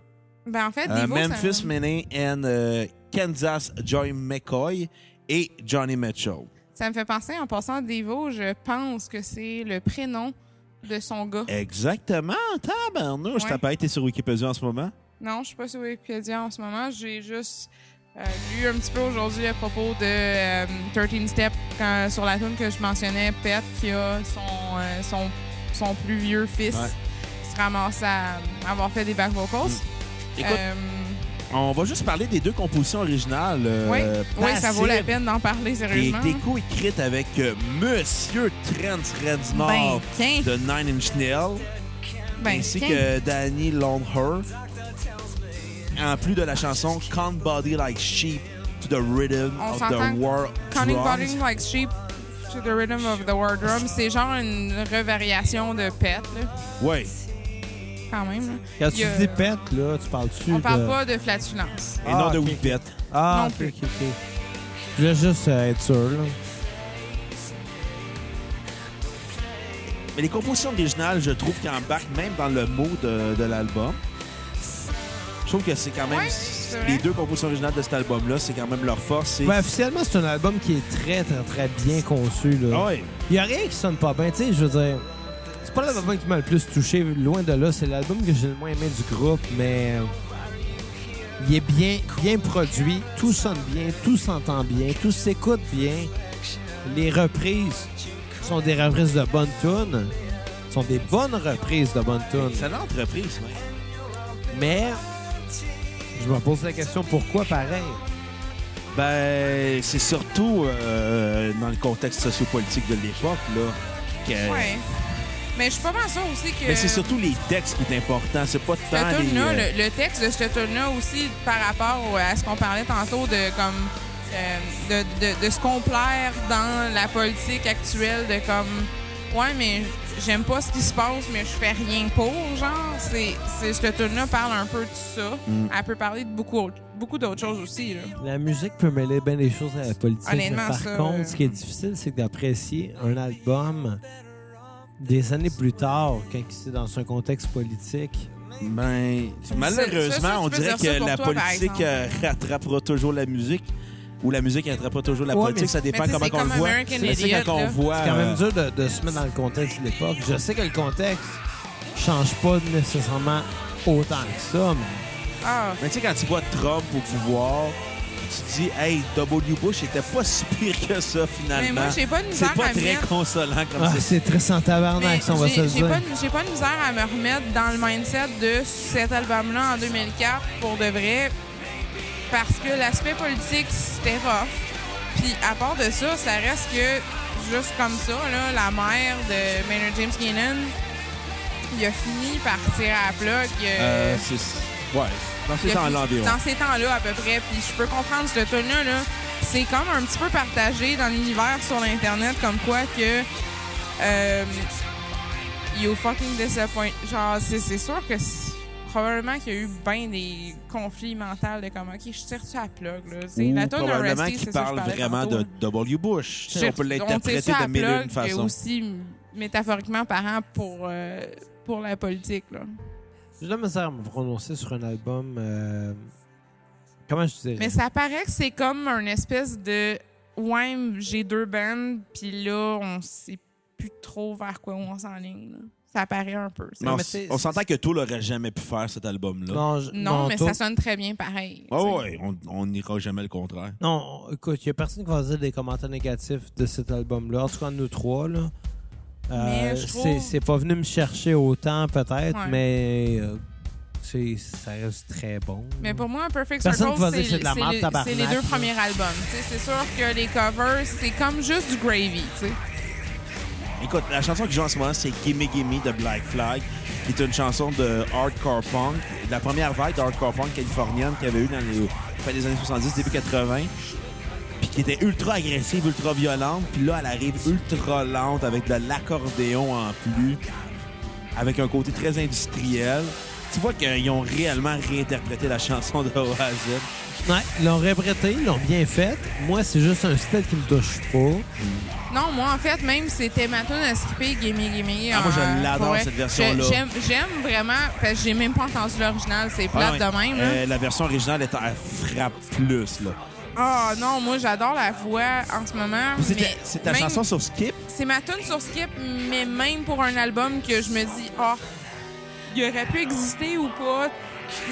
Speaker 4: Ben, en fait,
Speaker 1: euh,
Speaker 4: Devo, ça-
Speaker 1: Memphis Minnie and euh, Kansas Joy McCoy et Johnny Mitchell.
Speaker 4: Ça me fait penser, en passant à Devo, je pense que c'est le prénom de son gars.
Speaker 1: Exactement. Tabarnouche,
Speaker 4: Ouais.
Speaker 1: t'as pas été sur Wikipédia en ce moment?
Speaker 4: Non, je suis pas sur Wikipédia en ce moment. J'ai juste euh, lu un petit peu aujourd'hui à propos de euh, 13 Step quand- sur la tune que je mentionnais, Pet, qui a son, euh, son, son plus vieux fils
Speaker 1: Ouais.
Speaker 4: qui se ramasse à avoir fait des back vocals.
Speaker 1: Mm. Écoute,
Speaker 4: Euh,
Speaker 1: on va juste parler des deux compositions originales. euh,
Speaker 4: oui, oui, ça vaut la
Speaker 1: Passive
Speaker 4: peine d'en parler
Speaker 1: Et
Speaker 4: sérieusement.
Speaker 1: des co-écrites avec euh, Monsieur Trent Reznor
Speaker 4: Ben, tiens,
Speaker 1: de Nine Inch Nails,
Speaker 4: ben,
Speaker 1: ainsi
Speaker 4: tiens.
Speaker 1: que Danny Longher, en plus de la chanson Can't Body Like Sheep to the Rhythm
Speaker 4: On
Speaker 1: of
Speaker 4: s'entend
Speaker 1: the
Speaker 4: que
Speaker 1: War
Speaker 4: Counting
Speaker 1: Drums.
Speaker 4: Botting Like Sheep to the Rhythm of the War Drum, c'est genre une revariation de Pet, là,
Speaker 1: Oui.
Speaker 4: quand même. là.
Speaker 3: Quand
Speaker 4: Il y
Speaker 3: tu
Speaker 4: a-
Speaker 3: dis pète, là, tu parles-tu
Speaker 4: On
Speaker 3: de-
Speaker 4: parle pas de flatulence.
Speaker 1: Et
Speaker 3: Ah,
Speaker 1: non de
Speaker 3: ok.
Speaker 1: Whippet.
Speaker 3: Ah,
Speaker 4: Non
Speaker 3: ok,
Speaker 4: plus.
Speaker 3: ok, ok. Je voulais juste euh, être sûr, là.
Speaker 1: Mais les compositions originales, je trouve qu'elles embarquent même dans le mot de, de l'album. Je trouve que c'est quand même...
Speaker 4: Ouais, c'est vrai.
Speaker 1: les deux compositions originales de cet album-là, c'est quand même leur force. c'est-
Speaker 3: Ben, officiellement, c'est un album qui est très, très, très bien conçu, là.
Speaker 1: Ah ouais.
Speaker 3: Il n'y a rien qui sonne pas bien, tu sais, je veux dire. C'est pas l'album qui m'a le plus touché, loin de là. C'est l'album que j'ai le moins aimé du groupe, mais euh, il est bien, bien produit. Tout sonne bien, tout s'entend bien, tout s'écoute bien. Les reprises sont des reprises de bonnes tunes. sont des bonnes reprises de bonnes tunes.
Speaker 1: C'est l'entreprise, ouais.
Speaker 3: Mais je me pose la question pourquoi pareil?
Speaker 1: Ben, c'est surtout euh, dans le contexte sociopolitique de l'époque, là. que-
Speaker 4: Ouais. Mais je suis pas mal sûre aussi que.
Speaker 1: Mais c'est surtout les textes qui est important. C'est pas
Speaker 4: ce
Speaker 1: tant les...
Speaker 4: tune-là,
Speaker 1: euh,
Speaker 4: le, le texte de ce tune-là aussi, par rapport au- à ce qu'on parlait tantôt de comme euh, de, de- de se complaire dans la politique actuelle, de comme ouais mais j'aime pas ce qui se passe, mais je fais rien pour genre. C'est, c'est ce tune-là parle un peu de ça.
Speaker 1: Mm.
Speaker 4: Elle peut parler de beaucoup autre- beaucoup d'autres choses aussi là.
Speaker 3: La musique peut mêler bien les choses à la politique. mais
Speaker 4: Honnêtement,
Speaker 3: par
Speaker 4: ça, euh,
Speaker 3: contre, ce qui est difficile, c'est d'apprécier un album des années plus tard, quand c'est dans un contexte politique.
Speaker 1: ben,
Speaker 4: ça, ça, tu
Speaker 1: malheureusement, on
Speaker 4: peux
Speaker 1: dirait
Speaker 4: dire ça
Speaker 1: que
Speaker 4: pour
Speaker 1: la
Speaker 4: toi, par
Speaker 1: politique
Speaker 4: exemple.
Speaker 1: euh, rattrapera toujours la musique ou la musique rattrapera toujours la
Speaker 3: Ouais,
Speaker 1: politique.
Speaker 3: mais-
Speaker 1: Ça dépend
Speaker 4: Mais tu
Speaker 1: comment
Speaker 4: sais, c'est
Speaker 1: on le
Speaker 4: comme
Speaker 1: voit.
Speaker 4: American
Speaker 1: Mais c'est
Speaker 4: Idiot,
Speaker 1: quand on
Speaker 4: là.
Speaker 1: voit...
Speaker 3: C'est quand
Speaker 1: euh,
Speaker 3: même dur de, de se mettre dans le contexte de l'époque. Je sais que le contexte change pas nécessairement autant que ça, mais
Speaker 4: Ah.
Speaker 1: Mais tu sais, quand tu vois Trump au pouvoir, tu te dis, hey, W. Bush était pas si pire que ça, finalement.
Speaker 4: Mais moi j'ai pas de misère
Speaker 1: c'est pas
Speaker 4: à
Speaker 1: très
Speaker 4: mettre-
Speaker 1: consolant comme
Speaker 3: Ah,
Speaker 1: ça.
Speaker 3: c'est très sans
Speaker 4: Mais
Speaker 3: tabarnak, ça, on va se
Speaker 4: j'ai-
Speaker 3: le
Speaker 4: j'ai
Speaker 3: dire.
Speaker 4: pas de- J'ai pas de misère à me remettre dans le mindset de cet album-là en 2004 pour de vrai, parce que l'aspect politique, c'était rough. Puis à part de ça, ça reste que, juste comme ça, là, la mère de Maynard James Keenan, il a fini par tirer à la plug. euh,
Speaker 1: Euh, c'est- ouais, dans ces
Speaker 4: il a fini-
Speaker 1: temps-là environ.
Speaker 4: Dans ces temps-là, à peu près. Puis je peux comprendre ce tune-là. là. C'est comme un petit peu partagé dans l'univers sur l'Internet, comme quoi que. euh, you fucking disappoint. Genre, c'est c'est sûr que. c'est- Probablement qu'il y a eu bien des conflits mentaux de comme, OK, je tire-tu à la plug, là? C'est
Speaker 1: Ou
Speaker 4: la tune de
Speaker 1: probablement
Speaker 4: Rusty,
Speaker 1: qu'il
Speaker 4: c'est ça, je
Speaker 1: parle
Speaker 4: parlais
Speaker 1: vraiment
Speaker 4: tantôt,
Speaker 1: de W. Bush. Tu sais, on peut l'interpréter
Speaker 4: tire ça
Speaker 1: de
Speaker 4: à
Speaker 1: mille et
Speaker 4: plug,
Speaker 1: une
Speaker 4: qui est
Speaker 1: façons.
Speaker 4: aussi métaphoriquement parlant pour, euh, pour la politique. Là.
Speaker 3: J'ai de la misère à me prononcer sur un album. euh, Comment je dirais?
Speaker 4: Mais ça paraît que c'est comme un espèce de ouais, j'ai deux bands, puis là, on sait plus trop vers quoi on s'enligne. là. Ça paraît un peu. ça.
Speaker 1: Mais on-
Speaker 3: mais c'est-
Speaker 1: on s'entend que Tool n'aurait jamais pu faire cet album-là.
Speaker 3: Non, je-
Speaker 4: Non, mais
Speaker 3: toi-
Speaker 4: ça sonne très bien pareil.
Speaker 1: Ah
Speaker 4: tu sais.
Speaker 1: ouais, on- on n'ira jamais le contraire.
Speaker 3: Non, écoute, il n'y a personne qui va dire des commentaires négatifs de cet album-là. En tout cas, nous trois, là. Euh,
Speaker 4: Mais je
Speaker 3: c'est-
Speaker 4: trouve-
Speaker 3: C'est pas venu me chercher autant, peut-être,
Speaker 4: Ouais.
Speaker 3: mais euh, c'est- ça reste très bon.
Speaker 4: Mais pour moi, Perfect
Speaker 3: Personne
Speaker 4: Circle,
Speaker 3: qui va
Speaker 4: c'est
Speaker 3: dire c'est de la
Speaker 4: c'est
Speaker 3: merde,
Speaker 4: les-
Speaker 3: tabarnak,
Speaker 4: c'est les
Speaker 3: là.
Speaker 4: deux premiers albums. Tu sais, C'est sûr que les covers, c'est comme juste du gravy. tu sais.
Speaker 1: Écoute, la chanson que joue en ce moment, c'est Gimme Gimme de Black Flag, qui est une chanson de hardcore punk, la première vague de hardcore punk californienne qu'il y avait eu dans les fin des années 70, début 80, puis qui était ultra agressive, ultra violente, puis là, elle arrive ultra lente avec de l'accordéon en plus, avec un côté très industriel. Tu vois qu'ils ont réellement réinterprété la chanson de Oasis.
Speaker 3: Ouais, ils l'ont regretté, ils l'ont bien fait. Moi, c'est juste un style qui me touche pas.
Speaker 4: Non, moi, en fait, même c'était ma tune à skipper Gimme Gimme.
Speaker 1: Ah, moi, je
Speaker 4: euh,
Speaker 1: l'adore,
Speaker 4: pour vrai.
Speaker 1: cette version-là.
Speaker 4: Je- J'aime, j'aime vraiment, parce que j'ai même pas entendu l'original. C'est plate
Speaker 1: Ah
Speaker 4: de
Speaker 1: ouais,
Speaker 4: même. hein? là.
Speaker 1: euh, la version originale, elle, elle frappe plus, là.
Speaker 4: Ah non, moi, j'adore la voix en ce moment.
Speaker 1: C'est ta,
Speaker 4: mais
Speaker 1: c'est ta
Speaker 4: même-
Speaker 1: chanson sur Skip?
Speaker 4: C'est ma tune sur skip, mais même pour un album que je me dis, ah, il aurait pu exister ou pas.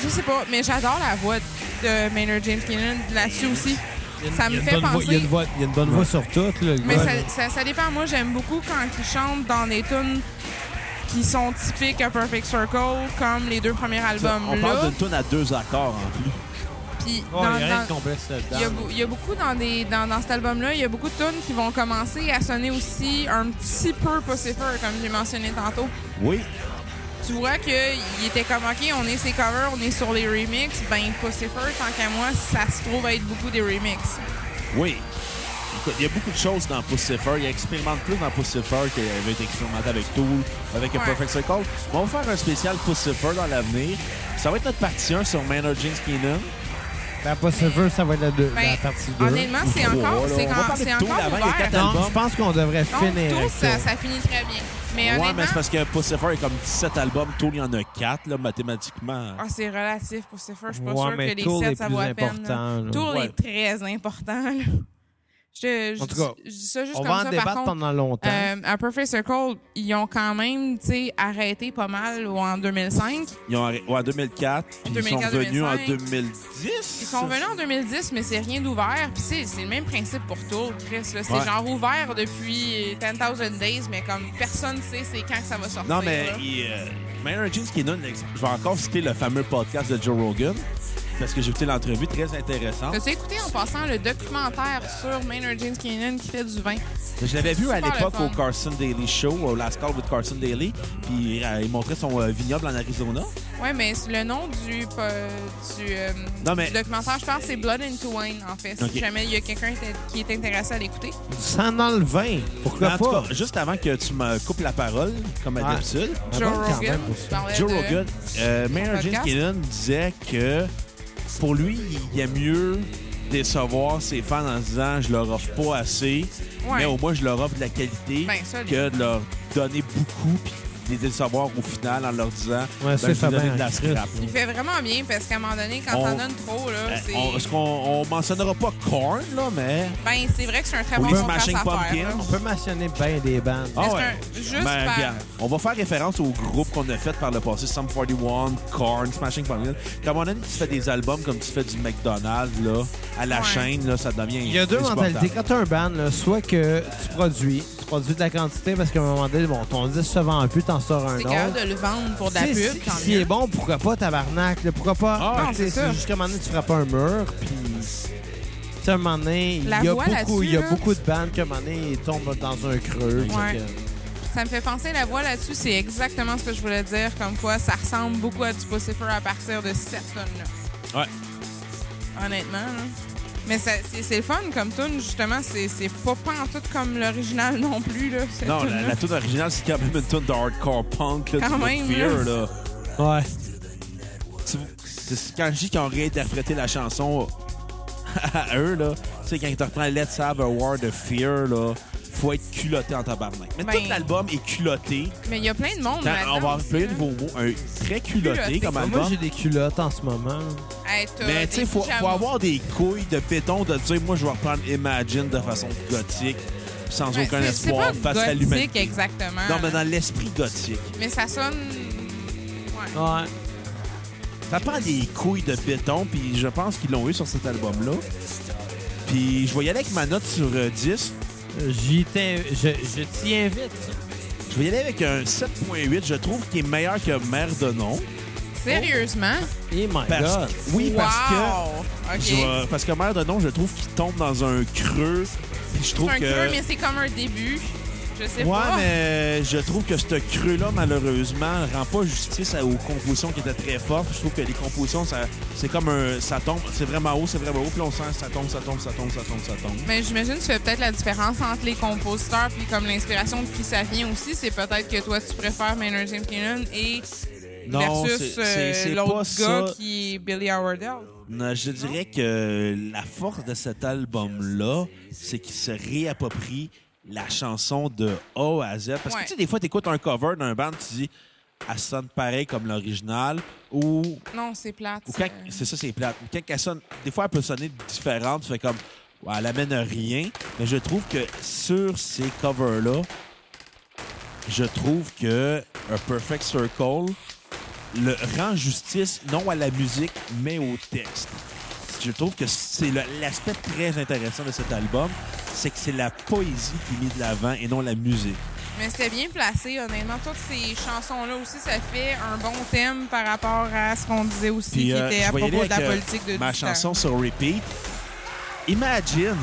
Speaker 4: Je sais pas, mais j'adore la voix de Maynard James Keenan là-dessus aussi. Ça
Speaker 3: Il y
Speaker 4: me
Speaker 3: a une
Speaker 4: fait
Speaker 3: bonne voix- Il y a
Speaker 4: penser
Speaker 3: une voix, il y a une bonne voix sur toutes, là. le
Speaker 4: Mais
Speaker 3: gars,
Speaker 4: ça,
Speaker 3: là.
Speaker 4: ça, ça dépend. Moi, j'aime beaucoup quand ils chantent dans des tunes qui sont typiques à Perfect Circle, comme les deux premiers albums.
Speaker 1: On
Speaker 4: là,
Speaker 1: parle d'une tune à deux accords en plus.
Speaker 4: puis
Speaker 3: Oh,
Speaker 4: dans-
Speaker 3: il y a rien de
Speaker 4: dans-
Speaker 3: complexe là-dedans.
Speaker 4: il y, a, beau- il y a beaucoup dans, des, dans, dans cet album-là, il y a beaucoup de tunes qui vont commencer à sonner aussi un petit peu Pussifer, comme j'ai mentionné tantôt.
Speaker 1: Oui.
Speaker 4: Tu vois qu'il était comme, OK, on est ses covers, on est sur les remixes. Ben, Pussifer, tant qu'à moi, ça se trouve à être beaucoup des remixes.
Speaker 1: Oui. Écoute, il y a beaucoup de choses dans Pussifer. Il expérimente plus dans Pussifer qu'il avait été expérimenté avec Tool, avec
Speaker 4: Ouais.
Speaker 1: Perfect Circle. Mais on va faire un spécial Pussifer dans l'avenir. Ça va être notre partie 1 sur Maynard James Keenan.
Speaker 3: Ben, pas Silver, ça va être la, deux-
Speaker 4: Ben,
Speaker 3: la partie 2.
Speaker 4: Honnêtement, c'est
Speaker 1: Ou
Speaker 4: encore,
Speaker 1: trois, là.
Speaker 4: c'est
Speaker 1: On va
Speaker 4: quand-
Speaker 1: parler
Speaker 4: c'est
Speaker 1: de tout
Speaker 4: encore
Speaker 1: l'avant, il y a
Speaker 4: ouvert.
Speaker 1: quatre
Speaker 3: Non,
Speaker 1: album.
Speaker 3: je pense qu'on devrait
Speaker 4: Donc,
Speaker 3: finir.
Speaker 4: tout,
Speaker 3: avec
Speaker 4: ça, ça finit très bien. Mais
Speaker 1: ouais, mais c'est
Speaker 4: honnêtement,
Speaker 1: parce que Pussifer est comme 17 albums. Tool, il y en a 4, là, mathématiquement.
Speaker 4: ah, c'est relatif pour Pussifer. Je suis pas
Speaker 3: Ouais,
Speaker 4: sûre
Speaker 3: mais
Speaker 4: que les
Speaker 3: Tool
Speaker 4: 7,
Speaker 3: est
Speaker 4: ça
Speaker 3: plus
Speaker 4: vaut la peine. là.
Speaker 3: important, là.
Speaker 4: Tour
Speaker 1: Ouais.
Speaker 4: est très important. là. Je, je,
Speaker 3: En tout cas,
Speaker 4: dis- je dis ça juste
Speaker 3: On
Speaker 4: comme
Speaker 3: va en
Speaker 4: ça.
Speaker 3: débattre
Speaker 4: par contre,
Speaker 3: pendant longtemps.
Speaker 4: euh, à Perfect Circle, ils ont quand même tu sais, arrêté pas mal ou en 2005.
Speaker 1: Ils ont arrêté ouais, en 2004, puis ils sont
Speaker 4: 2004,
Speaker 1: revenus en
Speaker 4: 2005.
Speaker 1: 2010.
Speaker 4: Ils sont venus en 2010, mais c'est rien d'ouvert. Puis c'est- c'est le même principe pour Tour, Chris. là. C'est
Speaker 1: Ouais.
Speaker 4: genre ouvert depuis 10,000 Days, mais comme personne sait c'est quand que ça va sortir.
Speaker 1: Non, mais
Speaker 4: là.
Speaker 1: il, euh, Maynard James Keenan, l'ex- je vais encore citer le fameux podcast de Joe Rogan, parce que j'ai écouté l'entrevue très intéressante.
Speaker 4: T'as-tu écouté en passant le documentaire sur Maynard James Keenan qui fait du vin?
Speaker 1: Je l'avais vu à
Speaker 4: super
Speaker 1: l'époque
Speaker 4: le fun.
Speaker 1: au Carson Daily Show, au Last Call with Carson Daily, puis euh, il montrait son euh, vignoble en Arizona.
Speaker 4: Ouais, mais c'est le nom du, po- du, euh,
Speaker 1: Non, mais-
Speaker 4: du documentaire, je pense, c'est Blood into Wine, en fait. Si
Speaker 1: Ok.
Speaker 4: jamais il y a quelqu'un t- qui est intéressé à l'écouter.
Speaker 3: Du sang dans le vin.
Speaker 1: Mais
Speaker 3: Pourquoi
Speaker 1: en tout
Speaker 3: pas?
Speaker 1: cas, juste avant que tu me coupes la parole, comme à
Speaker 3: Ouais.
Speaker 1: d'habitude,
Speaker 3: Ah
Speaker 4: Joe
Speaker 3: bon, quand
Speaker 4: Rogan,
Speaker 3: même, pour
Speaker 4: tu
Speaker 3: ça.
Speaker 4: parlais
Speaker 1: Joe
Speaker 4: de-
Speaker 1: Rogan, euh, Mayor James
Speaker 4: hein. podcast.
Speaker 1: Keenan disait que pour lui, il aime mieux décevoir ses fans en se disant je leur offre pas assez,
Speaker 4: Ouais.
Speaker 1: mais au moins je leur offre de la qualité
Speaker 4: Ben, ça,
Speaker 1: que de leur donner beaucoup puis de les décevoir au final en leur disant
Speaker 3: Ouais,
Speaker 1: ben,
Speaker 3: ça,
Speaker 1: je
Speaker 3: ça
Speaker 1: vous donne
Speaker 3: va,
Speaker 1: de la
Speaker 3: Christ.
Speaker 1: scrap.
Speaker 4: Il fait vraiment bien, parce qu'à un moment donné, quand
Speaker 1: On-
Speaker 4: t'en donnes trop, là,
Speaker 1: Euh,
Speaker 4: c'est...
Speaker 1: on- Est-ce qu'on on mentionnera pas Korn, là, mais.
Speaker 4: Ben, c'est vrai que c'est un très
Speaker 1: Ou
Speaker 4: bon
Speaker 1: les
Speaker 4: contraste
Speaker 1: Smashing
Speaker 4: à
Speaker 1: Pumpkins.
Speaker 4: faire. là.
Speaker 3: On peut mentionner bien des bandes.
Speaker 1: Ah
Speaker 4: c'est
Speaker 1: ouais.
Speaker 4: un- juste
Speaker 1: Ben,
Speaker 4: par-
Speaker 1: regarde, on va faire référence au groupe qu'on a fait par le passé, Sum 41, Korn, Smashing Pumpkins. Quand on a tu fais des albums comme tu fais du McDonald's, là, à la
Speaker 4: Ouais.
Speaker 1: chaîne, là, ça devient.
Speaker 3: Il y a deux mentalités. Quand tu as un ban, là, soit que tu produis, tu produis de la quantité parce qu'à un moment donné, bon, ton disque se vend plus, t'en sors un
Speaker 4: C'est
Speaker 3: autre.
Speaker 4: capable de le vendre pour de la
Speaker 3: Tu sais, Si
Speaker 4: pub, tant
Speaker 3: si
Speaker 4: mieux.
Speaker 3: est bon, pourquoi pas, tabarnak? là, pourquoi pas?
Speaker 1: Ah,
Speaker 3: Tu
Speaker 4: non,
Speaker 3: sais,
Speaker 4: c'est ça.
Speaker 3: C'est juste qu'à un moment donné, tu frappes un mur, puis... tu sais, À un moment donné, il y
Speaker 4: La
Speaker 3: a
Speaker 4: voix
Speaker 3: beaucoup, il y a
Speaker 4: là-dessus, là.
Speaker 3: beaucoup de bandes qu'à un moment donné, ils tombent dans un creux.
Speaker 4: Ouais.
Speaker 3: fait que-
Speaker 4: Ça me fait penser la voix là-dessus, c'est exactement ce que je voulais dire, comme quoi ça ressemble beaucoup à du Pussifer à partir de cette tune-là,
Speaker 1: Ouais.
Speaker 4: honnêtement. là. Mais ça- c'est c'est le fun comme tune, justement, c'est c'est pas pantoute comme l'original non plus, là, cette
Speaker 1: Non, la,
Speaker 4: tune-là.
Speaker 1: la tune originale, c'est quand même une tune de hardcore punk, là,
Speaker 4: Quand
Speaker 1: du
Speaker 4: même, hein.
Speaker 1: Fear,
Speaker 4: là.
Speaker 1: là.
Speaker 3: Ouais.
Speaker 1: Tu- c'est- Quand je dis qu'ils ont réinterprété la chanson à eux, là, tu sais, quand ils te reprennent Let's Have a War de Fear, là, faut être culotté en tabarnak. Mais
Speaker 4: Ben-
Speaker 1: tout l'album est culotté.
Speaker 4: Mais il y a plein de monde
Speaker 1: Quand-
Speaker 4: là-dedans
Speaker 1: on va
Speaker 4: aussi,
Speaker 1: employer
Speaker 4: là.
Speaker 1: de nouveau mot, un très culotté,
Speaker 4: Culotté,
Speaker 1: comme
Speaker 4: comme
Speaker 1: album.
Speaker 3: Moi, j'ai des culottes en ce moment.
Speaker 4: Hey, t'as
Speaker 1: Mais tu
Speaker 4: des
Speaker 1: sais, faut, faut
Speaker 4: pyjamas.
Speaker 1: avoir des couilles de béton de dire, moi, je vais reprendre Imagine de façon gothique, sans
Speaker 4: Ouais,
Speaker 1: aucun
Speaker 4: c'est-
Speaker 1: espoir
Speaker 4: c'est pas
Speaker 1: face à
Speaker 4: gothique
Speaker 1: l'humanité.
Speaker 4: exactement.
Speaker 1: Non, mais
Speaker 4: là.
Speaker 1: dans l'esprit gothique.
Speaker 4: Mais ça sonne. Ouais.
Speaker 3: Ouais.
Speaker 1: Ça prend des couilles de béton, puis je pense qu'ils l'ont eu sur cet album-là. Puis je vais y aller avec ma note sur euh, 10.
Speaker 3: J'y t'in- Je, je t'y invite.
Speaker 1: Je vais y aller avec un 7.8. Je trouve qu'il est meilleur que Mère de Nom.
Speaker 4: Sérieusement?
Speaker 3: Et my
Speaker 1: Parce-
Speaker 3: God.
Speaker 1: Oui, parce que...
Speaker 4: Wow!
Speaker 1: je
Speaker 4: OK.
Speaker 1: vais- parce que Mère de Nom, je trouve qu'il tombe dans un creux. Puis je
Speaker 4: C'est
Speaker 1: trouve
Speaker 4: un
Speaker 1: que...
Speaker 4: creux, mais c'est comme un début. Je sais
Speaker 1: Ouais,
Speaker 4: pas.
Speaker 1: mais euh, je trouve que ce creux-là, malheureusement, rend pas justice à- aux compositions qui étaient très fortes. Je trouve que les compositions, ça, c'est comme un. Ça tombe, c'est vraiment haut, c'est vraiment haut, puis on sent ça tombe, ça tombe, ça tombe, ça tombe, ça tombe.
Speaker 4: Mais j'imagine que tu fais peut-être la différence entre les compositeurs puis comme l'inspiration de qui ça vient aussi. C'est peut-être que toi, tu préfères Maynard James Keenan et versus euh, l'autre gars qui est Billy Howardell.
Speaker 1: Non, je dirais que la force de cet album-là, c'est qu'il se réapproprie la chanson de A à Z. Parce que
Speaker 4: Ouais.
Speaker 1: tu sais, des fois, t'écoutes un cover d'un band, tu dis, elle sonne pareil comme l'original, ou
Speaker 4: Non, c'est plate.
Speaker 1: Ou quand,
Speaker 4: Euh,
Speaker 1: c'est ça, c'est plate. Ou quand elle sonne, des fois, elle peut sonner différente. Tu fais comme, ouais, elle amène rien. Mais je trouve que sur ces covers-là, je trouve que A Perfect Circle le rend justice non à la musique, mais au texte. Je trouve que c'est le- l'aspect très intéressant de cet album, c'est que c'est la poésie qui est mise de l'avant et non la musique.
Speaker 4: Mais c'était bien placé, honnêtement. Toutes ces chansons-là aussi, ça fait un bon thème par rapport à ce qu'on disait aussi,
Speaker 1: Puis
Speaker 4: qui
Speaker 1: euh,
Speaker 4: était à
Speaker 1: je vais y aller
Speaker 4: propos de la
Speaker 1: avec, euh,
Speaker 4: politique de
Speaker 1: ma
Speaker 4: du temps.
Speaker 1: chanson sur repeat. Imagine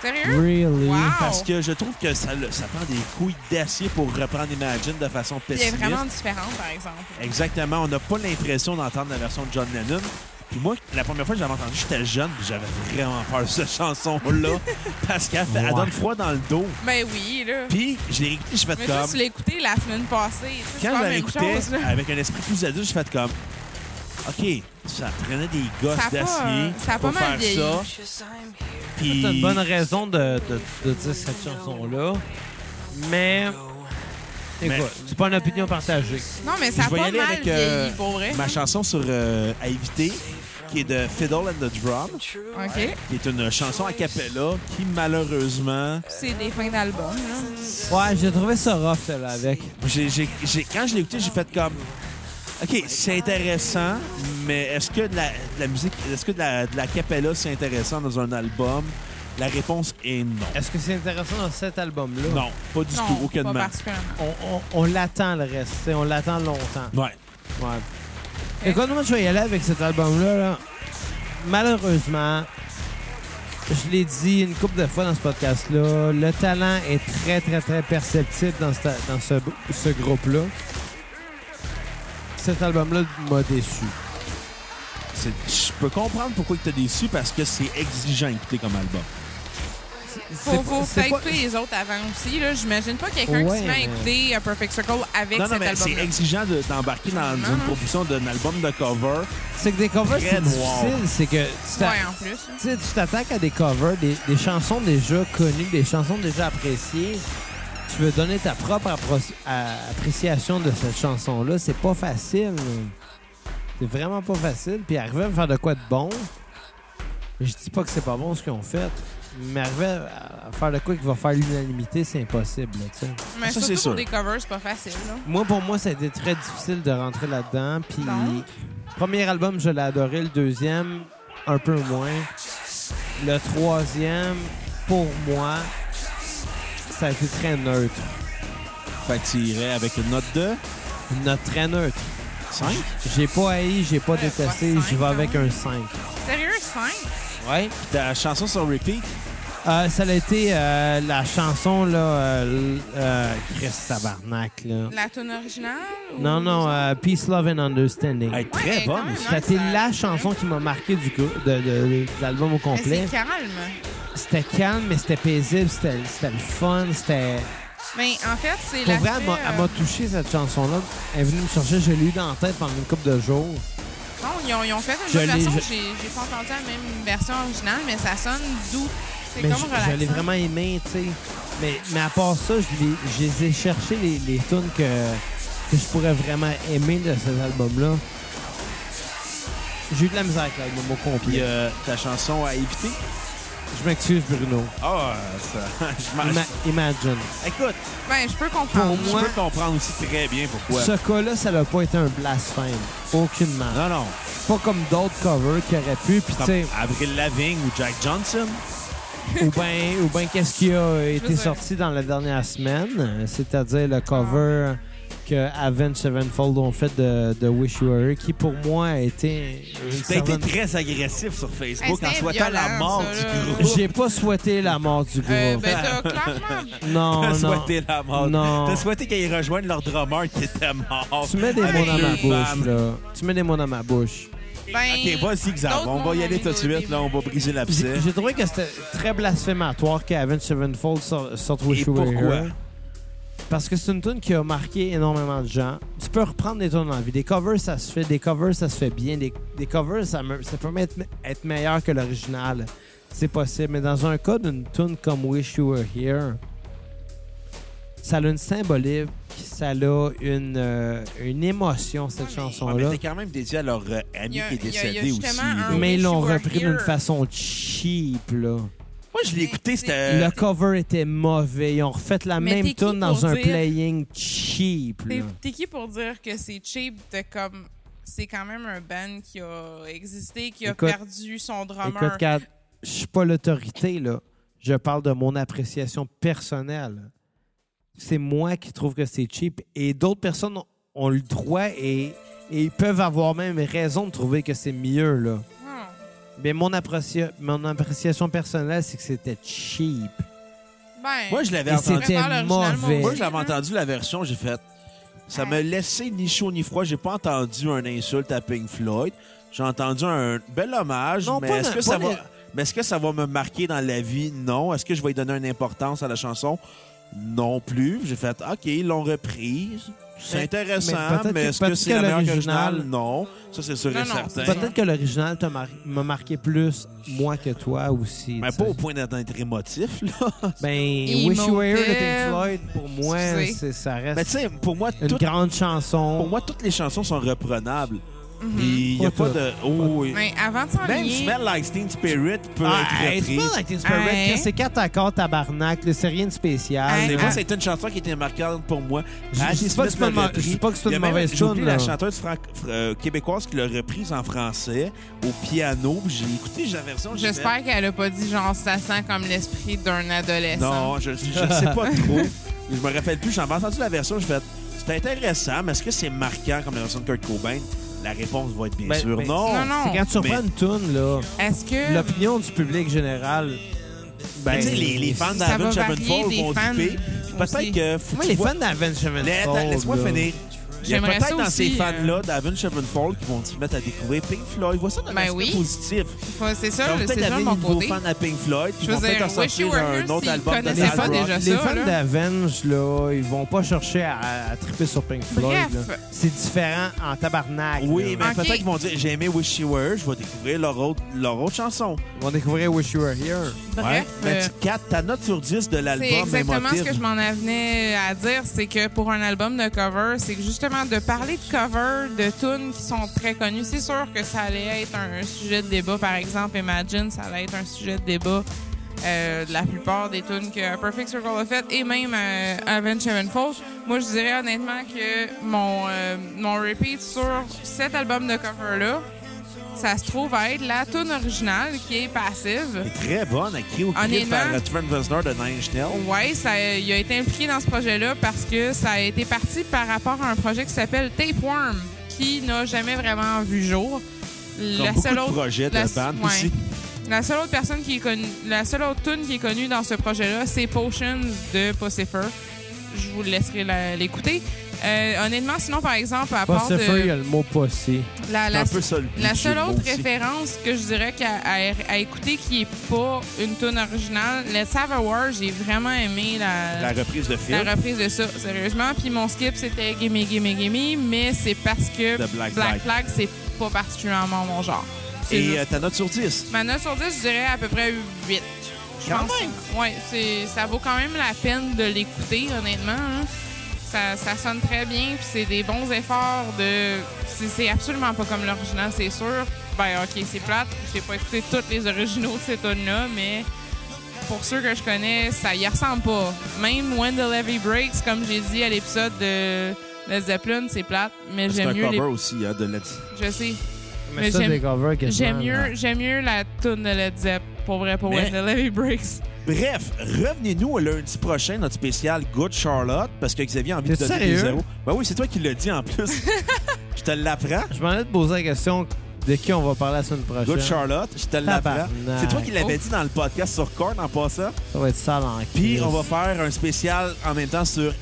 Speaker 4: Sérieux?
Speaker 3: Really?
Speaker 4: Wow!
Speaker 1: Parce que je trouve que ça, le- ça prend des couilles d'acier pour reprendre Imagine de façon
Speaker 4: Elle est
Speaker 1: pessimiste.
Speaker 4: vraiment différente, par exemple.
Speaker 1: Exactement. On n'a pas l'impression d'entendre la version de John Lennon. Puis moi, la première fois que j'avais entendu, j'étais jeune, puis j'avais vraiment peur de cette chanson-là. parce qu'elle fait- elle
Speaker 3: Ouais.
Speaker 1: donne froid dans le dos.
Speaker 4: Ben oui, là.
Speaker 1: Puis je l'ai réécouté, j'ai fait
Speaker 4: Mais toi,
Speaker 1: comme...
Speaker 4: tu l'as écouté la semaine passée. tu sais, c'est
Speaker 1: Quand
Speaker 4: pas
Speaker 1: je
Speaker 4: la
Speaker 1: l'ai
Speaker 4: même
Speaker 1: écouté
Speaker 4: chose, là.
Speaker 1: avec un esprit plus adulte, j'ai fait comme... OK, ça traînait des
Speaker 4: Ça
Speaker 1: gosses
Speaker 4: a pas, euh,
Speaker 1: d'acier
Speaker 4: ça a pas
Speaker 1: pour
Speaker 4: mal
Speaker 1: faire
Speaker 4: vieilli.
Speaker 1: ça.
Speaker 2: Anxious, I'm here.
Speaker 1: Puis...
Speaker 3: T'as une bonne raison de, de, de dire cette chanson-là, mais. Écoute, c'est pas une opinion partagée.
Speaker 4: Non, mais ça
Speaker 1: Je
Speaker 4: a
Speaker 1: vais y
Speaker 4: pas
Speaker 1: aller
Speaker 4: mal
Speaker 1: avec euh,
Speaker 4: vieilli, pour vrai.
Speaker 1: ma chanson sur euh, à éviter, qui est de Fiddle and the Drum,
Speaker 2: True.
Speaker 4: OK.
Speaker 1: qui est une chanson a cappella qui malheureusement,
Speaker 4: C'est des fins d'album, là.
Speaker 3: Ouais, j'ai trouvé ça rough, celle-là, avec.
Speaker 1: j'ai- j'ai- j'ai- quand je l'ai écoutée, j'ai fait comme, ok, c'est intéressant, mais est-ce que de la, de la musique, est-ce que de la, de la cappella c'est intéressant dans un album La réponse est non.
Speaker 3: Est-ce que c'est intéressant dans cet album-là?
Speaker 1: Non, pas du
Speaker 4: non,
Speaker 1: tout, aucunement.
Speaker 4: pas particulièrement.
Speaker 3: On, on- on l'attend le reste, t'sais, on l'attend longtemps.
Speaker 1: Ouais.
Speaker 3: Ouais. Écoute, moi, je vais y aller avec cet album-là. là. Malheureusement, je l'ai dit une couple de fois dans ce podcast-là, le talent est très, très, très perceptible dans, ce- dans ce, ce groupe-là. Cet album-là m'a déçu.
Speaker 1: C'est- Je peux comprendre pourquoi tu t'es déçu parce que c'est exigeant à écouter comme album.
Speaker 4: Faut, faut
Speaker 3: c'est
Speaker 4: peut-être
Speaker 3: pas-
Speaker 4: écouter les autres avant aussi, là. J'imagine pas quelqu'un
Speaker 3: Ouais,
Speaker 4: qui se met à
Speaker 3: mais-
Speaker 4: écouter euh, Perfect Circle avec
Speaker 1: non, non,
Speaker 4: cet
Speaker 1: mais c'est
Speaker 4: album-là. Mm-hmm.
Speaker 1: exigeant de- d'embarquer dans
Speaker 4: Non,
Speaker 1: une
Speaker 4: non.
Speaker 1: production d'un album de cover.
Speaker 3: C'est que des covers,
Speaker 1: Très
Speaker 3: c'est
Speaker 1: noir.
Speaker 3: difficile. C'est que tu t'a-
Speaker 4: Ouais, hein. en plus. là.
Speaker 3: tu sais, tu t'attaques à des covers, des, des chansons déjà connues, des chansons déjà appréciées. Tu veux donner ta propre appro- à- appréciation de cette chanson-là. C'est pas facile. C'est vraiment pas facile. Puis arriver à me faire de quoi de bon, je dis pas que c'est pas bon ce qu'ils ont fait, mais arriver à à faire de quoi qui va faire l'unanimité, c'est impossible. là, tu sais.
Speaker 4: Mais
Speaker 1: Ça, c'est
Speaker 4: surtout
Speaker 1: sûr.
Speaker 4: pour des covers, c'est pas facile, là.
Speaker 3: Moi, pour moi, ça a été très difficile de rentrer là-dedans. Puis,
Speaker 4: Non.
Speaker 3: premier album, je l'ai adoré. Le deuxième, un peu moins. Le troisième, pour moi, ça a été très neutre.
Speaker 1: Fait que tu irais avec une note de
Speaker 3: Une note très neutre.
Speaker 1: 5.
Speaker 3: J'ai pas haï, j'ai pas
Speaker 4: Ouais,
Speaker 3: détesté.
Speaker 4: pas cinq,
Speaker 3: J'y vais
Speaker 4: quand
Speaker 3: avec
Speaker 4: même.
Speaker 3: un 5.
Speaker 4: Sérieux, 5?
Speaker 3: Ouais.
Speaker 1: Ta chanson sur repeat,
Speaker 3: Euh, ça a été euh, la chanson, là. Euh, l- euh, Chris Tabarnak, là.
Speaker 4: La tune originale? ou-
Speaker 3: Non, non, euh, Peace, Love and Understanding.
Speaker 1: Elle est très
Speaker 4: Ouais,
Speaker 1: bonne.
Speaker 4: quand
Speaker 1: aussi.
Speaker 3: Ça a été
Speaker 4: ça-
Speaker 3: la chanson qui m'a marqué du coup, de, de- de- de l'album au
Speaker 4: Mais
Speaker 3: complet.
Speaker 4: c'est calme.
Speaker 3: C'était calme, mais c'était paisible, c'était c'était le fun, c'était.
Speaker 4: Mais en fait, c'est
Speaker 3: Pour
Speaker 4: la.
Speaker 3: vrai, elle m'a- elle m'a touché cette chanson-là. Elle est venue me chercher, je l'ai eu dans la tête pendant une couple de jours.
Speaker 4: Non, euh, ils ont, ils ont fait
Speaker 3: Je
Speaker 4: une autre
Speaker 3: l'ai-
Speaker 4: version.
Speaker 3: je-
Speaker 4: J'ai j'ai pas entendu la même version originale, mais ça sonne doux. C'est
Speaker 3: Mais
Speaker 4: comme
Speaker 3: je, je l'ai
Speaker 4: relaxant.
Speaker 3: vraiment aimé, tu sais. Mais, mais à part ça, je, l'ai- je les ai cherchés, les, les tunes que, que je pourrais vraiment aimer de cet album-là. J'ai eu de la misère avec l'album au
Speaker 1: Puis
Speaker 3: complet.
Speaker 1: euh, ta chanson à éviter.
Speaker 3: Je m'excuse, Bruno.
Speaker 1: Ah, ça. Ah, Je m'en-
Speaker 3: Ima- Imagine.
Speaker 1: Écoute,
Speaker 4: Ben, je peux comprendre.
Speaker 3: Pour
Speaker 1: je
Speaker 3: moi-
Speaker 1: peux comprendre aussi très bien pourquoi.
Speaker 3: Ce cas-là, ça n'a pas été un blasphème. Aucunement.
Speaker 1: Non, non.
Speaker 3: Pas comme d'autres covers qui auraient pu. Puis, tu
Speaker 1: Comme
Speaker 3: sais,
Speaker 1: Avril Lavigne ou Jack Johnson.
Speaker 3: ou bien ou ben, qu'est-ce qui a été
Speaker 4: veux dire-
Speaker 3: sorti dans la dernière semaine, euh, c'est-à-dire le cover
Speaker 4: Ah.
Speaker 3: que Avenged Sevenfold ont fait de, de Wish You Were Here, qui pour moi a été... une
Speaker 1: T'as été
Speaker 3: certaine-
Speaker 1: très agressif sur Facebook
Speaker 4: Hey,
Speaker 1: en
Speaker 4: c'était
Speaker 1: souhaitant la
Speaker 4: violent,
Speaker 1: mort
Speaker 4: ça,
Speaker 1: du
Speaker 4: là.
Speaker 1: groupe.
Speaker 3: J'ai pas souhaité la mort du groupe.
Speaker 1: Eh
Speaker 4: Euh, ben, t'as clairement.
Speaker 3: Oh, non,
Speaker 1: T'as
Speaker 3: non.
Speaker 1: souhaité la mort.
Speaker 3: Non.
Speaker 1: T'as souhaité qu'ils rejoignent leur drummer qui était mort.
Speaker 3: Tu mets des mots
Speaker 1: avec
Speaker 3: dans ma
Speaker 1: deux
Speaker 3: bouche,
Speaker 1: femmes.
Speaker 3: là. Tu mets des mots dans ma bouche.
Speaker 4: Ben,
Speaker 1: Ok, vas-y, Xav.
Speaker 4: d'autres
Speaker 1: On va y aller
Speaker 4: mondes ont
Speaker 1: tout de
Speaker 4: mis d'autres
Speaker 1: suite. Là, on va briser l'abcès.
Speaker 3: J'ai j'ai trouvé que c'était très blasphématoire qu'Avenged Sevenfold sorte sorte Wish
Speaker 1: Et
Speaker 3: You Were
Speaker 1: pourquoi?
Speaker 3: Here. Parce que c'est une tune qui a marqué énormément de gens. Tu peux reprendre des tunes en vie. Des covers, ça se fait. Des covers, ça se fait bien. Des, des covers, ça, me- ça peut même être, être meilleur que l'original. C'est possible. Mais dans un cas d'une tune comme Wish You Were Here, ça a une symbolique, ça a une, euh, une émotion, cette
Speaker 4: Ouais,
Speaker 1: Ouais,
Speaker 4: mais-
Speaker 1: Ah, mais
Speaker 3: chanson-là.
Speaker 1: t'es quand même dédié à leur euh, ami
Speaker 4: Il y a-
Speaker 1: qui est
Speaker 4: il y a- il y a
Speaker 1: décédé aussi.
Speaker 4: justement
Speaker 1: là.
Speaker 4: un-
Speaker 3: Mais ils
Speaker 4: Wish
Speaker 3: l'ont
Speaker 4: You Were
Speaker 3: repris
Speaker 4: Here.
Speaker 3: d'une façon cheap, là.
Speaker 1: Moi, je l'ai écouté, c'était.
Speaker 3: Le cover était mauvais. Ils ont refait la
Speaker 4: Euh, Mais
Speaker 3: même
Speaker 4: t'es qui
Speaker 3: tune dans
Speaker 4: pour
Speaker 3: un
Speaker 4: dire-
Speaker 3: playing cheap. là.
Speaker 4: T'es- T'es qui pour dire que c'est cheap de comme. C'est quand même un band qui a existé, qui a
Speaker 3: Écoute-
Speaker 4: perdu son drummer.
Speaker 3: Écoute, Kat, je suis pas l'autorité, là. Je parle de mon appréciation personnelle. C'est moi qui trouve que c'est cheap et d'autres personnes ont, ont le droit et, et ils peuvent avoir même raison de trouver que c'est mieux, là.
Speaker 4: Non.
Speaker 3: Mais mon, apprécia- mon appréciation personnelle, c'est que c'était cheap.
Speaker 4: Ben,
Speaker 1: Moi, je l'avais
Speaker 3: Et
Speaker 1: entendu.
Speaker 3: c'était
Speaker 4: Préfère l'original, moi
Speaker 3: mauvais.
Speaker 4: aussi.
Speaker 1: Moi, je l'avais entendu la version, j'ai fait.
Speaker 3: Hein?
Speaker 1: Ça m'a laissé ni chaud ni froid. J'ai pas entendu un insulte à Pink Floyd. J'ai entendu un bel hommage,
Speaker 3: Non,
Speaker 1: mais
Speaker 3: pas
Speaker 1: est-ce
Speaker 3: le-
Speaker 1: que
Speaker 3: pas
Speaker 1: ça
Speaker 3: le-
Speaker 1: va. Mais est-ce que ça va me marquer dans la vie? Non. Est-ce que je vais y donner une importance à la chanson? Non plus. J'ai fait OK, ils l'ont reprise. C'est
Speaker 3: Mais-
Speaker 1: intéressant,
Speaker 3: mais peut-être
Speaker 1: mais,
Speaker 3: que-
Speaker 1: est-ce que
Speaker 3: peut-être
Speaker 1: c'est
Speaker 3: que
Speaker 1: la meilleure que
Speaker 3: l'original-
Speaker 1: l'original? Non. Ça, c'est sûr
Speaker 4: Non,
Speaker 1: et
Speaker 4: non,
Speaker 1: certain.
Speaker 4: c'est ça.
Speaker 3: Peut-être que l'original t'a mar- m'a marqué plus, moi que toi aussi.
Speaker 1: Mais
Speaker 3: tu sais.
Speaker 1: pas au point d'être émotif, là.
Speaker 3: Ben,
Speaker 4: Emo
Speaker 3: Wish You Were Here de Pink
Speaker 4: Dead.
Speaker 3: Floyd, pour moi,
Speaker 4: Excusez.
Speaker 3: c'est- ça reste
Speaker 1: Mais Ben, tu sais, pour moi,
Speaker 3: une
Speaker 1: tout-
Speaker 3: grande chanson.
Speaker 1: pour moi, toutes les chansons sont reprenables. Il n'y a
Speaker 3: Mhm. Pas
Speaker 1: pas
Speaker 3: toutes.
Speaker 1: de. Oh, oui.
Speaker 4: Ben, avant de s'en
Speaker 1: Même
Speaker 4: lier-
Speaker 1: Smell Like Teen Spirit peut
Speaker 3: ah,
Speaker 1: être
Speaker 3: hey,
Speaker 1: repris.
Speaker 3: c'est pas like Teen Spirit,
Speaker 4: Hey.
Speaker 3: Chris, c'est quatre accords tabarnak, là, c'est rien de spécial.
Speaker 4: Hey.
Speaker 1: Mais
Speaker 4: Ah.
Speaker 1: moi, c'était une chanson qui était marquante pour moi.
Speaker 3: Je-
Speaker 1: Ashley
Speaker 3: je dis hein? pas
Speaker 1: Smith
Speaker 3: que c'est pas
Speaker 1: l'a
Speaker 3: une ma-
Speaker 1: repris.
Speaker 3: je dis pas que c'est
Speaker 1: Il y a
Speaker 3: une
Speaker 1: même-
Speaker 3: mauvaise
Speaker 1: j'ai oublié
Speaker 3: tune,
Speaker 1: la
Speaker 3: là.
Speaker 1: chanteuse franc- fr- euh, québécoise qui l'a reprise en français au piano. Puis J'ai écouté la version. j'ai fait,
Speaker 4: J'espère qu'elle a pas dit genre ça sent comme l'esprit d'un adolescent.
Speaker 1: Non, je, je sais pas trop. je me rappelle plus. J'avais entendu la version. J'ai fait. C'est intéressant, mais est-ce que c'est marquant comme la version de Kurt Cobain? La réponse va être bien
Speaker 3: Ben,
Speaker 1: sûr
Speaker 3: ben,
Speaker 1: non.
Speaker 4: Non, non.
Speaker 3: C'est quand tu reprends
Speaker 1: Mais-
Speaker 3: une tune, là,
Speaker 4: Est-ce que
Speaker 3: l'opinion du public général. Ben,
Speaker 1: Mais tu sais, les, les fans
Speaker 4: Ça va
Speaker 1: d'Avenge Sevenfold
Speaker 4: varier des
Speaker 1: vont
Speaker 4: fans
Speaker 1: triper. Puis Peut-être
Speaker 4: aussi.
Speaker 1: que. faut
Speaker 3: Moi,
Speaker 1: que
Speaker 3: les
Speaker 1: tu vois-
Speaker 3: fans d'Avenged
Speaker 1: Mais attends,
Speaker 3: Sevenfold,
Speaker 1: laisse-moi
Speaker 3: là.
Speaker 1: finir. Il y a
Speaker 4: J'aimerais
Speaker 1: peut-être
Speaker 4: ça
Speaker 1: dans ces
Speaker 4: aussi, euh,
Speaker 1: fans-là d'Avenge Sevenfold qui vont se mettre à découvrir Pink Floyd. Vois ça d'un
Speaker 4: Ben
Speaker 1: aspect
Speaker 4: oui.
Speaker 1: positif.
Speaker 4: Faut- c'est
Speaker 1: Ils
Speaker 4: ça,
Speaker 1: vont
Speaker 4: le-
Speaker 1: peut-être
Speaker 4: c'est ça
Speaker 1: devenir
Speaker 4: mon
Speaker 1: des nouveaux
Speaker 4: côté.
Speaker 1: fans à Pink Floyd. Ils
Speaker 4: Je
Speaker 1: vont
Speaker 4: veux
Speaker 1: peut-être
Speaker 4: dire,
Speaker 1: en
Speaker 4: Wish You
Speaker 1: sortir
Speaker 4: Were
Speaker 1: un
Speaker 4: Here,
Speaker 1: autre
Speaker 4: s'ils
Speaker 1: album de
Speaker 4: connaissaient
Speaker 3: Les
Speaker 1: Dad
Speaker 4: pas
Speaker 3: fans,
Speaker 1: Rock.
Speaker 4: déjà
Speaker 3: les
Speaker 4: ça,
Speaker 3: fans
Speaker 4: là.
Speaker 3: d'Avenge, là, ils vont pas chercher à, à triper sur Pink Floyd.
Speaker 4: Bref.
Speaker 3: là. C'est différent en tabarnak.
Speaker 1: Oui, mais
Speaker 3: là.
Speaker 4: Ok.
Speaker 1: peut-être qu'ils vont dire j'ai aimé Wish You Were, je vais découvrir leur autre, leur autre chanson.
Speaker 3: Ils vont découvrir Wish You Were Here.
Speaker 4: Bref,
Speaker 1: Mais
Speaker 4: euh,
Speaker 1: tu 4, ta note sur 10 de l'album
Speaker 4: c'est exactement
Speaker 1: émotif.
Speaker 4: ce que je m'en avenais à dire, c'est que pour un album de cover, c'est que justement de parler de cover de tunes qui sont très connues, c'est sûr que ça allait être un sujet de débat. Par exemple, Imagine, ça allait être un sujet de débat. euh, de la plupart des tunes que Perfect Circle a faites et même euh, Avenged Sevenfold. Moi, je dirais honnêtement que mon, euh, mon repeat sur cet album de cover-là, ça se trouve à être la tune originale qui est passive.
Speaker 1: Elle est très bonne, elle crie au cri
Speaker 4: Honnêtement-
Speaker 1: par euh, Trent Reznor de Nine Inch Nails.
Speaker 4: Oui, ça, il a été impliqué dans ce projet-là parce que ça a été parti par rapport à un projet qui s'appelle Tapeworm, qui n'a jamais vraiment vu jour.
Speaker 1: Comme beaucoup de projets de
Speaker 4: la-
Speaker 1: band
Speaker 4: ouais.
Speaker 1: aussi.
Speaker 4: La seule autre personne qui est connue, la seule autre tune qui est connue dans ce projet-là, c'est Potions de Possifer. Je vous laisserai la- l'écouter. Euh, honnêtement, sinon, par exemple, à part
Speaker 3: Pas
Speaker 4: de-
Speaker 3: il y a le mot passé.
Speaker 4: la, la-
Speaker 1: un peu ça, le
Speaker 4: la
Speaker 1: but
Speaker 4: seule
Speaker 1: du mot
Speaker 4: autre
Speaker 1: aussi.
Speaker 4: référence que je dirais qu'à à- à écouter qui est pas une tune originale, le Savoir, j'ai vraiment aimé
Speaker 1: La reprise de film.
Speaker 4: la reprise de ça, sérieusement. Puis mon skip, c'était Gimme, Gimme, Gimme, mais c'est parce que
Speaker 1: De Black Flag.
Speaker 4: Flag, c'est pas particulièrement mon genre. C'est
Speaker 1: Et
Speaker 4: juste-
Speaker 1: euh, ta note sur 10.
Speaker 4: Ma note sur 10, je dirais à peu près 8. Je
Speaker 1: Quand
Speaker 4: pense. Ouais, c'est- ça vaut quand même la peine de l'écouter, honnêtement. hein. Ça, ça sonne très bien, puis c'est des bons efforts de. c'est- C'est absolument pas comme l'original, c'est sûr. Ben, ok, c'est plate. J'ai pas écouté tous les originaux de ces tunes-là, mais pour ceux que je connais, ça y ressemble pas. Même When the Levy Breaks, comme j'ai dit à l'épisode de Led Zeppelin, c'est plate, mais
Speaker 1: C'est
Speaker 4: j'aime
Speaker 1: un
Speaker 4: mieux
Speaker 1: cover
Speaker 4: les.
Speaker 1: aussi hein, de la...
Speaker 4: Je sais.
Speaker 3: Mais
Speaker 4: Mais
Speaker 3: ça,
Speaker 4: j'aime-
Speaker 3: des covers quasiment,
Speaker 4: J'aime
Speaker 3: là.
Speaker 4: mieux, j'aime mieux la tune de Led Zepp pour vrai pour
Speaker 1: Mais-
Speaker 4: When the Levy Breaks.
Speaker 1: Bref, revenez-nous lundi prochain, notre spécial Good Charlotte, parce que Xavier a envie de
Speaker 3: T'es
Speaker 1: donner des
Speaker 3: sérieux?
Speaker 1: zéros. Ben oui, c'est toi qui l'as dit en plus. Je te l'apprends.
Speaker 3: Je m'en ai posé la question de qui on va parler la semaine prochaine.
Speaker 1: Good Charlotte, je te l'apprends.
Speaker 3: Tabarnak.
Speaker 1: C'est toi qui l'avais
Speaker 4: Oh.
Speaker 1: dit dans le podcast sur Korn en passant.
Speaker 3: Ça va être sale en
Speaker 1: Puis
Speaker 3: crise.
Speaker 1: on va faire un spécial en même temps sur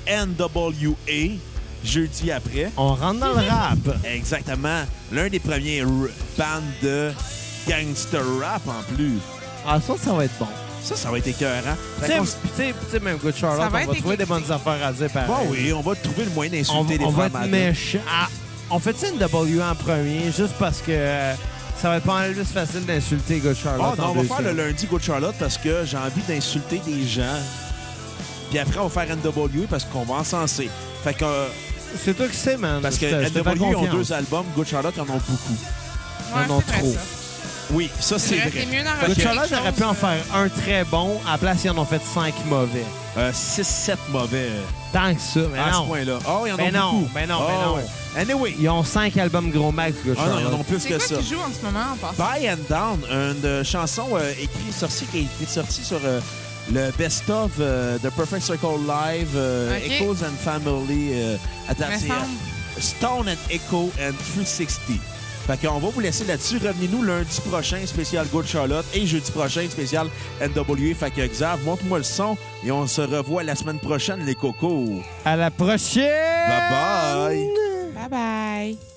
Speaker 1: NWA jeudi après.
Speaker 3: On rentre dans le rap.
Speaker 1: Exactement, l'un des premiers r- bands de gangster rap en plus.
Speaker 3: Ah, ça, ça va être bon.
Speaker 1: Ça, ça va être écœurant.
Speaker 3: Tu
Speaker 1: Fait
Speaker 3: sais,
Speaker 1: qu'on s-
Speaker 3: puis tu sais- puis tu sais, même Good Charlotte,
Speaker 4: Ça va
Speaker 3: on va
Speaker 4: être
Speaker 3: trouver des
Speaker 4: éclectique.
Speaker 3: bonnes affaires à dire pareil.
Speaker 1: Bon, Oh Bah oui, on va trouver le moyen
Speaker 3: on,
Speaker 1: d'insulter les
Speaker 3: on va
Speaker 1: femmes à
Speaker 3: être
Speaker 1: deux.
Speaker 3: méchant. Ah, on fait une W en premier juste parce que euh, ça va être pas mal plus facile d'insulter Good
Speaker 1: Ah
Speaker 3: Charlotte.
Speaker 1: non,
Speaker 3: en
Speaker 1: on va
Speaker 3: deux
Speaker 1: faire le
Speaker 3: secondes.
Speaker 1: lundi Go Charlotte parce que j'ai envie d'insulter des gens. Puis après, on va faire NWA parce qu'on va encenser. Fait que, euh,
Speaker 3: C'est toi qui sais, man.
Speaker 1: parce que
Speaker 3: Je te- je te fais
Speaker 1: NWA ont
Speaker 3: confiance.
Speaker 1: deux albums, Good Charlotte en ont beaucoup.
Speaker 4: Ouais,
Speaker 3: non,
Speaker 4: c'est vrai,
Speaker 3: trop.
Speaker 4: ça.
Speaker 1: Oui, ça c'est
Speaker 4: vrai,
Speaker 1: vrai.
Speaker 4: c'est mieux d'en
Speaker 1: Fait
Speaker 3: Good
Speaker 1: que,
Speaker 4: rajouter.
Speaker 3: Charlotte, j'aurais pu en faire un très bon. À la place, ils en ont fait cinq mauvais.
Speaker 1: euh, 6-7 mauvais euh,
Speaker 3: Tant que ça, mais
Speaker 1: à ce
Speaker 3: non.
Speaker 1: point-là. Ah oui, ils en
Speaker 3: Mais
Speaker 1: ont
Speaker 3: non,
Speaker 1: beaucoup.
Speaker 3: mais non,
Speaker 1: Ah
Speaker 3: mais non.
Speaker 1: ouais. Anyway,
Speaker 3: Ils ont cinq albums gros max, Good
Speaker 1: ah non, ils en ont
Speaker 3: Charlotte.
Speaker 1: plus
Speaker 4: C'est
Speaker 1: que
Speaker 4: quoi
Speaker 1: ça.
Speaker 4: qui joue en ce moment en passant?
Speaker 1: By and Down, une euh, chanson euh, écrite sortie qui a été sortie sur euh, le Best of euh, de Perfect Circle Live, euh,
Speaker 4: Ok.
Speaker 1: Echoes and Family. euh, attends,
Speaker 4: Me
Speaker 1: c'est,
Speaker 4: semble.
Speaker 1: euh, Stone and Echo and 360. Fait qu'on va vous laisser là-dessus. Revenez-nous lundi prochain, spécial Good Charlotte, et jeudi prochain, spécial NWA. Fait que Xav, montre-moi le son et on se revoit la semaine prochaine, les cocos.
Speaker 3: À la prochaine!
Speaker 1: Bye bye!
Speaker 4: Bye bye.